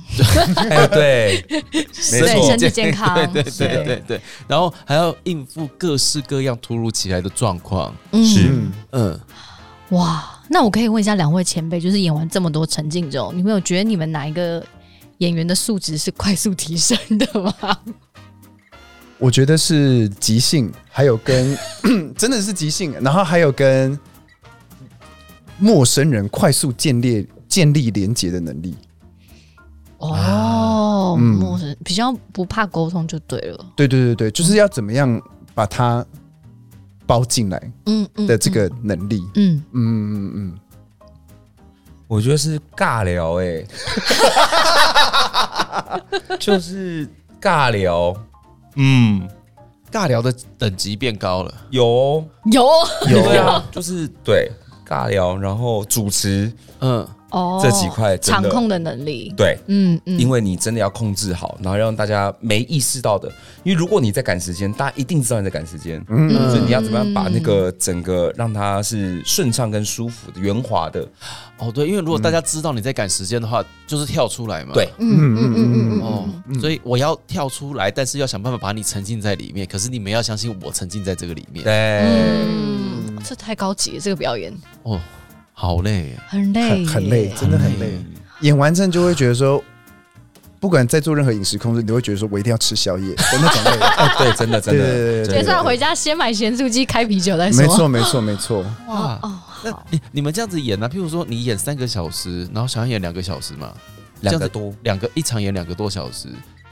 Speaker 4: 哎，对，没
Speaker 2: 对
Speaker 4: 错
Speaker 2: 身，体健
Speaker 3: *laughs*
Speaker 2: 康，
Speaker 1: *laughs* 对对对对对，然后还要应付各式各样突如其来的状况。
Speaker 2: 嗯
Speaker 4: 是
Speaker 3: 嗯，
Speaker 1: 嗯，
Speaker 2: 哇。那我可以问一下两位前辈，就是演完这么多沉浸之后，你们有觉得你们哪一个演员的素质是快速提升的吗？
Speaker 3: *laughs* 我觉得是即兴，还有跟真的是即兴，然后还有跟陌生人快速建立建立连接的能力。
Speaker 2: 哦，较
Speaker 3: 嗯
Speaker 2: 陌生，比较不怕沟通就对了。
Speaker 3: 对对对对，就是要怎么样把它包进来
Speaker 2: 嗯嗯
Speaker 3: 的这，个能力。
Speaker 2: 嗯，
Speaker 3: 嗯嗯嗯
Speaker 4: 我觉得是尬聊、欸，哎，就是尬聊，嗯，
Speaker 1: 尬聊的等级变高了，
Speaker 4: 有哦
Speaker 2: 嗯有
Speaker 3: 嗯，有
Speaker 4: 对啊，就是对尬聊，然后主持
Speaker 1: 嗯，
Speaker 2: 哦，
Speaker 4: 这几块真
Speaker 2: 场
Speaker 4: 的
Speaker 2: 控的能力，
Speaker 4: 对，
Speaker 2: 嗯嗯，
Speaker 4: 因为你真的要控制好，然后让大家没意识到的，因为如果你在赶时间，大家一定知道你在赶时间，
Speaker 3: 嗯
Speaker 4: 所以你要怎么样把那个整个让它是顺畅跟舒服的、圆滑的，
Speaker 1: 哦对，因为如果大家知道你在赶时间的话，就是跳出来嘛。
Speaker 4: 对，
Speaker 2: 嗯嗯嗯嗯嗯
Speaker 1: 哦，所以我要跳出来，但是要想办法把你沉浸在里面。可是你们要相信我沉浸在这个里面。
Speaker 4: 对，
Speaker 2: 嗯，这太高级了，这个表演
Speaker 1: 哦，好累，哎
Speaker 2: 很累
Speaker 3: 很
Speaker 2: 耶，
Speaker 3: 很累，真的很累。演完之后就会觉得说，不管在做任何饮食控制，你都会觉得说我一定要吃宵夜，真的种累。
Speaker 4: 哦对，真的真的
Speaker 3: 对对对对
Speaker 4: 真的，
Speaker 2: 就算回家先买咸酥鸡开啤酒再说。
Speaker 3: 没错，没啊错，没错。
Speaker 1: 哇！
Speaker 2: 哦，
Speaker 1: 那
Speaker 2: 好，
Speaker 1: 你你们这样子演呢、啊？譬如说你演三个小时，然后想要演两个小时嘛，
Speaker 4: 两个多，
Speaker 1: 两个一场演两个多小时，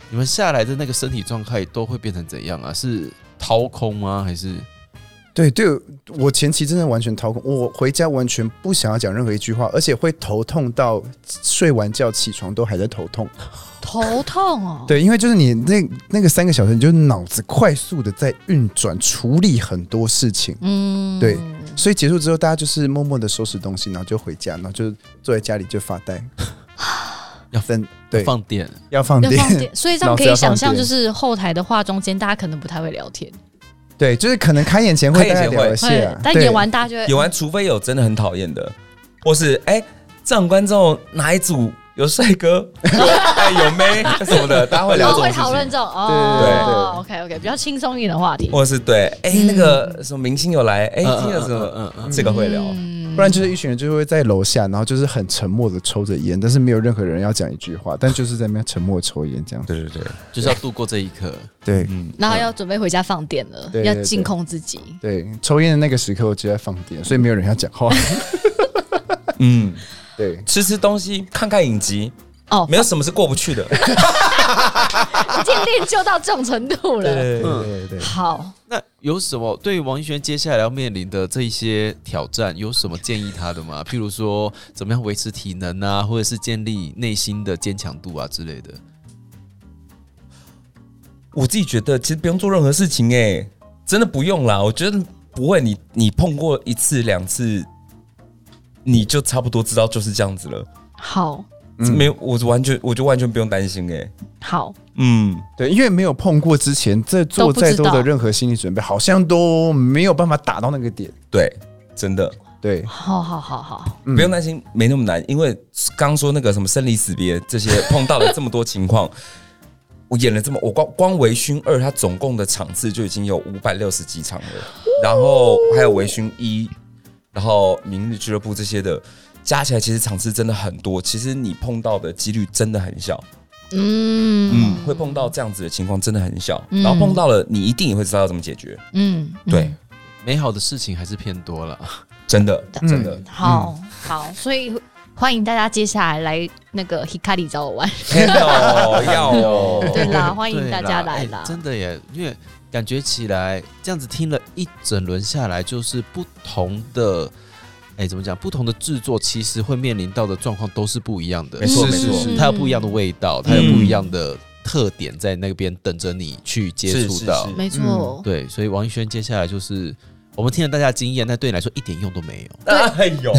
Speaker 1: 你们下来的那个身体状态都会变成怎样啊？是掏空吗？还是
Speaker 3: 对对，我前期真的完全掏空，我回家完全不想要讲任何一句话，而且会头痛到睡完觉起床都还在头痛。
Speaker 2: 头痛哦，
Speaker 3: 对，因为就是你那那个三个小时，你就脑子快速的在运转，处理很多事情。
Speaker 2: 嗯，
Speaker 3: 对所以结束之后，大家就是默默的收拾东西，然后就回家，然后就坐在家里就发呆。
Speaker 1: 要
Speaker 3: 等对
Speaker 1: 放电？
Speaker 3: 要放
Speaker 2: 要
Speaker 3: 电，
Speaker 2: 放电，所以这样可以
Speaker 3: 脑子要
Speaker 2: 想
Speaker 3: 放
Speaker 2: 象，
Speaker 3: 电
Speaker 2: 就是后台的化妆间，大家可能不太会聊天，
Speaker 3: 对，就是可能开演前会
Speaker 4: 开演
Speaker 3: 大家
Speaker 4: 前
Speaker 3: 聊
Speaker 4: 会
Speaker 3: 一下，啊
Speaker 2: 但
Speaker 3: 对
Speaker 2: 演完大家就会哦
Speaker 4: 演完除非有真的很讨厌的，或是哎、这场观众哪一组有帅哥， *laughs* 哎有妹什么的，大家会
Speaker 2: 然
Speaker 4: 聊
Speaker 2: 后
Speaker 4: 这
Speaker 3: 哦
Speaker 4: 种
Speaker 2: 会
Speaker 4: 事
Speaker 2: 讨论
Speaker 4: 情。
Speaker 2: 这种
Speaker 3: 对对
Speaker 2: 哦，OK OK，比较轻松一点的话题，
Speaker 4: 或是对，哎、那
Speaker 3: 嗯
Speaker 4: 个什么明星有来，哎、
Speaker 1: 嗯
Speaker 4: 这个什么，
Speaker 1: 嗯嗯嗯
Speaker 4: 这个会聊，
Speaker 2: 嗯
Speaker 3: 不然就是一群人就会在楼下，然后就是很沉默的抽着烟，但是没有任何人要讲一句话，但就是在那边沉默抽烟这样。
Speaker 4: 对对对，
Speaker 1: 就是要度过这一刻。
Speaker 3: 对
Speaker 4: 嗯，
Speaker 2: 然后要准备回家放电了，
Speaker 3: 对对
Speaker 2: 要
Speaker 3: 对
Speaker 2: 净控自己。
Speaker 3: 对，抽烟的那个时刻我就在放电，所以没有人要讲话。
Speaker 4: 嗯，
Speaker 3: 对，
Speaker 4: 吃吃东西，看看影集，
Speaker 2: 哦，
Speaker 4: *laughs* 没有什么是过不去的。
Speaker 2: 已经练就到这种程度了。
Speaker 4: 对
Speaker 3: 对对对。
Speaker 2: 好，
Speaker 1: 那有什么对于王一璇接下来要面临的这一些挑战，有什么建议他的吗？譬如说，怎么样维持体能啊，或者是建立内心的坚强度啊之类的。
Speaker 4: 我自己觉得其实不用做任何事情、哎，真的不用啦。我觉得不会，你你碰过一次两次，你就差不多知道就是这样子了。
Speaker 2: 好，
Speaker 3: 嗯
Speaker 4: 没有，我完全我就完全不用担心、哎，
Speaker 2: 好，
Speaker 4: 嗯，
Speaker 3: 对，因为没有碰过之前，这做再多的任何心理准备，好像都没有办法打到那个点。
Speaker 4: 对，真的、
Speaker 3: 对，
Speaker 2: 好，好，好，好，
Speaker 3: 嗯
Speaker 4: 不用担心，没那么难。因为刚说那个什么生离死别这些，碰到了这么多情况， *laughs* 我演了这么，我光光《微醺二》它总共的场次就已经有五百六十几场了，然后还有《微醺一》，然后《明日俱乐部》这些的。加起来其实场次真的很多，其实你碰到的几率真的很小，
Speaker 2: 嗯
Speaker 4: 嗯，会碰到这样子的情况真的很小，
Speaker 2: 嗯
Speaker 4: 然后碰到了你一定也会知道要怎么解决，
Speaker 2: 嗯，嗯
Speaker 4: 对，，
Speaker 1: 美好的事情还是偏多了。
Speaker 4: 真的
Speaker 2: 嗯
Speaker 4: 真的，
Speaker 2: 好，好，所以欢迎大家接下来来那个 Hikari 找我玩。
Speaker 4: 要哦要
Speaker 2: *laughs*
Speaker 4: 哦，
Speaker 2: 对啦，欢
Speaker 1: 对
Speaker 2: 迎大家来
Speaker 1: 哎
Speaker 2: 啦。
Speaker 1: 真的耶，因为感觉起来这样子听了一整轮下来，就是不同的，哎，怎么讲？不同的制作其实会面临到的状况都是不一样的，
Speaker 4: 没错
Speaker 1: 是
Speaker 4: 没错嗯
Speaker 1: 是是它有不一样的味道，它有不一样的特点在那边等着你去 *laughs* 接触到。
Speaker 4: 是是是
Speaker 2: 没错，
Speaker 1: 对，所以王一轩接下来就是我们听了大家的经验，但对你来说一点用都没有。
Speaker 4: *laughs* 哎呦，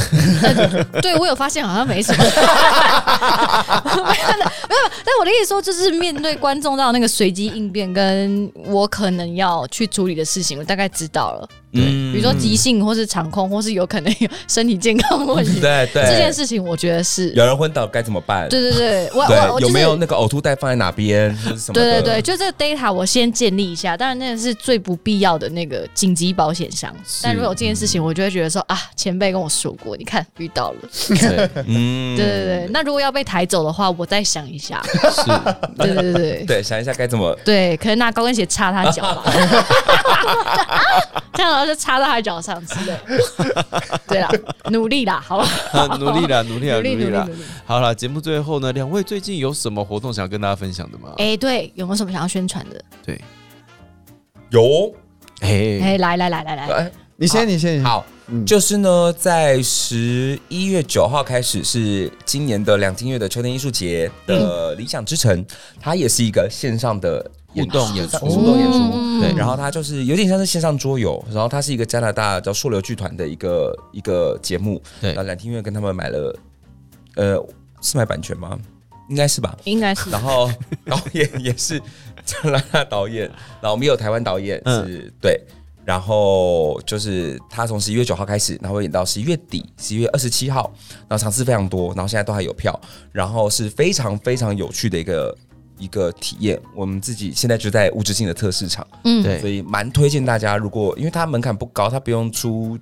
Speaker 2: 对我有发现好像没什么。没有的，没有。但我的意思说，就是面对观众到那个随机应变，跟我可能要去处理的事情，我大概知道了。
Speaker 4: 嗯
Speaker 2: 比如说急性，或是场控，或是有可能有身体健康问题。
Speaker 4: *laughs* 对嗯对，
Speaker 2: 这件事情，我觉得是。
Speaker 4: 有人昏倒该怎么办？
Speaker 2: 对对对，我
Speaker 4: 对
Speaker 2: 我我就
Speaker 4: 有
Speaker 2: 是
Speaker 4: 没有那个呕吐袋放在哪边？就是什么
Speaker 2: 对
Speaker 4: 的？
Speaker 2: 对对，就这个 data 我先建立一下，当然那个是最不必要的那个紧急保险箱。但如果有这件事情，我就会觉得说啊，前辈跟我说过，你看遇到了。
Speaker 1: 对，
Speaker 4: 嗯，
Speaker 2: 对对对，那如果要被抬走的话，我再想一下。
Speaker 4: *laughs*
Speaker 1: 是。
Speaker 2: 对对对对
Speaker 4: 对，想一下该怎么。
Speaker 2: *laughs* 对，可能拿高跟鞋插他脚吧。这样后就插到他脚上之类的。对啦，努力啦，好吧，
Speaker 1: 努力啦，努力啦，
Speaker 2: 努力努力
Speaker 1: 啦
Speaker 2: 努！力。
Speaker 1: 好啦，节目最后呢，两位最近有什么活动想跟大家分享的吗？
Speaker 2: 哎、对，有没有什么想要宣传的？
Speaker 1: 对，
Speaker 4: 有
Speaker 1: 哎，
Speaker 2: 哎、来来来来来，
Speaker 4: 哎，
Speaker 3: 你先，你先，你先，
Speaker 4: 好，
Speaker 3: 嗯
Speaker 4: 就是呢，在十一月九号开始是今年的两厅院的秋天艺术节的理想之城，它也是一个线上的
Speaker 1: 互动演出，
Speaker 4: 互动演出
Speaker 2: 嗯
Speaker 1: 对
Speaker 4: 然后它就是有点像是线上桌游，然后它是一个加拿大叫硕流剧团的一个一个节目，
Speaker 1: 对
Speaker 4: 然后蓝厅院跟他们买了，呃，是买版权吗？应该是吧。
Speaker 2: 应该是
Speaker 4: 然后
Speaker 1: *laughs*
Speaker 4: 导演也是 *laughs* 加拿大导演，然后我们也有台湾导演
Speaker 1: 嗯
Speaker 4: 是、对，然后就是他从十一月九号开始，然后会演到十一月底，十一月二十七号，然后场次非常多，然后现在都还有票，然后是非常非常有趣的一个一个体验。我们自己现在就在物质性的测试场。
Speaker 2: 嗯，
Speaker 1: 对
Speaker 4: 所以蛮推荐大家，如果因为它门槛不高，它不用出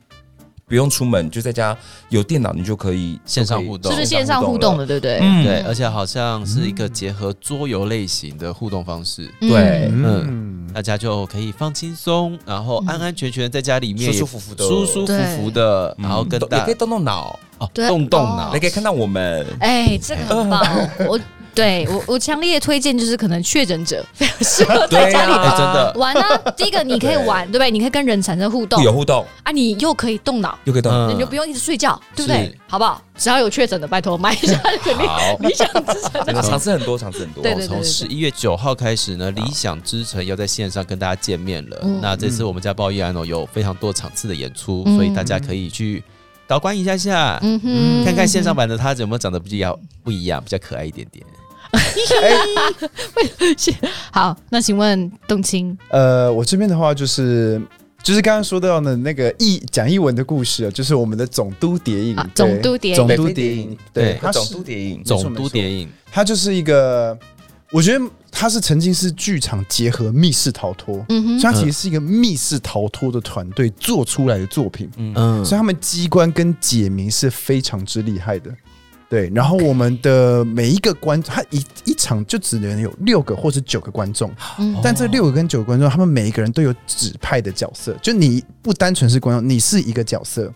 Speaker 4: 不用出门，就在家有电脑，你就可以
Speaker 1: 线上互动
Speaker 2: 是不是线上互动？
Speaker 4: 就可
Speaker 2: 的，
Speaker 4: 以
Speaker 2: 对不对？
Speaker 4: 嗯
Speaker 1: 对，而且好像是一个结合桌游类型的互动方式，
Speaker 2: 嗯
Speaker 4: 对
Speaker 3: 嗯，
Speaker 1: 大家就可以放轻松，然后安安全全地在家里面
Speaker 4: 舒舒服服的
Speaker 1: 舒舒服服的，然后跟
Speaker 4: 动嗯也
Speaker 1: 大
Speaker 4: 可以动动脑，
Speaker 1: 哦
Speaker 2: 对
Speaker 1: 动动脑
Speaker 2: 哦
Speaker 4: 你，可以看到我们。
Speaker 2: 哎、这个很棒，我对我我强烈推荐，就是可能确诊者非常适合在
Speaker 4: 对
Speaker 2: 家里
Speaker 4: 啊
Speaker 1: 哎，真的，
Speaker 2: 玩啊。第一个你可以玩，对不对？你可以跟人产生互动
Speaker 4: 会有互动，
Speaker 2: 啊，你又可以动脑，
Speaker 4: 又可以动脑。
Speaker 2: 你就不用一直睡觉，对不对
Speaker 1: 嗯是？
Speaker 2: 好不好？只要有确诊的，拜托买一下，肯定
Speaker 1: 好。
Speaker 2: 理想之城的。
Speaker 4: 啊场次很多，场次很多。
Speaker 2: 对对
Speaker 1: 哦从十一月九号开始呢，理想之城要在线上跟大家见面了。
Speaker 2: 嗯
Speaker 1: 那这次我们家鲍依然哦有非常多场次的演出，
Speaker 2: 嗯
Speaker 1: 所以大家可以去导观一下下，
Speaker 2: 嗯哼
Speaker 1: 看看线上版的他有没有长得比较不一样，比较可爱一点点。
Speaker 2: 好，那请问董卿，
Speaker 3: 呃，我这边的话就是。就是刚刚说到的那个译蒋一文的故事啊，就是我们的总督谍影
Speaker 2: 啊，
Speaker 3: 对
Speaker 2: 总督谍影
Speaker 3: 总
Speaker 4: 北
Speaker 3: 督
Speaker 4: 非
Speaker 3: 谍
Speaker 4: 谍
Speaker 3: 影
Speaker 4: 影，
Speaker 1: 对
Speaker 3: 他
Speaker 4: 它
Speaker 3: 是
Speaker 4: 总督谍影，
Speaker 3: 错没错
Speaker 1: 总督谍影，
Speaker 3: 他就是一个，我觉得他是曾经是剧场结合密室逃脱，
Speaker 2: 嗯
Speaker 3: 所以
Speaker 2: 哼，
Speaker 3: 它其实是一个密室逃脱的团队做出来的作品，
Speaker 1: 嗯
Speaker 3: 所以他们机关跟解谜是非常之厉害的。对，然后我们的每一个观，他一一场就只能有六个或者九个观众，
Speaker 2: 嗯
Speaker 3: 但这六个跟九个观众，他们每一个人都有指派的角色，就你不单纯是观众，你是一个角色。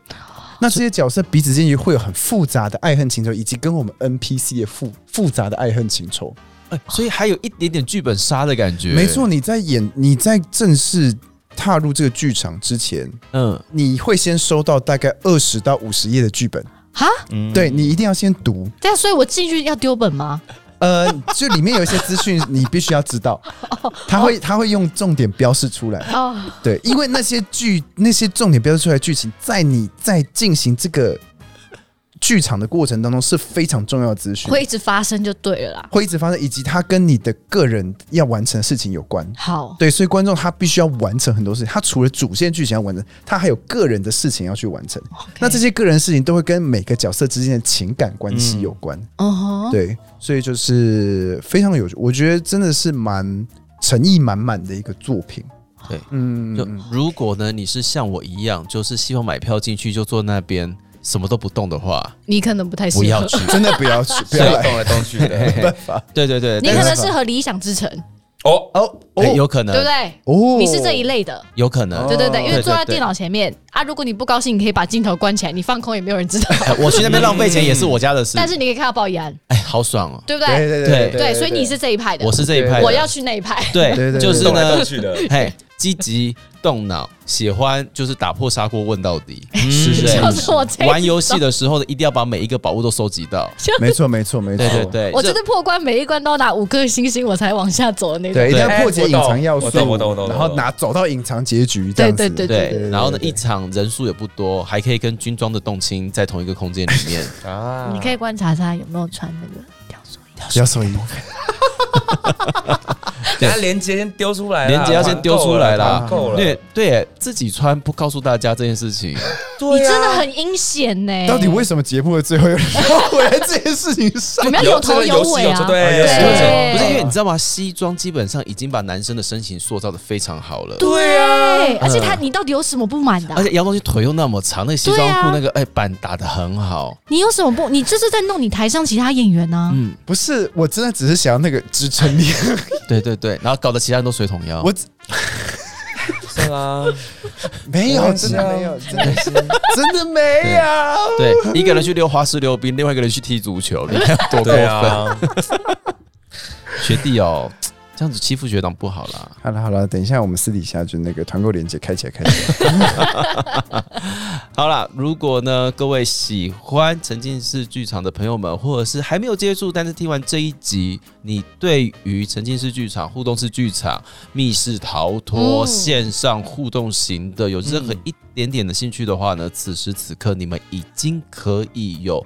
Speaker 3: 那这些角色彼此之间会有很复杂的爱恨情仇，以及跟我们 NPC 的复复杂的爱恨情仇。
Speaker 1: 哎所以还有一点点剧本杀的感觉。
Speaker 3: 没错，，你在演，你在正式踏入这个剧场之前，
Speaker 1: 嗯，
Speaker 3: 你会先收到大概二十到五十页的剧本，
Speaker 2: 哈，
Speaker 4: 嗯
Speaker 3: 对你一定要先读。
Speaker 2: 对啊，所以我进去要丢本吗？
Speaker 3: 呃， *laughs* 就里面有一些资讯你必须要知道，他会他会用重点标示出来，
Speaker 2: 哦，
Speaker 3: 对，因为那些剧那些重点标示出来的剧情，在你在进行这个剧场的过程当中是非常重要的资讯，
Speaker 2: 会一直发生就对了啦。
Speaker 3: 会一直发生，以及它跟你的个人要完成的事情有关。
Speaker 2: 好，
Speaker 3: 对，所以观众他必须要完成很多事情，他除了主线剧情要完成，他还有个人的事情要去完成。那这，些个人事情都会跟每个角色之间的情感关系有关，
Speaker 2: 嗯哼，
Speaker 3: 对，所以就是非常有趣，我觉得真的是蛮诚意满满的一个作品。
Speaker 1: 对，
Speaker 3: 嗯
Speaker 1: 就，如果呢你是像我一样，就是希望买票进去就坐那边什么都不动的话，
Speaker 2: 你可能不太适
Speaker 1: 不要
Speaker 2: 合， *laughs*
Speaker 1: 去。
Speaker 3: 真的不要去，不
Speaker 4: 对
Speaker 3: 要来，
Speaker 4: 动来动去的。
Speaker 1: 对对对，
Speaker 2: 你
Speaker 1: 呃但
Speaker 2: 可
Speaker 1: 是
Speaker 2: 能适合理想之城，
Speaker 4: 哦，
Speaker 3: 哦
Speaker 1: 哎
Speaker 3: 哦
Speaker 1: 有可能
Speaker 2: 对不，对？
Speaker 3: 哦，
Speaker 2: 你是这一类的。
Speaker 1: 有可能哦
Speaker 2: 对。对对，因为
Speaker 1: 对
Speaker 2: 坐在
Speaker 1: 对
Speaker 2: 电脑前面啊，如果你不高兴，你可以把镜头关起来，你放空也没有人知道。
Speaker 1: 哎我去那边浪费钱也是我家的事，
Speaker 2: *laughs* 嗯但是你可以看到鲍怡安，
Speaker 1: 哎，好爽哦！
Speaker 2: 对不
Speaker 3: 对
Speaker 2: 对？
Speaker 3: 对
Speaker 1: 对
Speaker 3: 对
Speaker 2: 对，所以你是这一派的
Speaker 1: 我，是这一派的，
Speaker 2: 我要去那一派。
Speaker 1: 对
Speaker 3: 对对对
Speaker 1: 就是
Speaker 4: 动来
Speaker 1: 呢
Speaker 4: 动，去的。
Speaker 1: 嘿，积极动脑，喜欢就是打破砂锅问到底，
Speaker 2: 嗯
Speaker 3: 是
Speaker 1: 对
Speaker 3: 是，
Speaker 2: *laughs* 就是是我这一
Speaker 1: 玩游戏的时候呢，一定要把每一个宝物都收集
Speaker 2: *laughs*
Speaker 1: 到。
Speaker 3: 没错没错没错，
Speaker 1: 对对对，
Speaker 2: 我
Speaker 1: 这
Speaker 2: 就是破关每一关都拿五颗星星，我才往下走的那种。
Speaker 3: 对，一定要
Speaker 4: 哎
Speaker 3: 破解
Speaker 4: 我
Speaker 3: 隐
Speaker 4: 懂
Speaker 3: 藏要素
Speaker 4: 我懂我懂我懂，
Speaker 3: 然后拿走到隐藏结局，这
Speaker 2: 对
Speaker 3: 样子
Speaker 2: 对对
Speaker 1: 对，然后呢，
Speaker 3: 对
Speaker 1: 一场人数也不多，还可以跟军装的动青在同一个空间里面。
Speaker 4: 啊
Speaker 2: 你可以观察他有没有穿那个吊索衣。
Speaker 3: 不要收音，
Speaker 4: 等下连接先丢出来啦，
Speaker 1: 连接要先丢出来啦
Speaker 4: 团购了，
Speaker 1: 对对，自己穿不告诉大家这件事情，
Speaker 4: 对啊
Speaker 2: 你真的很阴险呢。
Speaker 3: 到底为什么节目的最后又绕回来这件事情上 *laughs*
Speaker 2: 我？们要有头尾啊？
Speaker 4: 对
Speaker 3: 有
Speaker 1: 不
Speaker 3: 始
Speaker 1: 是
Speaker 3: 有终
Speaker 2: 对
Speaker 1: 不是因为你知道吗？西装基本上已经把男生的身形塑造的非常好了。
Speaker 2: 对啊，而且他
Speaker 1: 嗯
Speaker 2: 你到底有什么不满的啊
Speaker 1: 而？且姚东西腿又那么长，那个西装
Speaker 2: 对
Speaker 1: 裤
Speaker 2: 啊
Speaker 1: 那个哎板打的很好，
Speaker 2: 你有什么不？你这是在弄你台上其他演员啊呢？
Speaker 1: 嗯，
Speaker 3: 不是，我真的只是想要那个支撑力。 *laughs*
Speaker 1: 对对对，然后搞得其他人都水桶腰。
Speaker 3: 我
Speaker 4: 啊是啦，
Speaker 3: *laughs* 没有，
Speaker 4: 我
Speaker 3: 真
Speaker 4: 知道
Speaker 3: 的没有，真的是真的没有。
Speaker 1: 对，一个人去溜滑石溜冰，另外一个人去踢足球，你看多过
Speaker 4: 对
Speaker 1: 分！
Speaker 4: 啊，
Speaker 1: *laughs* 学弟哦，这样子欺负学长不好啦。
Speaker 3: 好了好了，等一下我们私底下就那个团购链接开起来开起来。
Speaker 1: 好啦，如果呢各位喜欢沉浸式剧场的朋友们，或者是还没有接触，但是听完这一集，你对于沉浸式剧场、互动式剧场、密室逃脱、
Speaker 2: 嗯
Speaker 1: 线上互动型的有任何一点点的兴趣的话呢，此时此刻你们已经可以有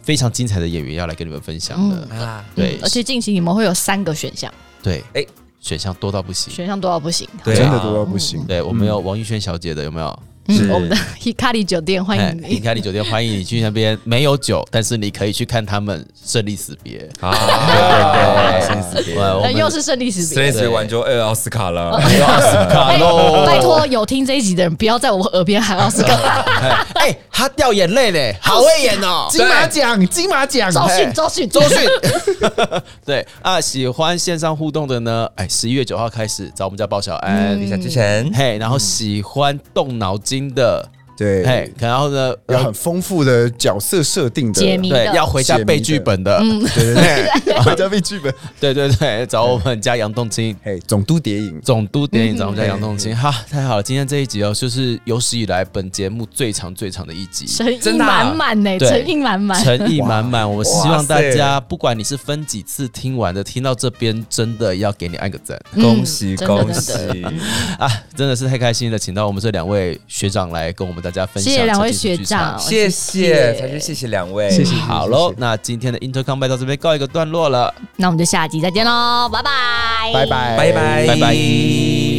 Speaker 1: 非常精彩的演员要来跟你们分享了。
Speaker 4: 啊，
Speaker 1: 对
Speaker 2: 嗯而且近期你们会有三个选项，
Speaker 1: 对，哎、
Speaker 4: 哎
Speaker 1: 选项多到不行。
Speaker 2: 选项多到不行。 *laughs*
Speaker 4: 对啊
Speaker 3: 真的多到不行。
Speaker 1: 对，我们有王玉轩小姐的，有没有？
Speaker 4: 是
Speaker 2: 嗯，我们的 Hikari 酒店欢迎
Speaker 1: 哎你
Speaker 2: 你。哎
Speaker 1: 看你酒店欢迎你去那边，没有酒，但是你可以去看他们胜利死别。啊
Speaker 4: 啊，
Speaker 1: 对
Speaker 4: 生死别
Speaker 1: 哇我
Speaker 2: 那
Speaker 1: 们
Speaker 2: 又是胜利死
Speaker 4: 生
Speaker 2: 别
Speaker 4: 死。别完就呃奥斯卡了，
Speaker 1: 没有奥斯卡
Speaker 2: 哎
Speaker 1: 喽！
Speaker 2: 拜托，有听这一集的人不要在我耳边喊奥斯卡。
Speaker 1: 哎，他掉眼泪嘞，好会演哦！
Speaker 3: 金马奖，金马奖，
Speaker 2: 周迅，周迅，
Speaker 1: 周迅， *laughs* 对啊，喜欢线上互动的呢，哎，十一月九号开始找我们家包小安，
Speaker 4: 理想之神，
Speaker 1: 嘿，然后喜欢动脑筋的，嘿
Speaker 3: 对，，
Speaker 1: 然后呢，
Speaker 3: 有很丰富的角色设定的
Speaker 2: 解谜
Speaker 1: 对，要回家
Speaker 3: 解谜
Speaker 1: 背
Speaker 3: 的
Speaker 1: 剧本的，
Speaker 3: 对对 *laughs* 对，回家背剧本。
Speaker 1: *laughs* 对对对，找我们家杨栋青。
Speaker 3: 嘿，总督谍影，
Speaker 1: 总督电影
Speaker 2: 嗯
Speaker 1: 长在杨栋青，哈，太好了！今天这一集哦，就是有史以来本节目最长最长的一集，
Speaker 2: 诚意
Speaker 4: 真的啊
Speaker 2: 满满呢，
Speaker 1: 对
Speaker 2: 诚意满满。
Speaker 1: 诚意满满。我们希望大
Speaker 4: 哇
Speaker 1: 家，
Speaker 4: 塞
Speaker 1: 不管你是分几次听完的，听到这边真的要给你按个赞
Speaker 2: 嗯
Speaker 4: 恭喜
Speaker 2: 真的
Speaker 4: 恭
Speaker 2: 真的
Speaker 4: 喜，
Speaker 1: 啊！真的是太开心了，请到我们这两位学长来跟我们大家分享。
Speaker 2: 谢谢两位学长
Speaker 4: 谢
Speaker 2: 谢
Speaker 4: 谢，
Speaker 2: 谢
Speaker 4: 才是谢谢两位，
Speaker 3: 谢谢
Speaker 1: 好喽，那今天的 Intercom 拜到这边告一个段落了，
Speaker 2: 那我们就下集再见喽，拜拜，
Speaker 3: 拜拜，
Speaker 4: 拜拜
Speaker 1: 拜拜。